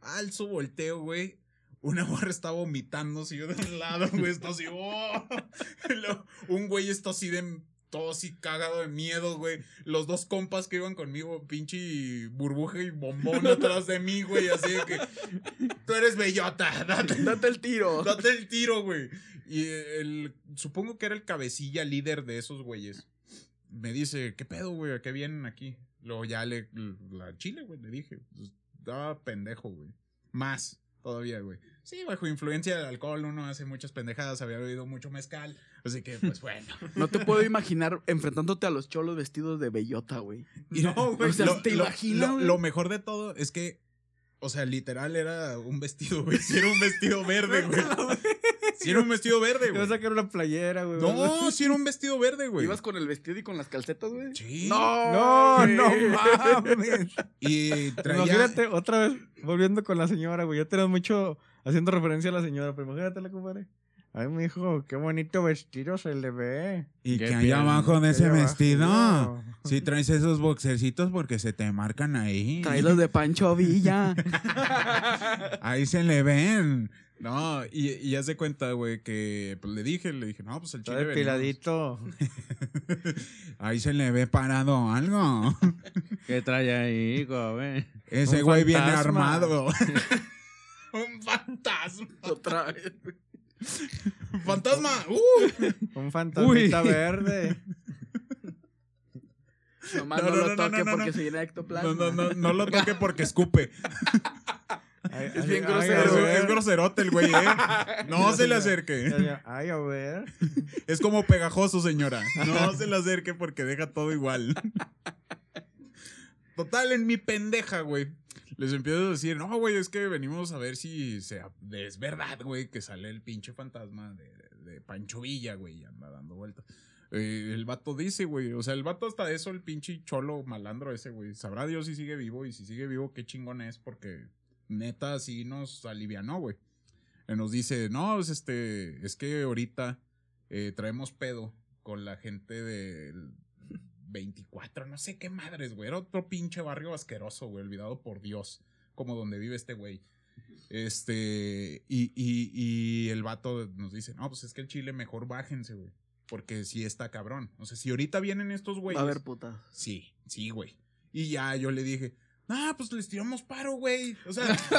S4: Alzo, volteo, güey. Una morra está vomitando, si yo de un lado, güey, está así, ¡oh! Y luego, un güey está así de todo así cagado de miedo, güey. Los dos compas que iban conmigo, pinche burbuja y bombón atrás de mí, güey, así de que tú eres bellota, date,
S7: Date el tiro.
S4: Date el tiro, güey. Y eh, el, supongo que era el cabecilla líder de esos güeyes. Me dice, ¿qué pedo, güey? ¿A qué vienen aquí? Luego ya le, la chile, güey, le dije. Pues, Estaba pendejo, güey. Más todavía, güey. Sí, bajo influencia del alcohol uno hace muchas pendejadas, había bebido mucho mezcal. Así que, pues bueno.
S7: No te puedo imaginar enfrentándote a los cholos vestidos de bellota, güey.
S4: no,
S7: güey,
S4: lo,
S7: ¿te
S4: lo-
S7: imaginas,
S4: lo-
S7: güey?
S4: lo mejor de todo es que, o sea, literal era un vestido, güey. Sí, era un vestido verde, güey. Sí, era un vestido verde,
S5: Te vas a
S4: güey.
S5: sacar una playera, güey.
S4: No, sí era un vestido verde, güey.
S7: ¿Ibas con el vestido y con las calcetas, güey?
S4: Sí.
S5: No,
S7: güey.
S5: no mames.
S4: Y traía.
S5: Imagínate, otra vez, volviendo con la señora, güey. Ya tenés mucho haciendo referencia a la señora, pero imagínatela, compadre. Ay, mi hijo, qué bonito vestido se le ve.
S4: Y que
S8: Qué
S4: hay
S8: bien,
S4: abajo de
S5: Qué
S4: ese
S5: abajo.
S4: vestido. Si traes esos boxercitos porque se te marcan ahí.
S7: Trae los de Pancho Villa.
S4: Ahí se le ven. No, y, y haz de cuenta, güey, que pues, le dije, le dije, no, pues el
S5: Está
S4: chile. venimos.
S5: depiladito.
S4: Ahí se le ve parado algo.
S8: ¿Qué trae ahí, güey?
S4: Ese
S5: Un
S4: güey viene
S5: fantasma.
S4: armado. Un fantasma.
S7: Otra vez.
S4: Fantasma. ¡Uh!
S5: Un fantasmita verde.
S7: Nomás
S4: No,
S7: no,
S4: no, no,
S7: lo toque
S4: no, no,
S7: porque
S4: no.
S7: se llena de ectoplasma.
S4: No, no, no, no lo toque porque escupe.
S5: Ay,
S7: Es
S5: ay,
S7: bien
S5: ay,
S7: grosero,
S5: a
S4: es,
S5: ver.
S4: es groserote el güey, ¿eh? No se le acerque.
S5: Ay, a ver.
S4: Es como pegajoso, señora. No se le acerque porque deja todo igual. Total, en mi pendeja, güey. Les empiezo a decir, no, güey, es que venimos a ver si se, es verdad, güey, que sale el pinche fantasma de, de Pancho Villa, güey, y anda dando vueltas. Eh, el vato dice, güey, o sea, el vato hasta eso, el pinche cholo malandro ese, güey, sabrá Dios si sigue vivo y si sigue vivo, qué chingón es, porque neta, sí nos alivianó, güey. Eh, Nos dice, no, es este, es que ahorita eh, traemos pedo con la gente del 24, no sé qué madres, güey. Era otro pinche barrio asqueroso, güey, olvidado por Dios, como donde vive este güey. Este, y, y, y el vato nos dice, no, pues es que el chile mejor bájense, güey. Porque si está cabrón. O sea, si ahorita vienen estos güeyes.
S7: A ver, puta.
S4: Sí, sí, güey. Y ya yo le dije, ah, pues les tiramos paro, güey. O sea, es que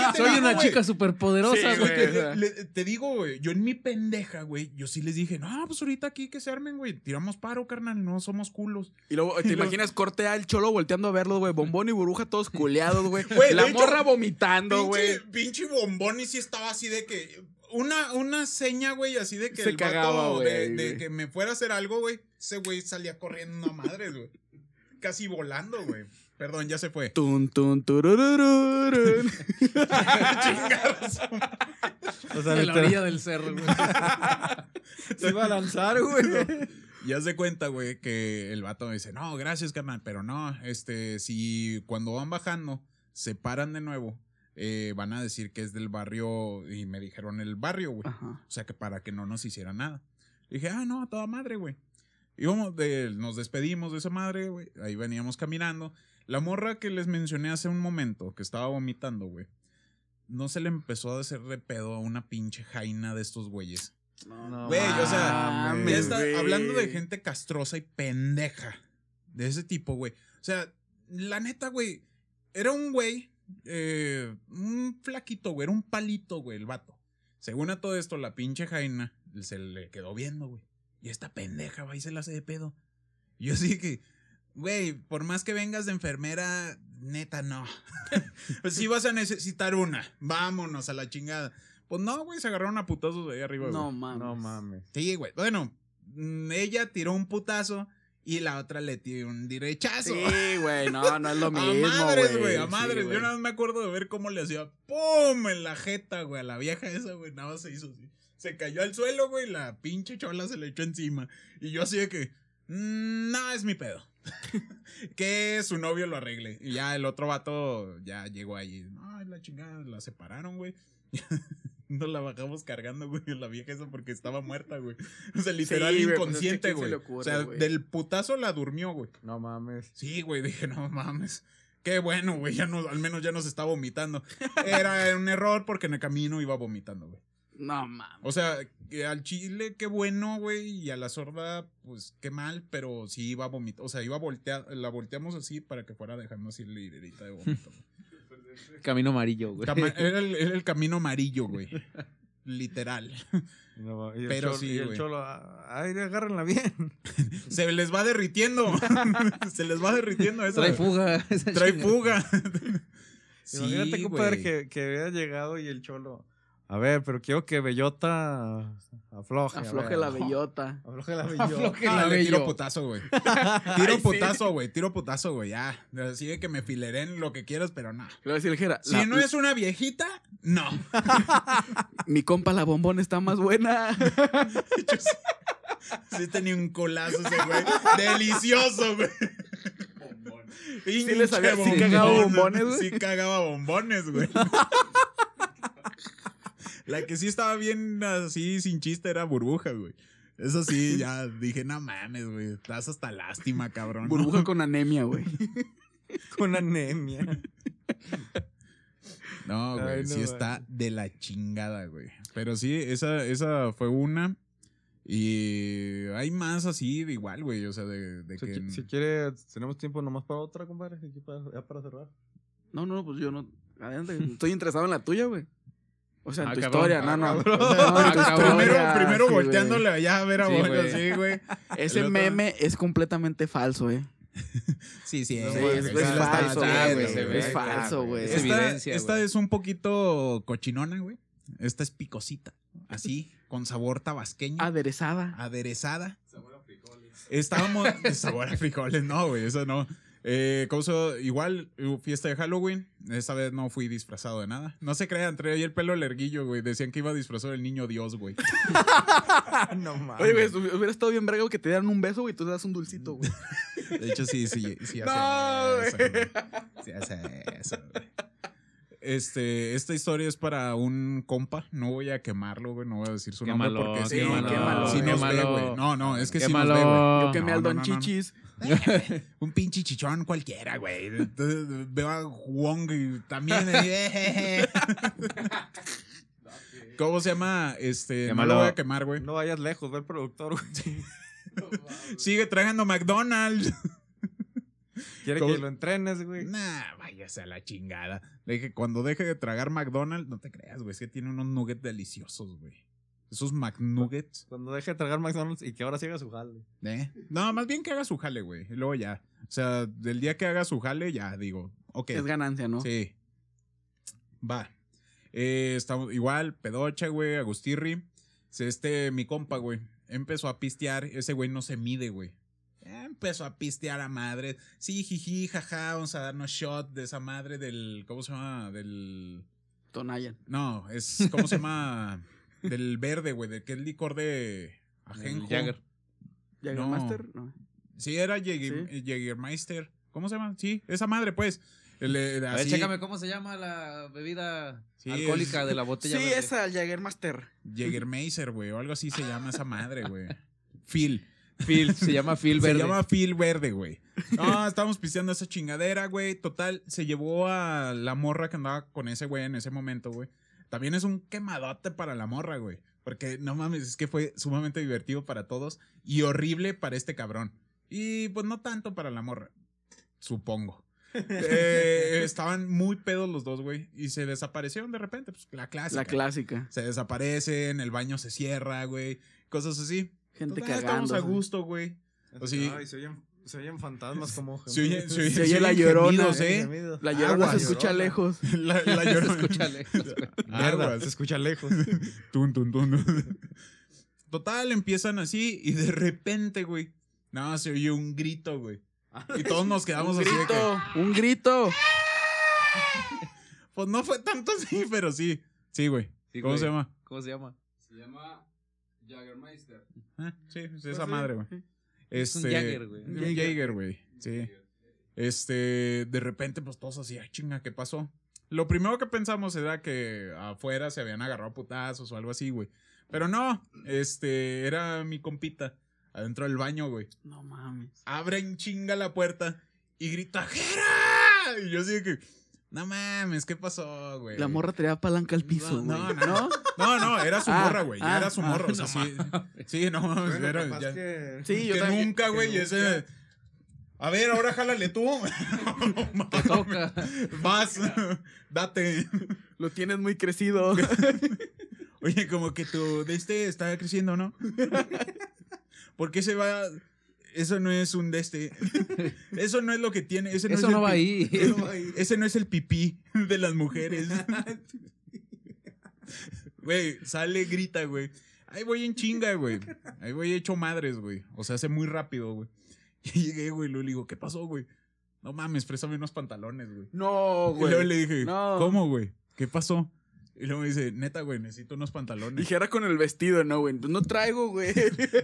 S4: te
S8: Soy
S4: digo,
S8: una
S4: güey.
S8: chica superpoderosa,
S7: Sí,
S8: güey.
S7: güey.
S4: Porque le- le- te digo, güey, yo en mi pendeja, güey, yo sí les dije, no, pues ahorita aquí que se armen, güey, tiramos paro, carnal, no somos culos.
S7: Y luego, ¿te
S4: Y luego-
S7: imaginas corte al cholo volteando a verlo, güey? Bombón y burbuja todos culeados, güey.
S4: Güey, de
S7: La
S4: hecho,
S7: morra vomitando, güey.
S4: pinche, pinche bombón y sí estaba así de que, una, una seña, güey, así de que
S7: Se
S4: vato
S7: cagaba, güey,
S4: de, de
S7: güey.
S4: que me fuera a hacer algo, güey, ese güey salía corriendo a madres, güey, casi volando, güey. Perdón, ya se fue.
S7: Tun, tun, tururururun.
S4: Chingados.
S5: O sea,
S8: En la
S5: literal-
S8: orilla del cerro, güey.
S5: se iba a lanzar, güey.
S4: Y haz de cuenta, güey, que el vato me dice, no, gracias, carnal, pero no, este, si cuando van bajando, se paran de nuevo, eh, van a decir que es del barrio, y me dijeron el barrio, güey.
S7: Ajá.
S4: O sea, que para que no nos hiciera nada. Dije, ah, no, a toda madre, güey. Y vamos, de- nos despedimos de esa madre, güey. Ahí veníamos caminando. La morra que les mencioné hace un momento, que estaba vomitando, güey. No se le empezó a hacer de pedo a una pinche jaina de estos güeyes.
S5: No
S4: Güey, o sea,
S7: mames,
S4: ya está
S7: güey.
S4: hablando de gente castrosa y pendeja. De ese tipo, güey. O sea, la neta, güey. Era un güey, eh, un flaquito, güey. Era un palito, güey, el vato. Según a todo esto, la pinche Jaina se le quedó viendo, güey. Y esta pendeja, va y se la hace de pedo. Y Yo sí que, güey, por más que vengas de enfermera, neta, no. pues sí vas a necesitar una. Vámonos a la chingada. Pues no, güey, se agarraron a putazos de ahí arriba, güey.
S7: No mames.
S5: No mames.
S4: Sí, güey. Bueno, mm, ella tiró un putazo y la otra le tiró un derechazo.
S7: Sí, güey, no, no es lo mismo.
S4: a madres, güey, a
S7: sí,
S4: madres.
S7: güey.
S4: Yo nada más me acuerdo de ver cómo le hacía ¡pum! en la jeta, güey, a la vieja esa, güey. Nada más se hizo así. Se cayó al suelo, güey, y la pinche chola se le echó encima. Y yo así de que, "Mm, no, es mi pedo. que su novio lo arregle. Y ya el otro vato ya llegó allí. Ay, la chingada, la separaron, güey. Nos la bajamos cargando, güey, a la vieja esa porque estaba muerta, güey. O sea, literal
S7: güey, pues, es que
S4: inconsciente,
S7: ¿quién se
S4: güey.
S7: le ocurre,
S4: o sea,
S7: güey?
S4: del putazo la durmió, güey.
S5: No mames.
S4: Sí, güey, dije, no mames. Qué bueno, güey, ya no, al menos ya nos está vomitando. Era un error porque en el camino iba vomitando, güey.
S7: No mames.
S4: O sea, que al chile, qué bueno, güey, y a la sorda, pues qué mal, pero sí iba a vomitar. O sea, iba a voltear, la volteamos así para que fuera dejando así la hilerita de vómito. güey.
S8: Camino amarillo, güey.
S4: Cama- Era el, era el camino amarillo, güey. Literal.
S5: No mames. Y el
S4: Pero
S5: cholo-
S4: sí,
S5: y el
S4: güey.
S5: cholo, ah, ay, agárrenla bien.
S4: Se les va derritiendo. Se les va derritiendo eso.
S8: Trae fuga. esa
S4: Trae
S8: chinga.
S4: fuga.
S5: Imagínate,
S4: Sí, güey.
S5: compadre, que, que hubiera llegado y el cholo. A ver, pero quiero que Bellota afloje. a
S7: Afloje
S5: ver".
S7: la bellota.
S5: Afloje la bellota.
S6: Afloje
S4: Ah,
S6: la
S4: le tiro
S6: bello.
S4: putazo, güey. Tiro putazo, güey. Tiro putazo, güey. Ya. Así de que me fileren lo que quieras, pero no.
S7: Le voy a decir, Jera,
S4: Si
S7: la-
S4: no es una viejita, no.
S7: mi compa la bombón está más buena.
S4: Sí tenía un colazo ese, güey. Delicioso, güey.
S7: Sí le sabía- sí
S4: Pinche
S7: cagaba
S4: bombón.
S7: bombones, güey.
S4: Sí cagaba bombones, güey. La que sí estaba bien así, sin chiste, era burbuja, güey. Eso sí, ya dije, no mames, güey. Estás hasta lástima, cabrón. ¿no?"
S7: Burbuja con anemia, güey.
S5: Con anemia.
S4: No, güey,
S5: Ay, no
S4: sí
S5: mames.
S4: está de la chingada, güey. Pero sí, esa, esa fue una. Y hay más así de igual, güey. O sea, de, de
S5: Si,
S4: que.
S5: qui- si quiere, tenemos tiempo nomás para otra, compadre. aquí para- ya para cerrar.
S7: No, no, pues yo no. Adelante, estoy interesado en la tuya, güey. O sea, en
S8: Ah,
S7: tu
S8: cabrón.
S7: historia, no, no.
S4: O sea,
S7: No, en tu
S8: Ah, cabrón.
S7: historia,
S4: primero primero
S7: sí, güey.
S4: volteándole allá a ver a
S8: Sí,
S4: vos,
S8: güey.
S4: sí, güey.
S7: Ese
S4: El otro-
S7: meme es completamente falso, eh.
S4: Sí, sí,
S7: Sí,
S4: es,
S7: es,
S4: sí,
S7: es
S4: la está
S7: falso,
S4: echando,
S8: ya,
S7: güey.
S8: se ve,
S7: Es
S8: ya,
S7: falso,
S8: güey.
S7: güey.
S8: Es
S4: Esta,
S8: evidencia,
S4: esta
S8: güey.
S4: es un poquito cochinona, güey. Esta es picosita. Así, con sabor tabasqueño.
S7: Ah, Aderezada.
S4: aderezada. Sabor a frijoles. Estábamos. sabor a frijoles, no, güey, eso no. Eh, cosa, igual, eh, fiesta de Halloween. Esta vez no fui disfrazado de nada. No se crean, traía ahí el pelo lerguillo, güey. Decían que iba a disfrazar el niño Dios, güey.
S5: No mames.
S7: Oye, güey, hubiera estado bien verga que te dieran un beso, güey, y tú te das un dulcito, güey.
S4: De hecho, sí, sí, sí hace
S7: No,
S4: eso,
S7: güey.
S4: güey. Sí hace eso, güey. Este, esta historia es para un compa. No voy a quemarlo, güey. No voy a decir su
S8: Quémalo,
S4: nombre porque si
S7: quémalo,
S4: sí nos ve,
S8: quémalo.
S4: güey. No, no, es que
S8: Qué
S4: sí nos ve, güey.
S8: malo.
S7: Yo quemé
S4: no,
S7: al
S4: no,
S7: Don
S4: no, no.
S7: Chichis.
S4: Un pinche chichón cualquiera, güey. Entonces, Veo a Wong y también. eh, ¿Cómo se llama? Este, no
S8: Llámalo.
S4: lo voy a quemar, güey.
S5: No vayas lejos, ve el productor, güey.
S4: Sigue tragando McDonald's.
S5: Quiere
S4: ¿Cómo?
S5: que lo entrenes, güey.
S4: Nah, váyase a la chingada. Le dije, cuando deje de tragar McDonald's, no te creas, güey. Es que tiene unos nuggets deliciosos, güey. Esos McNuggets.
S5: Cuando deje de tragar McDonald's y que ahora siga su jale.
S4: ¿Eh? No, más bien que haga su jale, güey. Y luego ya. O sea, del día que haga su jale, ya digo, ok.
S7: Es ganancia, ¿no?
S4: Sí. Va. Eh, estamos igual, pedocha, güey, Agustirri. Se- Este, mi compa, güey, empezó a pistear. Ese güey no se mide, güey. Eh, Empezó a pistear a madre. Sí, jiji, jaja, vamos a darnos shot de esa madre del. ¿Cómo se llama? Del.
S7: Tonayan.
S4: No, es. ¿Cómo se llama? Del verde, güey, de que es licor de. Ajenjo.
S8: El Jagger.
S7: Jägermeister, no.
S4: Sí, era Jäger- eh, Jägermeister. ¿Cómo se llama? Sí, esa madre, pues. El, eh,
S8: A ver,
S4: así-
S8: chécame cómo se llama la bebida
S4: Sí,
S8: alcohólica
S4: es-
S8: de la botella.
S7: Sí,
S8: verde.
S7: esa, el Jägermeister.
S4: Jägermeister, güey, o algo así se llama esa madre, güey. Phil.
S8: Phil, se llama Phil
S4: Se
S8: Verde.
S4: llama Phil Verde, güey. No, estábamos pisteando esa chingadera, güey. Total, se llevó a la morra que andaba con ese güey en ese momento, güey. También es un quemadote para la morra, güey. Porque no mames, es que fue sumamente divertido para todos y horrible para este cabrón. Y pues no tanto para la morra, supongo. Eh, estaban muy pedos los dos, güey. Y se desaparecieron de repente, pues la clásica.
S7: La clásica.
S4: se desaparecen, el baño se cierra, güey, cosas así.
S7: Gente
S4: Total,
S7: cagando.
S4: Estamos a gusto, güey. O sí.
S5: Ay, se oyen, se oyen fantasmas como.
S4: Se oye, se oye,
S7: Se oye la
S4: oyen
S7: llorona,
S4: gemidos,
S5: eh,
S4: ¿eh?
S5: gemidos.
S7: La llorona
S4: Agua,
S7: se escucha
S5: llorona.
S7: lejos.
S4: La, la
S8: Se
S4: llorona.
S8: escucha lejos, güey.
S5: Mierda,
S4: Aguas.
S5: se escucha lejos.
S4: Tun, tun, tun. Total, empiezan así y de repente, güey, nada más se oye un grito, güey. Y todos nos quedamos
S7: Ah, Un
S4: así de que,
S7: grito, un grito.
S4: pues no fue tanto así, pero sí. Sí, güey.
S8: Sí,
S4: ¿Cómo
S8: güey.
S4: se llama?
S8: ¿Cómo se llama?
S9: Se llama Jagermeister.
S4: Ah, Sí, es esa madre, güey.
S8: Pues Es un
S4: Este,
S8: Jagger, güey.
S4: Un Jaeger, güey. Sí. Este, de repente, pues todos así, ay, chinga, ¿qué pasó? Lo primero que pensamos era que afuera se habían agarrado a putazos o algo así, güey. Pero no, este, era mi compita adentro del baño, güey.
S7: No mames.
S4: Abren chinga la puerta y grita, ¡Jera! Y yo así de que, no mames, ¿qué pasó, güey?
S7: La morra traía palanca al piso, güey.
S4: No, no, no. No, no, era su
S7: Ah,
S4: morra, güey.
S7: ah,
S4: era su
S7: ah,
S4: morra. o sea, sí, sí, no mames,
S5: Bueno,
S4: era-
S5: capaz
S4: ya-
S5: que-
S7: Sí, yo
S4: que
S7: también.
S4: nunca, güey, ese... A ver, ahora jálale tú. No,
S8: Te toca.
S4: Vas, date.
S7: Lo tienes muy crecido.
S4: Oye, como que tu de este está creciendo, ¿no? ¿Por qué se va? Eso no es un de este. Eso no es lo que tiene. Ese no
S8: Eso
S4: es
S8: no
S4: el
S8: va
S4: pi-
S8: ahí.
S4: Ese no es el pipí de las mujeres. Güey, sale, grita, güey. Ahí voy en chinga, güey. Ahí voy hecho madres, güey. O sea, hace muy rápido, güey. Y llegué, güey, y luego le digo, ¿qué pasó, güey? No mames, préstame unos pantalones, güey.
S7: No,
S4: Y luego le
S7: güey.
S4: dije,
S7: No.
S4: ¿cómo, güey? ¿Qué pasó? Y luego me dice, neta, güey, necesito unos pantalones.
S7: Dijera con el vestido, no, güey. Pues no traigo, güey.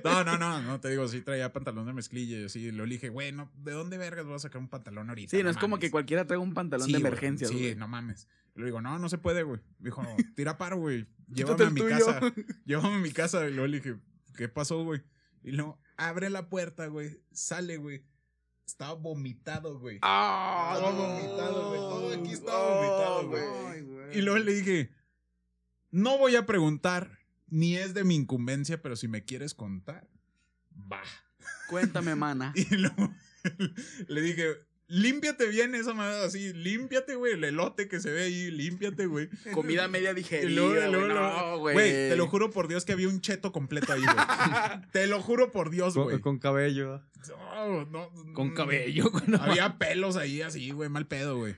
S4: No, no, no, no te digo, sí traía pantalón de mezclilla y así. Lo dije, güey, no, ¿de dónde vergas voy a sacar un pantalón ahorita?
S7: Sí, no es como
S4: mames".
S7: que cualquiera traiga un pantalón
S4: Sí,
S7: de
S4: güey,
S7: emergencia,
S4: Sí,
S7: güey.
S4: no mames. Le digo, no, no se puede, güey. Dijo, tira paro, güey.
S7: Quítate
S4: Llévame a
S7: el
S4: mi
S7: tuyo.
S4: casa. Llévame a mi casa. Y luego le dije, ¿qué pasó, güey? Y luego abre la puerta, güey. Sale, güey. Estaba vomitado, güey.
S7: Ah,
S4: Estaba vomitado, güey. Todo aquí estaba
S7: no,
S4: vomitado, güey. Y luego le dije, no voy a preguntar, ni es de mi incumbencia, pero si me quieres contar, va.
S7: Cuéntame, mana.
S4: Y luego le dije, límpiate bien esa madre así, límpiate, güey, el elote que se ve ahí, límpiate, güey.
S7: Comida media
S4: Y
S7: digerida.
S4: luego, luego,
S7: güey.
S4: luego-
S7: No,
S4: güey, te lo juro por Dios que había un cheto completo ahí, güey. te lo juro por Dios,
S5: Con,
S4: güey.
S5: con cabello.
S4: No, no,
S8: Con
S4: no.
S8: cabello. güey, no mames.
S4: Había pelos ahí así, güey, mal pedo, güey.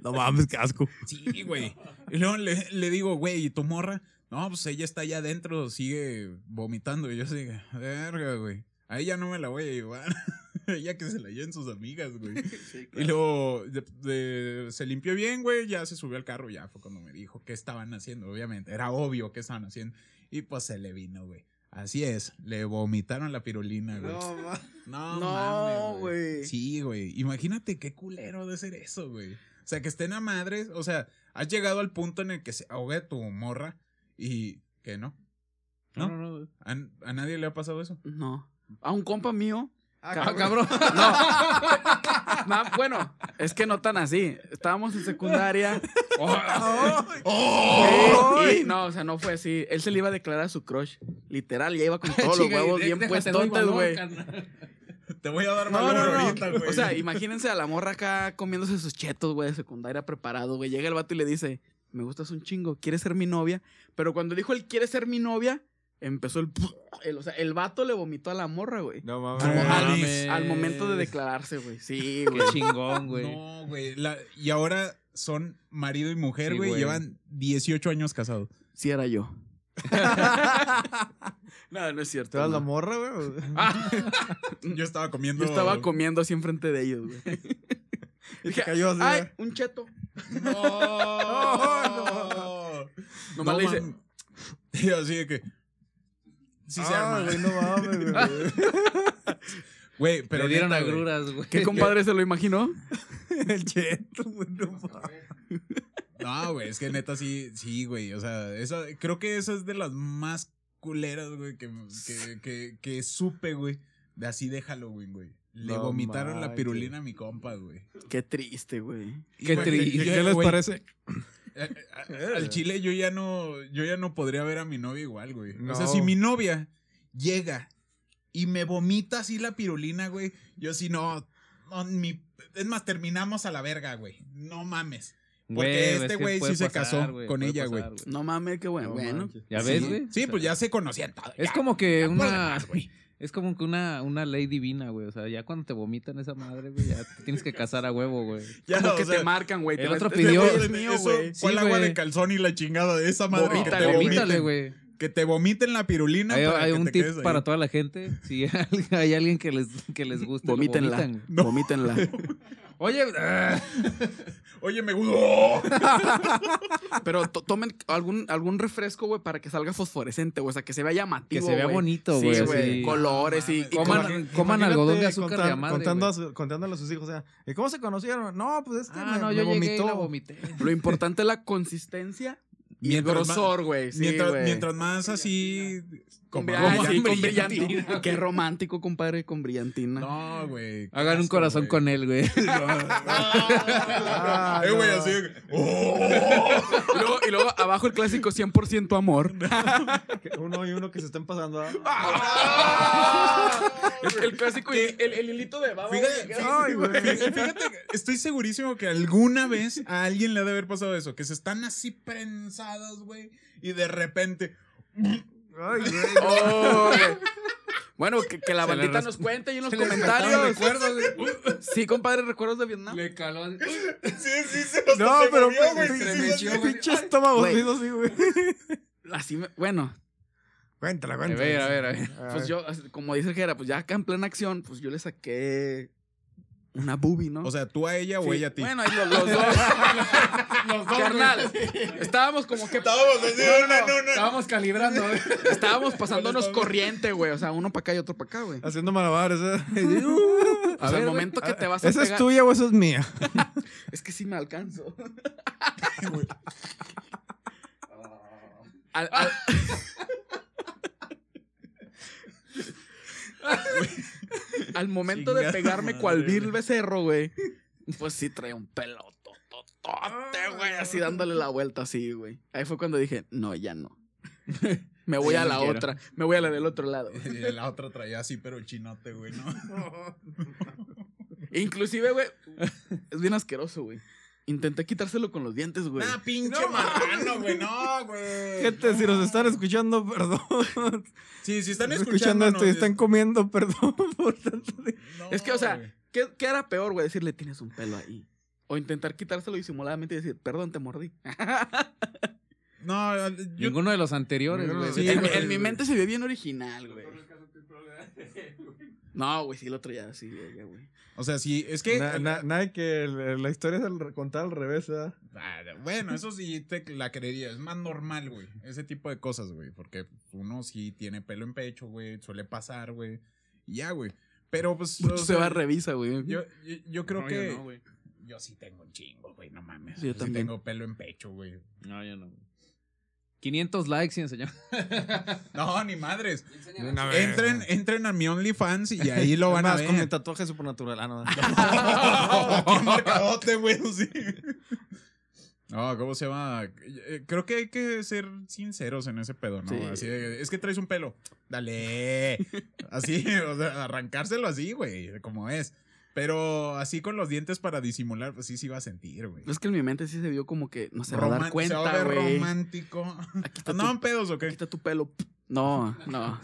S10: No mames, qué asco.
S4: Sí, güey. Y luego le, le digo, güey, ¿y tu morra? No, pues ella está allá adentro, sigue vomitando. Y yo así, verga, güey. A ella no me la voy a llevar. ella que se la lleven sus amigas, güey. Y luego de- de- se limpió bien, güey. Ya se subió al carro, ya fue cuando me dijo qué estaban haciendo, obviamente. Era obvio qué estaban haciendo. Y pues se le vino, güey. Así es, le vomitaron la pirulina, güey. No,
S7: No,
S4: mames,
S7: güey.
S4: Sí, güey. Imagínate qué culero de ser eso, güey. O sea, que estén a madres. O sea, has llegado al punto en el que se ahogue tu morra y que no.
S8: No, no, no. güey.
S4: ¿A, a nadie le ha pasado eso?
S7: No. A un compa mío.
S8: Ah,
S7: cabrón.
S8: cabrón.
S7: No, bueno, es que no tan así. Estábamos en secundaria. Sí, sí, no, o sea, no fue así. Él se le iba a declarar a su crush. Literal, ya iba con todos los
S8: Chinga,
S7: huevos
S8: y
S7: bien
S8: déjate,
S7: puestos,
S8: doy valor,
S7: güey.
S8: carnal.
S4: Te voy a dar
S7: No,
S4: valor
S7: no, no.
S4: ahorita, güey.
S7: O sea, imagínense a la morra acá comiéndose sus chetos, güey, de secundaria preparado, güey. Llega el vato y le dice, me gustas un chingo, ¿quieres ser mi novia? Pero cuando dijo él quiere ser mi novia, empezó el... el- o sea, el vato le vomitó a la morra, güey.
S5: No
S4: No
S5: mames.
S7: al,
S8: mames.
S7: al momento de declararse, güey. Sí,
S8: Qué
S7: güey.
S8: chingón, güey.
S4: No, güey. la- y ahora son marido y mujer,
S8: Sí,
S4: güey.
S8: güey.
S4: Llevan 18 años casados.
S7: Sí era yo. no, no es
S5: ¿Te
S7: cierto.
S5: das la
S7: no.
S5: morra, güey?
S4: Yo estaba comiendo.
S7: Mm. Yo estaba comiendo así enfrente de ellos, güey. Dije,
S5: cayó así,
S7: ay,
S5: ¿verdad?
S7: un cheto.
S4: No, no,
S7: Nomás le dice,
S4: mam. Y así de que. Sí se
S5: Ah,
S4: arma.
S5: güey, no mames, güey.
S4: Güey,
S8: Pero
S4: pero.
S8: Le dieron
S4: neta, güey.
S8: agruras, güey.
S7: ¿qué compadre se lo imaginó?
S10: El cheto, güey, no mames.
S4: No, güey, es que neta sí, sí, güey. O sea, esa, creo que esa es de las más culeras, güey, que, que, que, que supe, güey. De así de Halloween, güey. Le
S5: No
S4: vomitaron la
S5: manches.
S4: pirulina a mi compa, güey.
S7: Qué triste, güey.
S4: Y,
S8: Qué
S4: güey,
S8: triste.
S4: yo-
S10: ¿Qué les
S4: güey,
S10: parece?
S4: Eh, eh, Al chile yo ya no, yo ya no podría ver a mi novia igual, güey. O sea,
S5: No.
S4: si mi novia llega y me vomita así la pirulina, güey, yo sí no, no, mi- es más, terminamos a la verga, güey. No mames. Porque
S8: ves
S4: este
S8: que
S4: güey sí
S8: puede
S4: se casó con
S8: puede
S4: ella, güey.
S7: No mames, qué bueno.
S5: No
S7: bueno.
S5: manches.
S8: Ya
S4: Sí,
S8: ves, güey.
S4: Sí, pues ya se conocían todo.
S8: Es
S4: ya.
S8: como que
S4: ya por
S8: una.
S4: demás, güey.
S8: Es como que una, una ley divina, güey. O sea, ya cuando te vomitan esa madre, güey, ya te tienes que casar a huevo, güey.
S4: Ya,
S7: Como
S4: o
S7: que
S4: sea,
S7: te marcan, güey.
S8: el
S7: te vas-
S8: otro
S7: este
S8: pidió-
S7: güey
S4: eso-
S7: es mío,
S4: eso
S7: güey.
S4: fue
S8: Sí,
S4: el agua
S8: güey.
S4: de calzón y la chingada de esa madre que
S7: Vomítale,
S4: te
S8: Vomítale,
S4: vomiten.
S8: güey.
S4: Que te vomiten la pirulina
S8: Hay,
S4: para
S8: hay
S4: que
S8: un
S4: te
S8: tip
S4: quedes ahí.
S8: para toda la gente. Si hay alguien que les, que les guste, lo
S7: Vomítenla.
S8: vomitan.
S7: Vomítenla.
S8: Oye, ah,
S4: Oye, me gusta.
S7: Pero to- tomen algún, algún refresco, güey, para que salga fosforescente, güey. O sea, que se vea llamativo.
S8: que se vea
S7: güey.
S8: bonito,
S7: Sí,
S8: güey.
S7: güey.
S8: así.
S7: Colores y, y
S8: Coman-
S7: con-
S8: coman
S5: Imagínate
S8: algodón de azúcar
S5: contan-
S8: de a madre,
S5: contando
S8: güey.
S5: a su- contándole a sus hijos, o sea, ¿y cómo se conocieron? No, pues este
S8: Ah,
S5: me,
S8: no,
S5: me
S8: yo llegué y
S5: vomitó.
S8: la vomité.
S7: Lo importante es la consistencia y el
S4: Mientras más-
S7: grosor, güey. Sí,
S4: mientras,
S7: güey.
S4: mientras más así.
S7: Con,
S4: como-
S7: brillan-
S4: como-
S7: sí, con
S8: brillantina.
S7: brillantina. Qué romántico, compadre, con brillantina.
S4: No, güey. qué
S8: Hagan un
S4: asco,
S8: corazón
S4: güey.
S8: con él, güey.
S5: Ah,
S4: Eh, güey,
S5: no.
S4: así. ¡Oh!
S7: Y, luego, y luego abajo el clásico 100% amor.
S5: Que Uno y uno que se están pasando. ah.
S7: Ah. el, el clásico, y el, el hilito de baba.
S4: Fíjate,
S7: güey.
S4: fíjate, fíjate, fíjate que estoy segurísimo que alguna vez a alguien le ha de haber pasado eso, que se están así prensados, güey, y de repente,
S5: Ay, güey.
S7: Oh, güey. Bueno, que, que la
S8: Se le
S7: bandita
S8: res-
S7: nos cuente y en los
S8: se le rescataron
S7: comentarios. Sí, compadre, recuerdos de Vietnam.
S8: Le caló.
S4: sí, sí, se hasta
S5: No,
S4: se
S5: pero
S4: movió, güey,
S5: pues,
S4: sí, sí,
S5: sí,
S4: sí.
S5: sí, pinche estómago
S7: Güey.
S5: dolido, sí, güey.
S7: Así me- bueno,
S5: Cuéntala,
S8: A
S5: cuéntala.
S8: ver, a ver, a ver.
S5: A
S7: pues
S5: ver.
S7: yo, como dice el Jera, pues ya acá en plena acción, pues yo le saqué una boobie, ¿no?
S4: O sea, tú a ella o
S7: Sí.
S4: ella a ti.
S7: Bueno, ahí lo- los, dos. Carnal, estábamos como que.
S4: Estábamos así, no, no, no, no.
S8: Estábamos calibrando, güey.
S7: Estábamos pasándonos corriente, güey. O sea, uno para acá y otro para acá, güey.
S5: Haciendo malabares, ¿eh?
S7: O sea, el uh, momento que te vas a
S5: ¿Esa es
S7: pegar.
S5: tuya o esa es mía?
S7: Es que sí me alcanzo. Al- al- Al momento de
S4: Chingada
S7: pegarme
S4: madre,
S7: cual
S4: güey.
S7: vil becerro, güey. Pues sí trae un pelo tototote, güey. Así dándole la vuelta así, güey. Ahí fue cuando dije, no, ya no. Me voy
S8: Ya
S7: a
S8: no
S7: la
S8: quiero.
S7: otra. Me voy a la del otro lado.
S4: Y la otra traía así, pero el chinote, güey, ¿no?
S7: Inclusive, güey, es bien asqueroso, güey. Intenté quitárselo con los dientes, güey.
S4: Nah, pinche marrano, güey, no, güey.
S5: Gente, si nos están escuchando, perdón.
S4: Sí, si están
S5: escuchando
S4: escuchando,
S5: esto y están comiendo, perdón por tanto. de-
S7: Es que, o sea, ¿Qué, qué era peor, güey? Decirle, tienes un pelo ahí. O intentar quitárselo disimuladamente y decir, perdón, te mordí.
S4: No, yo
S8: Ninguno de los anteriores,
S4: Ninguno de
S8: güey.
S4: los-
S8: Vete
S4: Sí,
S7: en,
S8: con-
S7: mi-
S4: güey.
S7: en mi mente se ve bien original, güey. No, güey, sí, el otro ya, sí, ya, ya, güey.
S4: O sea, sí, es que.
S5: Na- na- Nadie que el- la historia es al re- contada al revés, ¿verdad?
S4: Ah, Bueno, eso sí te la creería. Es más normal, güey. Ese tipo de cosas, güey. Porque uno sí tiene pelo en pecho, güey. Suele pasar, güey. Y ya, güey. Pero pues. o
S7: Mucho se
S4: sea,
S7: va a revisa, güey.
S4: yo, yo, yo creo
S8: No,
S4: que.
S8: yo no,
S4: Yo,
S8: güey.
S4: sí tengo un chingo, güey. No mames.
S7: Yo
S4: sí
S7: también.
S4: tengo pelo en pecho, güey.
S8: No, yo no. 500 likes y enseñamos.
S4: No, ni madres.
S9: Enseña
S5: Una
S9: la-
S5: vez.
S4: Entren, entren a mi OnlyFans y ahí lo van a
S5: Además,
S4: ver.
S5: con mi tatuaje supernatural. Ah, no.
S4: ¡Qué marcadote, güey! Sí. No, ¿cómo se llama? Eh, Creo que hay que ser sinceros en ese pedo, ¿no?
S7: Sí.
S4: Así de, es que traes un pelo. Dale. Así, o sea, arrancárselo así, güey, como es. Pero así con los dientes para disimular, pues sí, sí va a sentir, güey.
S7: Es que en mi mente sí se vio como que no se va a
S4: Roman-
S7: dar
S4: se va a
S7: cuenta,
S4: ver
S7: güey.
S4: romántico.
S7: Aquí está
S4: No,
S7: tu-
S4: pedos, ¿o
S7: Aquí
S4: qué?
S7: está tu pelo. No, no.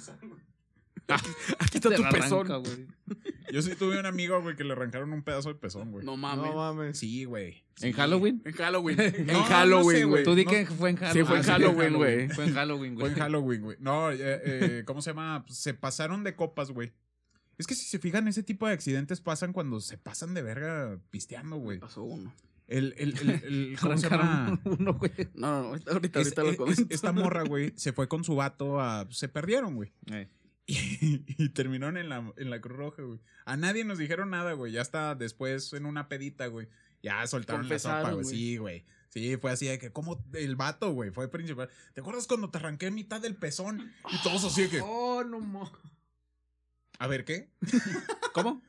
S7: Aquí, aquí está tu pezón.
S8: güey.
S4: Yo sí tuve un amigo, güey, que le arrancaron un pedazo de pezón, güey.
S7: No mames.
S5: No mames.
S4: Sí, güey. Sí.
S8: ¿En Halloween?
S7: En Halloween.
S4: No,
S7: en
S4: no sé,
S7: Halloween,
S4: güey.
S7: güey.
S8: Tú di
S4: no.
S8: que fue en Halloween.
S7: fue en
S8: Ah,
S7: Halloween, güey.
S8: Fue en Halloween, güey.
S4: Fue en Halloween, güey. No, eh, eh, ¿cómo se llama? Pues, Se pasaron de copas, güey. Es que si se fijan, ese tipo de accidentes pasan cuando se pasan de verga pisteando, güey.
S7: Pasó uno.
S4: El, el, el, el- ¿cómo se
S8: Arrancaron
S4: llama?
S8: uno, güey.
S7: No, no, no, ahorita,
S4: Es- eh,
S7: ahorita
S4: es-
S7: lo comento.
S4: esta morra, güey, se fue con su vato a... Se perdieron, güey.
S8: Eh.
S4: Y, y terminaron en la, en la Cruz Roja, güey. A nadie nos dijeron nada, güey. Ya hasta después en una pedita, güey. Ya soltaron la sopa,
S7: Confesaron,
S4: güey.
S7: güey.
S4: Sí, güey. Sí, fue así de que, como el vato, güey, fue principal. ¿Te acuerdas cuando te arranqué mitad del pezón? Y todos así de que.
S8: Oh, no, mo.
S4: A ver, ¿qué?
S8: ¿Cómo?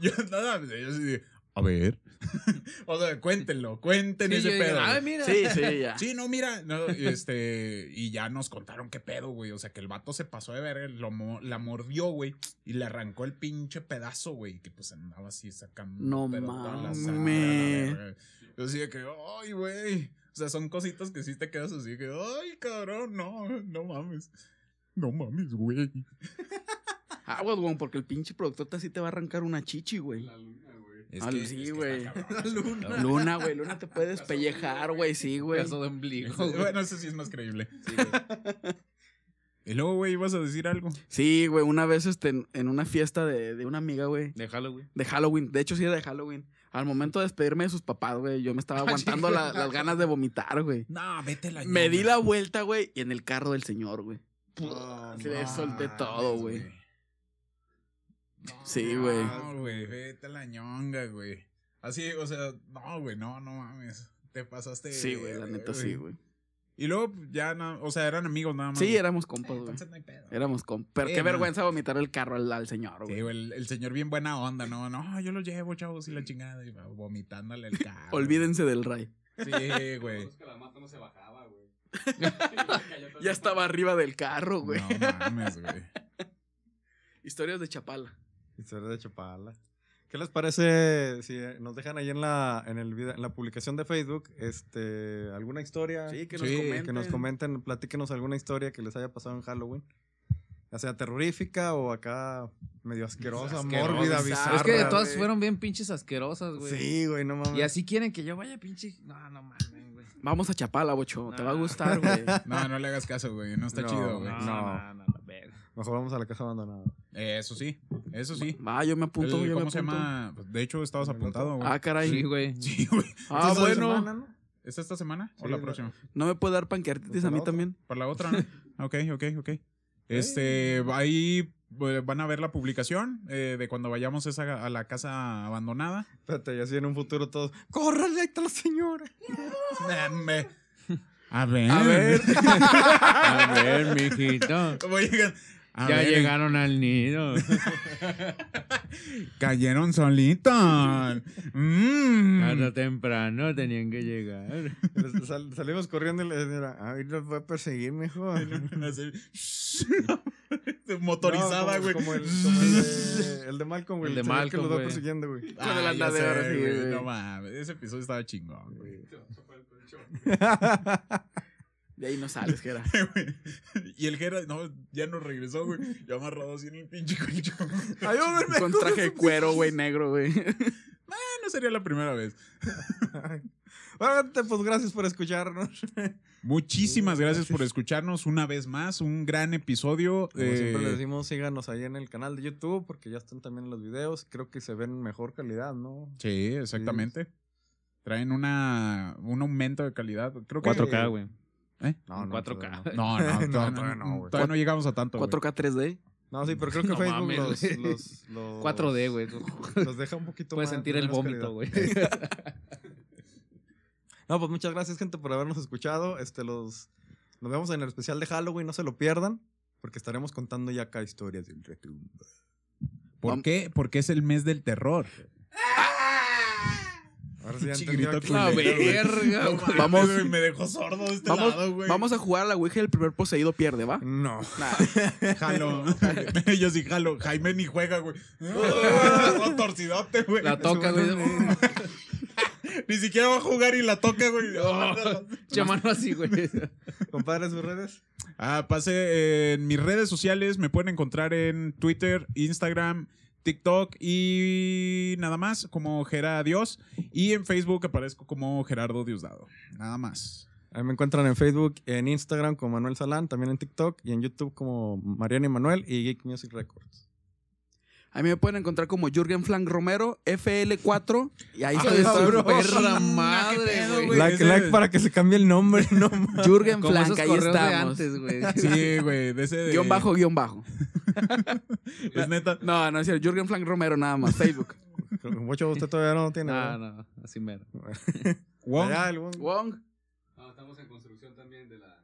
S4: Yo nada, yo así de, a ver. o sea, cuéntenlo, cuenten
S8: Sí,
S4: ese
S8: yo
S4: pedo.
S8: digo,
S4: güey.
S8: Ay, mira.
S7: Sí, sí, ya.
S4: Sí, no, mira, no, y este, y ya nos contaron qué pedo, güey, o sea, que el vato se pasó de ver, la mordió, güey, y le arrancó el pinche pedazo, güey, que pues andaba así sacando
S7: No
S4: pedo toda la
S7: mames.
S4: sangre, la verga. Yo así de que, ay, güey, o sea, son cositas que sí te quedas así de que, ay, cabrón, no, no mames, no mames, güey.
S7: Aguas, ah, güey, porque el pinche productor así te va a arrancar una chichi, güey.
S4: Es
S7: Ah,
S4: que-
S7: sí,
S4: es que está
S7: güey.
S4: cabrón
S8: La
S4: ese
S8: luna.
S4: pedo.
S7: Luna, güey, Luna te puede despellejar, güey, sí, güey.
S8: Pedazo de ombligo.
S4: Bueno, eso sí es más creíble. Y luego, güey, ibas a decir algo.
S7: Sí, güey, una vez este, en en una fiesta de, de una amiga, güey,
S8: De Halloween.
S7: de Halloween. De hecho, sí era de Halloween. Al momento de despedirme de sus papás, güey, yo me estaba aguantando la- las ganas de vomitar, güey.
S4: No, vete la
S7: Me di la vuelta, güey, y en el carro del señor, güey. Le solté todo, güey. Sí, güey.
S4: No, güey, vete a la ñonga, güey. Así, o sea, no, güey, no, no mames. Te pasaste. de
S7: Sí, güey, la
S4: verga,
S7: neta sí, güey.
S4: Y luego ya, na- o sea, eran amigos nada más.
S7: Sí,
S4: güey.
S7: éramos compas, güey.
S4: Entonces no hay pedo.
S7: Éramos compas. Pero
S4: Sí,
S7: qué
S4: no.
S7: vergüenza vomitar el carro al, al señor,
S4: Sí,
S7: güey.
S4: güey, el, el señor bien buena onda, no, no, yo lo llevo, chavos, y la chingada, y va vomitándole el carro.
S7: Olvídense del Ray.
S4: Sí, güey.
S9: Es que la mata no se bajaba, güey.
S7: Ya estaba arriba del carro, güey.
S4: No mames, güey.
S7: Historias de Chapala.
S5: Historia de Chapala. ¿Qué les parece si eh, nos dejan ahí en la, en el video- en la publicación de Facebook este, alguna historia?
S7: Sí, que
S4: nos Sí, que
S7: nos
S5: que nos comenten, platíquenos alguna historia que les haya pasado en Halloween. Ya sea terrorífica o acá medio asquerosa,
S7: Asquerosa,
S5: mórbida,
S7: es
S5: bizarra.
S8: es que de
S7: Zarra,
S8: todas
S7: güey.
S8: fueron bien pinches asquerosas, güey.
S5: Sí, güey, no mames.
S8: Y así quieren que yo vaya pinche. No, no mames, güey.
S7: Vamos a Chapala, bocho. Te va a
S8: Nah.
S7: gustar, güey.
S4: No, no le hagas caso, güey, no está
S5: No,
S4: chido,
S8: No,
S4: güey.
S8: no,
S5: No.
S8: no, no, verga.
S5: Mejor vamos a la casa abandonada.
S4: Eh, Eso sí, eso sí.
S7: Va, yo me apunto,
S4: El-
S7: yo me
S4: ¿Cómo
S7: apunto.
S4: se llama? Pues, De hecho, estabas apuntado, güey.
S7: Ah, caray.
S8: Sí, güey.
S4: Sí, güey.
S7: ah,
S4: Entonces,
S7: bueno.
S4: ¿esta semana, no? ¿Es esta semana o
S5: Sí,
S4: la
S5: la-
S4: próxima?
S7: ¿No me puede dar panqueartitis a mí también?
S4: Para la otra, ¿no? ok, ok, ok. Este, ahí eh, van a ver la publicación eh, de cuando vayamos esa, a la casa abandonada.
S5: Espérate, y así en un futuro todos. ¡Córrale, ahí está la señora!
S4: Dame. A ver.
S7: A ver.
S8: A ver, mijito.
S4: Voy a llegar. A
S8: ya
S4: ver,
S8: llegaron al nido.
S4: Cayeron solitos. Mm.
S8: Tarde o temprano tenían que llegar.
S5: Les- sal- salimos corriendo y le mira, ay, los voy a perseguir mejor.
S4: Así. Motorizada,
S5: No,
S4: güey.
S5: Como, como el, como el de, el de Malcolm, güey.
S8: El de
S5: señor que
S8: Malcolm,
S5: los va
S8: güey.
S5: persiguiendo, güey.
S4: Ah,
S7: Con el
S4: ya
S7: andadero,
S4: sé,
S7: así,
S4: güey,
S7: güey.
S4: No mames, ese episodio estaba chingón, güey.
S7: De ahí no sales, que era.
S4: Y el Jera, no, ya no regresó, güey. Yo amarrado así en el pinche colchón.
S7: Con traje de cuero, güey, negro, güey.
S4: No sería la primera vez.
S5: Bueno, gente, pues gracias por escucharnos.
S4: Muchísimas gracias por escucharnos una vez más. Un gran episodio.
S5: Como siempre
S4: Eh,
S5: les decimos, síganos ahí en el canal de YouTube porque ya están también los videos. Creo que se ven en mejor calidad, ¿no?
S4: Sí, exactamente. Traen una, un aumento de calidad. Creo que
S8: 4K, güey.
S4: ¿Eh?
S5: No, no,
S8: 4K.
S5: todavía
S4: No, no,
S5: No,
S4: todavía
S5: todavía no,
S4: no,
S5: güey.
S4: todavía no llegamos a tanto. güey.
S7: 4K 3D.
S5: No, sí, pero creo que
S8: No
S5: Facebook
S8: mames,
S5: los,
S8: güey.
S5: los- los-
S8: 4D, güey.
S5: Los deja un poquito
S8: Puedes
S5: más-
S8: sentir el
S5: menos
S8: vómito,
S5: calidad.
S8: güey.
S5: No, pues muchas gracias, gente, por habernos escuchado. Este, los... Nos vemos en el especial de Halloween, no se lo pierdan, porque estaremos contando ya acá historias del retumbo.
S4: ¿Por qué? Porque es el mes del terror.
S5: Ahora sí, ya
S4: Pinche
S5: entendí
S4: grito culero,
S5: aquí.
S4: güey.
S8: verga,
S4: No mames,
S7: Vamos-
S4: güey, me dejó sordo de este
S7: Vamos,
S4: lado, güey.
S7: vamos a jugar a la Ouija y el primer poseído pierde, ¿va?
S5: No.
S4: Jalo. Yo sí jalo. Jaime ni juega, güey. Todo torcidote, güey.
S8: La toca, güey.
S4: Ni siquiera va a jugar y la toca, güey.
S8: Llamando así, güey.
S5: Compadre, sus redes.
S4: Ah, pase eh, en mis redes sociales. Me pueden encontrar en Twitter, Instagram, TikTok y nada más como Gera Dios. Y en Facebook aparezco como Gerardo Diosdado. Nada más.
S5: Ahí me encuentran en Facebook, en Instagram como Manuel Salán, también en TikTok y en YouTube como Mariana y Manuel y Geek Music Records.
S7: A mí me pueden encontrar como Jürgen Flank Romero, FL4. Y ahí estoy,
S5: Ah,
S7: estoy
S5: bro.
S7: perra
S8: qué
S7: madre,
S8: pedo,
S7: güey.
S8: güey.
S5: Like,
S4: ese-
S5: like para que se cambie el nombre, no
S7: Jürgen
S8: Como
S7: Flank,
S8: esos
S7: ahí
S8: correos de
S7: estamos.
S8: antes, güey.
S4: Sí, güey. De ese de-
S7: Guión bajo, guión bajo.
S4: Es neta.
S7: No, no es cierto. Jürgen Flank Romero nada más, Facebook.
S5: Mucho usted todavía no tiene.
S8: No,
S5: ¿verdad?
S8: Ah, no, así mero.
S4: Wong.
S5: Allá, el Wong.
S7: Wong.
S9: No, estamos en construcción también de la.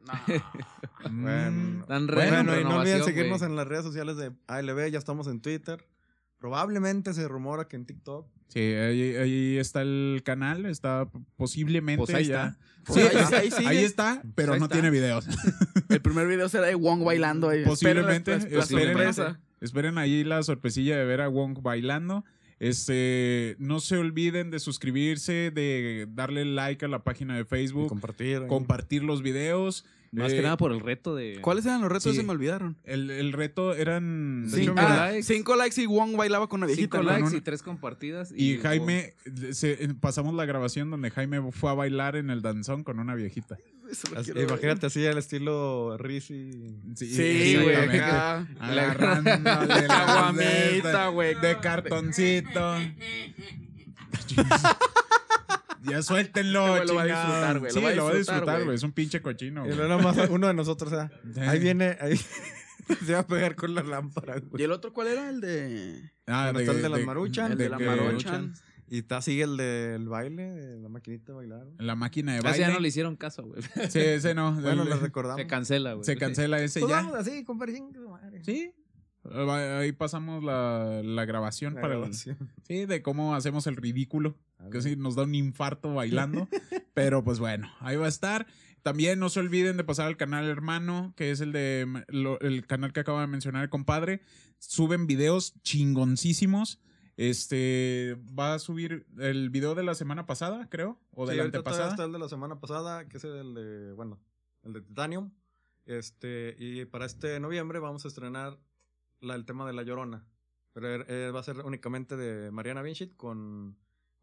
S4: Mm.
S5: Bueno.
S8: Dan re-
S5: Bueno, y no
S8: renovación,
S5: olviden seguirnos
S8: güey.
S5: en las redes sociales de ALB, ya estamos en Twitter. Probablemente se rumora que en TikTok.
S4: Sí, ahí, ahí está el canal, está posiblemente
S8: Pues ahí
S4: ya.
S7: Pues
S4: Sí,
S7: ahí-
S4: está-
S7: ahí sigue.
S4: ahí está, pero
S7: Ahí
S4: no
S7: está.
S4: tiene videos.
S7: El primer video será de Wong bailando. ahí.
S4: Posiblemente,
S7: Esperen la- la- la
S4: esperen.
S7: sorpresa.
S4: Esperen ahí la sorpresilla de ver a Wong bailando. Este, no se olviden de suscribirse, de darle like a la página de
S5: Y
S4: Facebook,
S5: compartir. ahí.
S4: compartir los videos.
S8: Más
S4: Eh,
S8: que nada por el reto de.
S7: ¿Cuáles eran los retos?
S4: Sí.
S7: Se me olvidaron.
S4: El, el reto eran
S8: Sí, Cinco
S7: Ah,
S8: likes.
S7: cinco likes y Wong bailaba con una viejita.
S8: 5
S7: ¿no?
S8: likes
S7: No,
S8: y 3 compartidas.
S4: y eh, Jaime se- pasamos la grabación donde Jaime fue a bailar en el danzón con una viejita.
S7: no. Eso lo
S5: Así-
S7: quiero ver.
S5: imagínate así al estilo Rizzi.
S7: Sí, güey, Ah,
S4: exactamente.
S7: acá.
S4: Agarrándole la
S7: Caguamita,
S4: de-
S7: güey.
S4: De cartoncito. ya
S7: Este
S4: suéltenlo,
S7: güey lo va a
S4: chingado.
S7: disfrutar, güey, lo
S4: Sí,
S7: va a
S4: lo va a
S7: disfrutar,
S4: disfrutar,
S7: güey.
S4: güey. Es un pinche cochino,
S5: Y
S4: güey.
S5: luego nomás uno de nosotros, o sea, ahí viene, ahí se va a pegar con la lámpara,
S7: ¿Y
S5: güey.
S7: el otro cuál era? El de.
S4: Ah,
S5: Bueno, está el de las maruchan,
S7: El de,
S5: de
S7: la
S5: que-
S7: Maruchan.
S5: Y está sigue el del baile, de la maquinita de bailar. güey.
S4: La máquina de
S8: Casi
S4: baile.
S8: ya no le hicieron caso, güey.
S4: Sí, ese no.
S5: Bueno,
S4: El-
S5: lo recordamos.
S8: Se cancela, güey.
S4: se cancela ese
S5: Pues
S4: ya.
S5: vamos así, compadre. chingue su madre.
S4: Sí. Ahí pasamos la, la grabación
S5: La
S4: para el-
S5: grabación.
S4: Sí, de cómo hacemos el ridículo.
S5: Ah,
S4: Que sí, nos da un infarto bailando. pero pues bueno, ahí va a estar. También no se olviden de pasar al canal hermano, que es el de ma- lo- el canal que acaba de mencionar el compadre. Suben videos chingoncísimos. Este va a subir el video de la semana pasada, creo, o de
S5: Sí,
S4: la
S5: ahorita todavía
S4: antepasada.
S5: está el de la semana pasada, que es el de, bueno, el de Titanium. Este, y para este noviembre vamos a estrenar la- el tema de La Llorona. Pero er- eh, va a ser únicamente de Mariana Vinchit con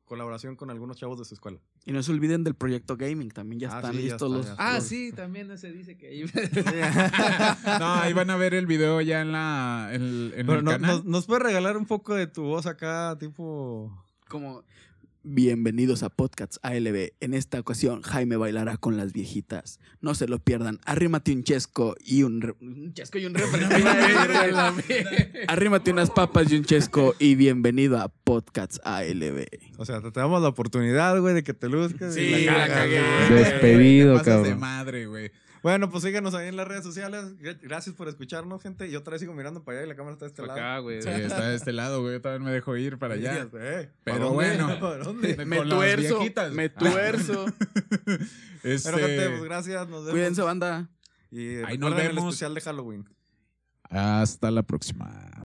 S5: colaboración con algunos chavos de su escuela.
S7: Y no se olviden del proyecto gaming. También ya
S5: Ah,
S7: están
S5: sí, ya
S7: listos
S5: está,
S7: los.
S5: ya está.
S8: Ah, sí, también se dice que ahí.
S4: No, ahí van a ver el video ya en la en, en
S5: Pero
S4: el
S5: no-
S4: canal.
S5: nos, nos puedes regalar un poco de tu voz acá, tipo...
S7: Como. Bienvenidos a Podcasts ALB. En esta ocasión, Jaime bailará con las viejitas. No se lo pierdan. Arrímate un chesco y un. re- Un chesco y un refresco. Arrímate unas papas y un chesco. Y bienvenido a Podcasts ALB.
S5: O sea, te, te damos la oportunidad, güey, de que te luzcas. y
S7: Sí, la
S5: cagas,
S7: cagué.
S5: güey.
S4: Güey,
S8: Despedido,
S4: te pasas
S8: cabrón.
S4: de madre, güey.
S5: Bueno, pues síganos ahí en las redes sociales. Gracias por escucharnos, gente. Yo otra vez sigo mirando para allá y la cámara está de este lado.
S8: Acá, güey.
S4: Sí, está de este lado, güey. Yo también me dejo ir para allá.
S5: Eh,
S4: Pero
S5: ¿para dónde?
S4: bueno.
S5: ¿Para dónde?
S7: Me
S4: Con las
S7: tuerzo.
S4: viejitas.
S7: Me
S4: Ah.
S7: tuerzo.
S4: Este,
S5: Pero gente, pues gracias, nos vemos.
S7: Cuídense, banda.
S5: Y
S4: Ahí
S5: ahí
S4: nos
S5: nos
S4: vemos.
S5: el especial de Halloween.
S4: hasta la próxima.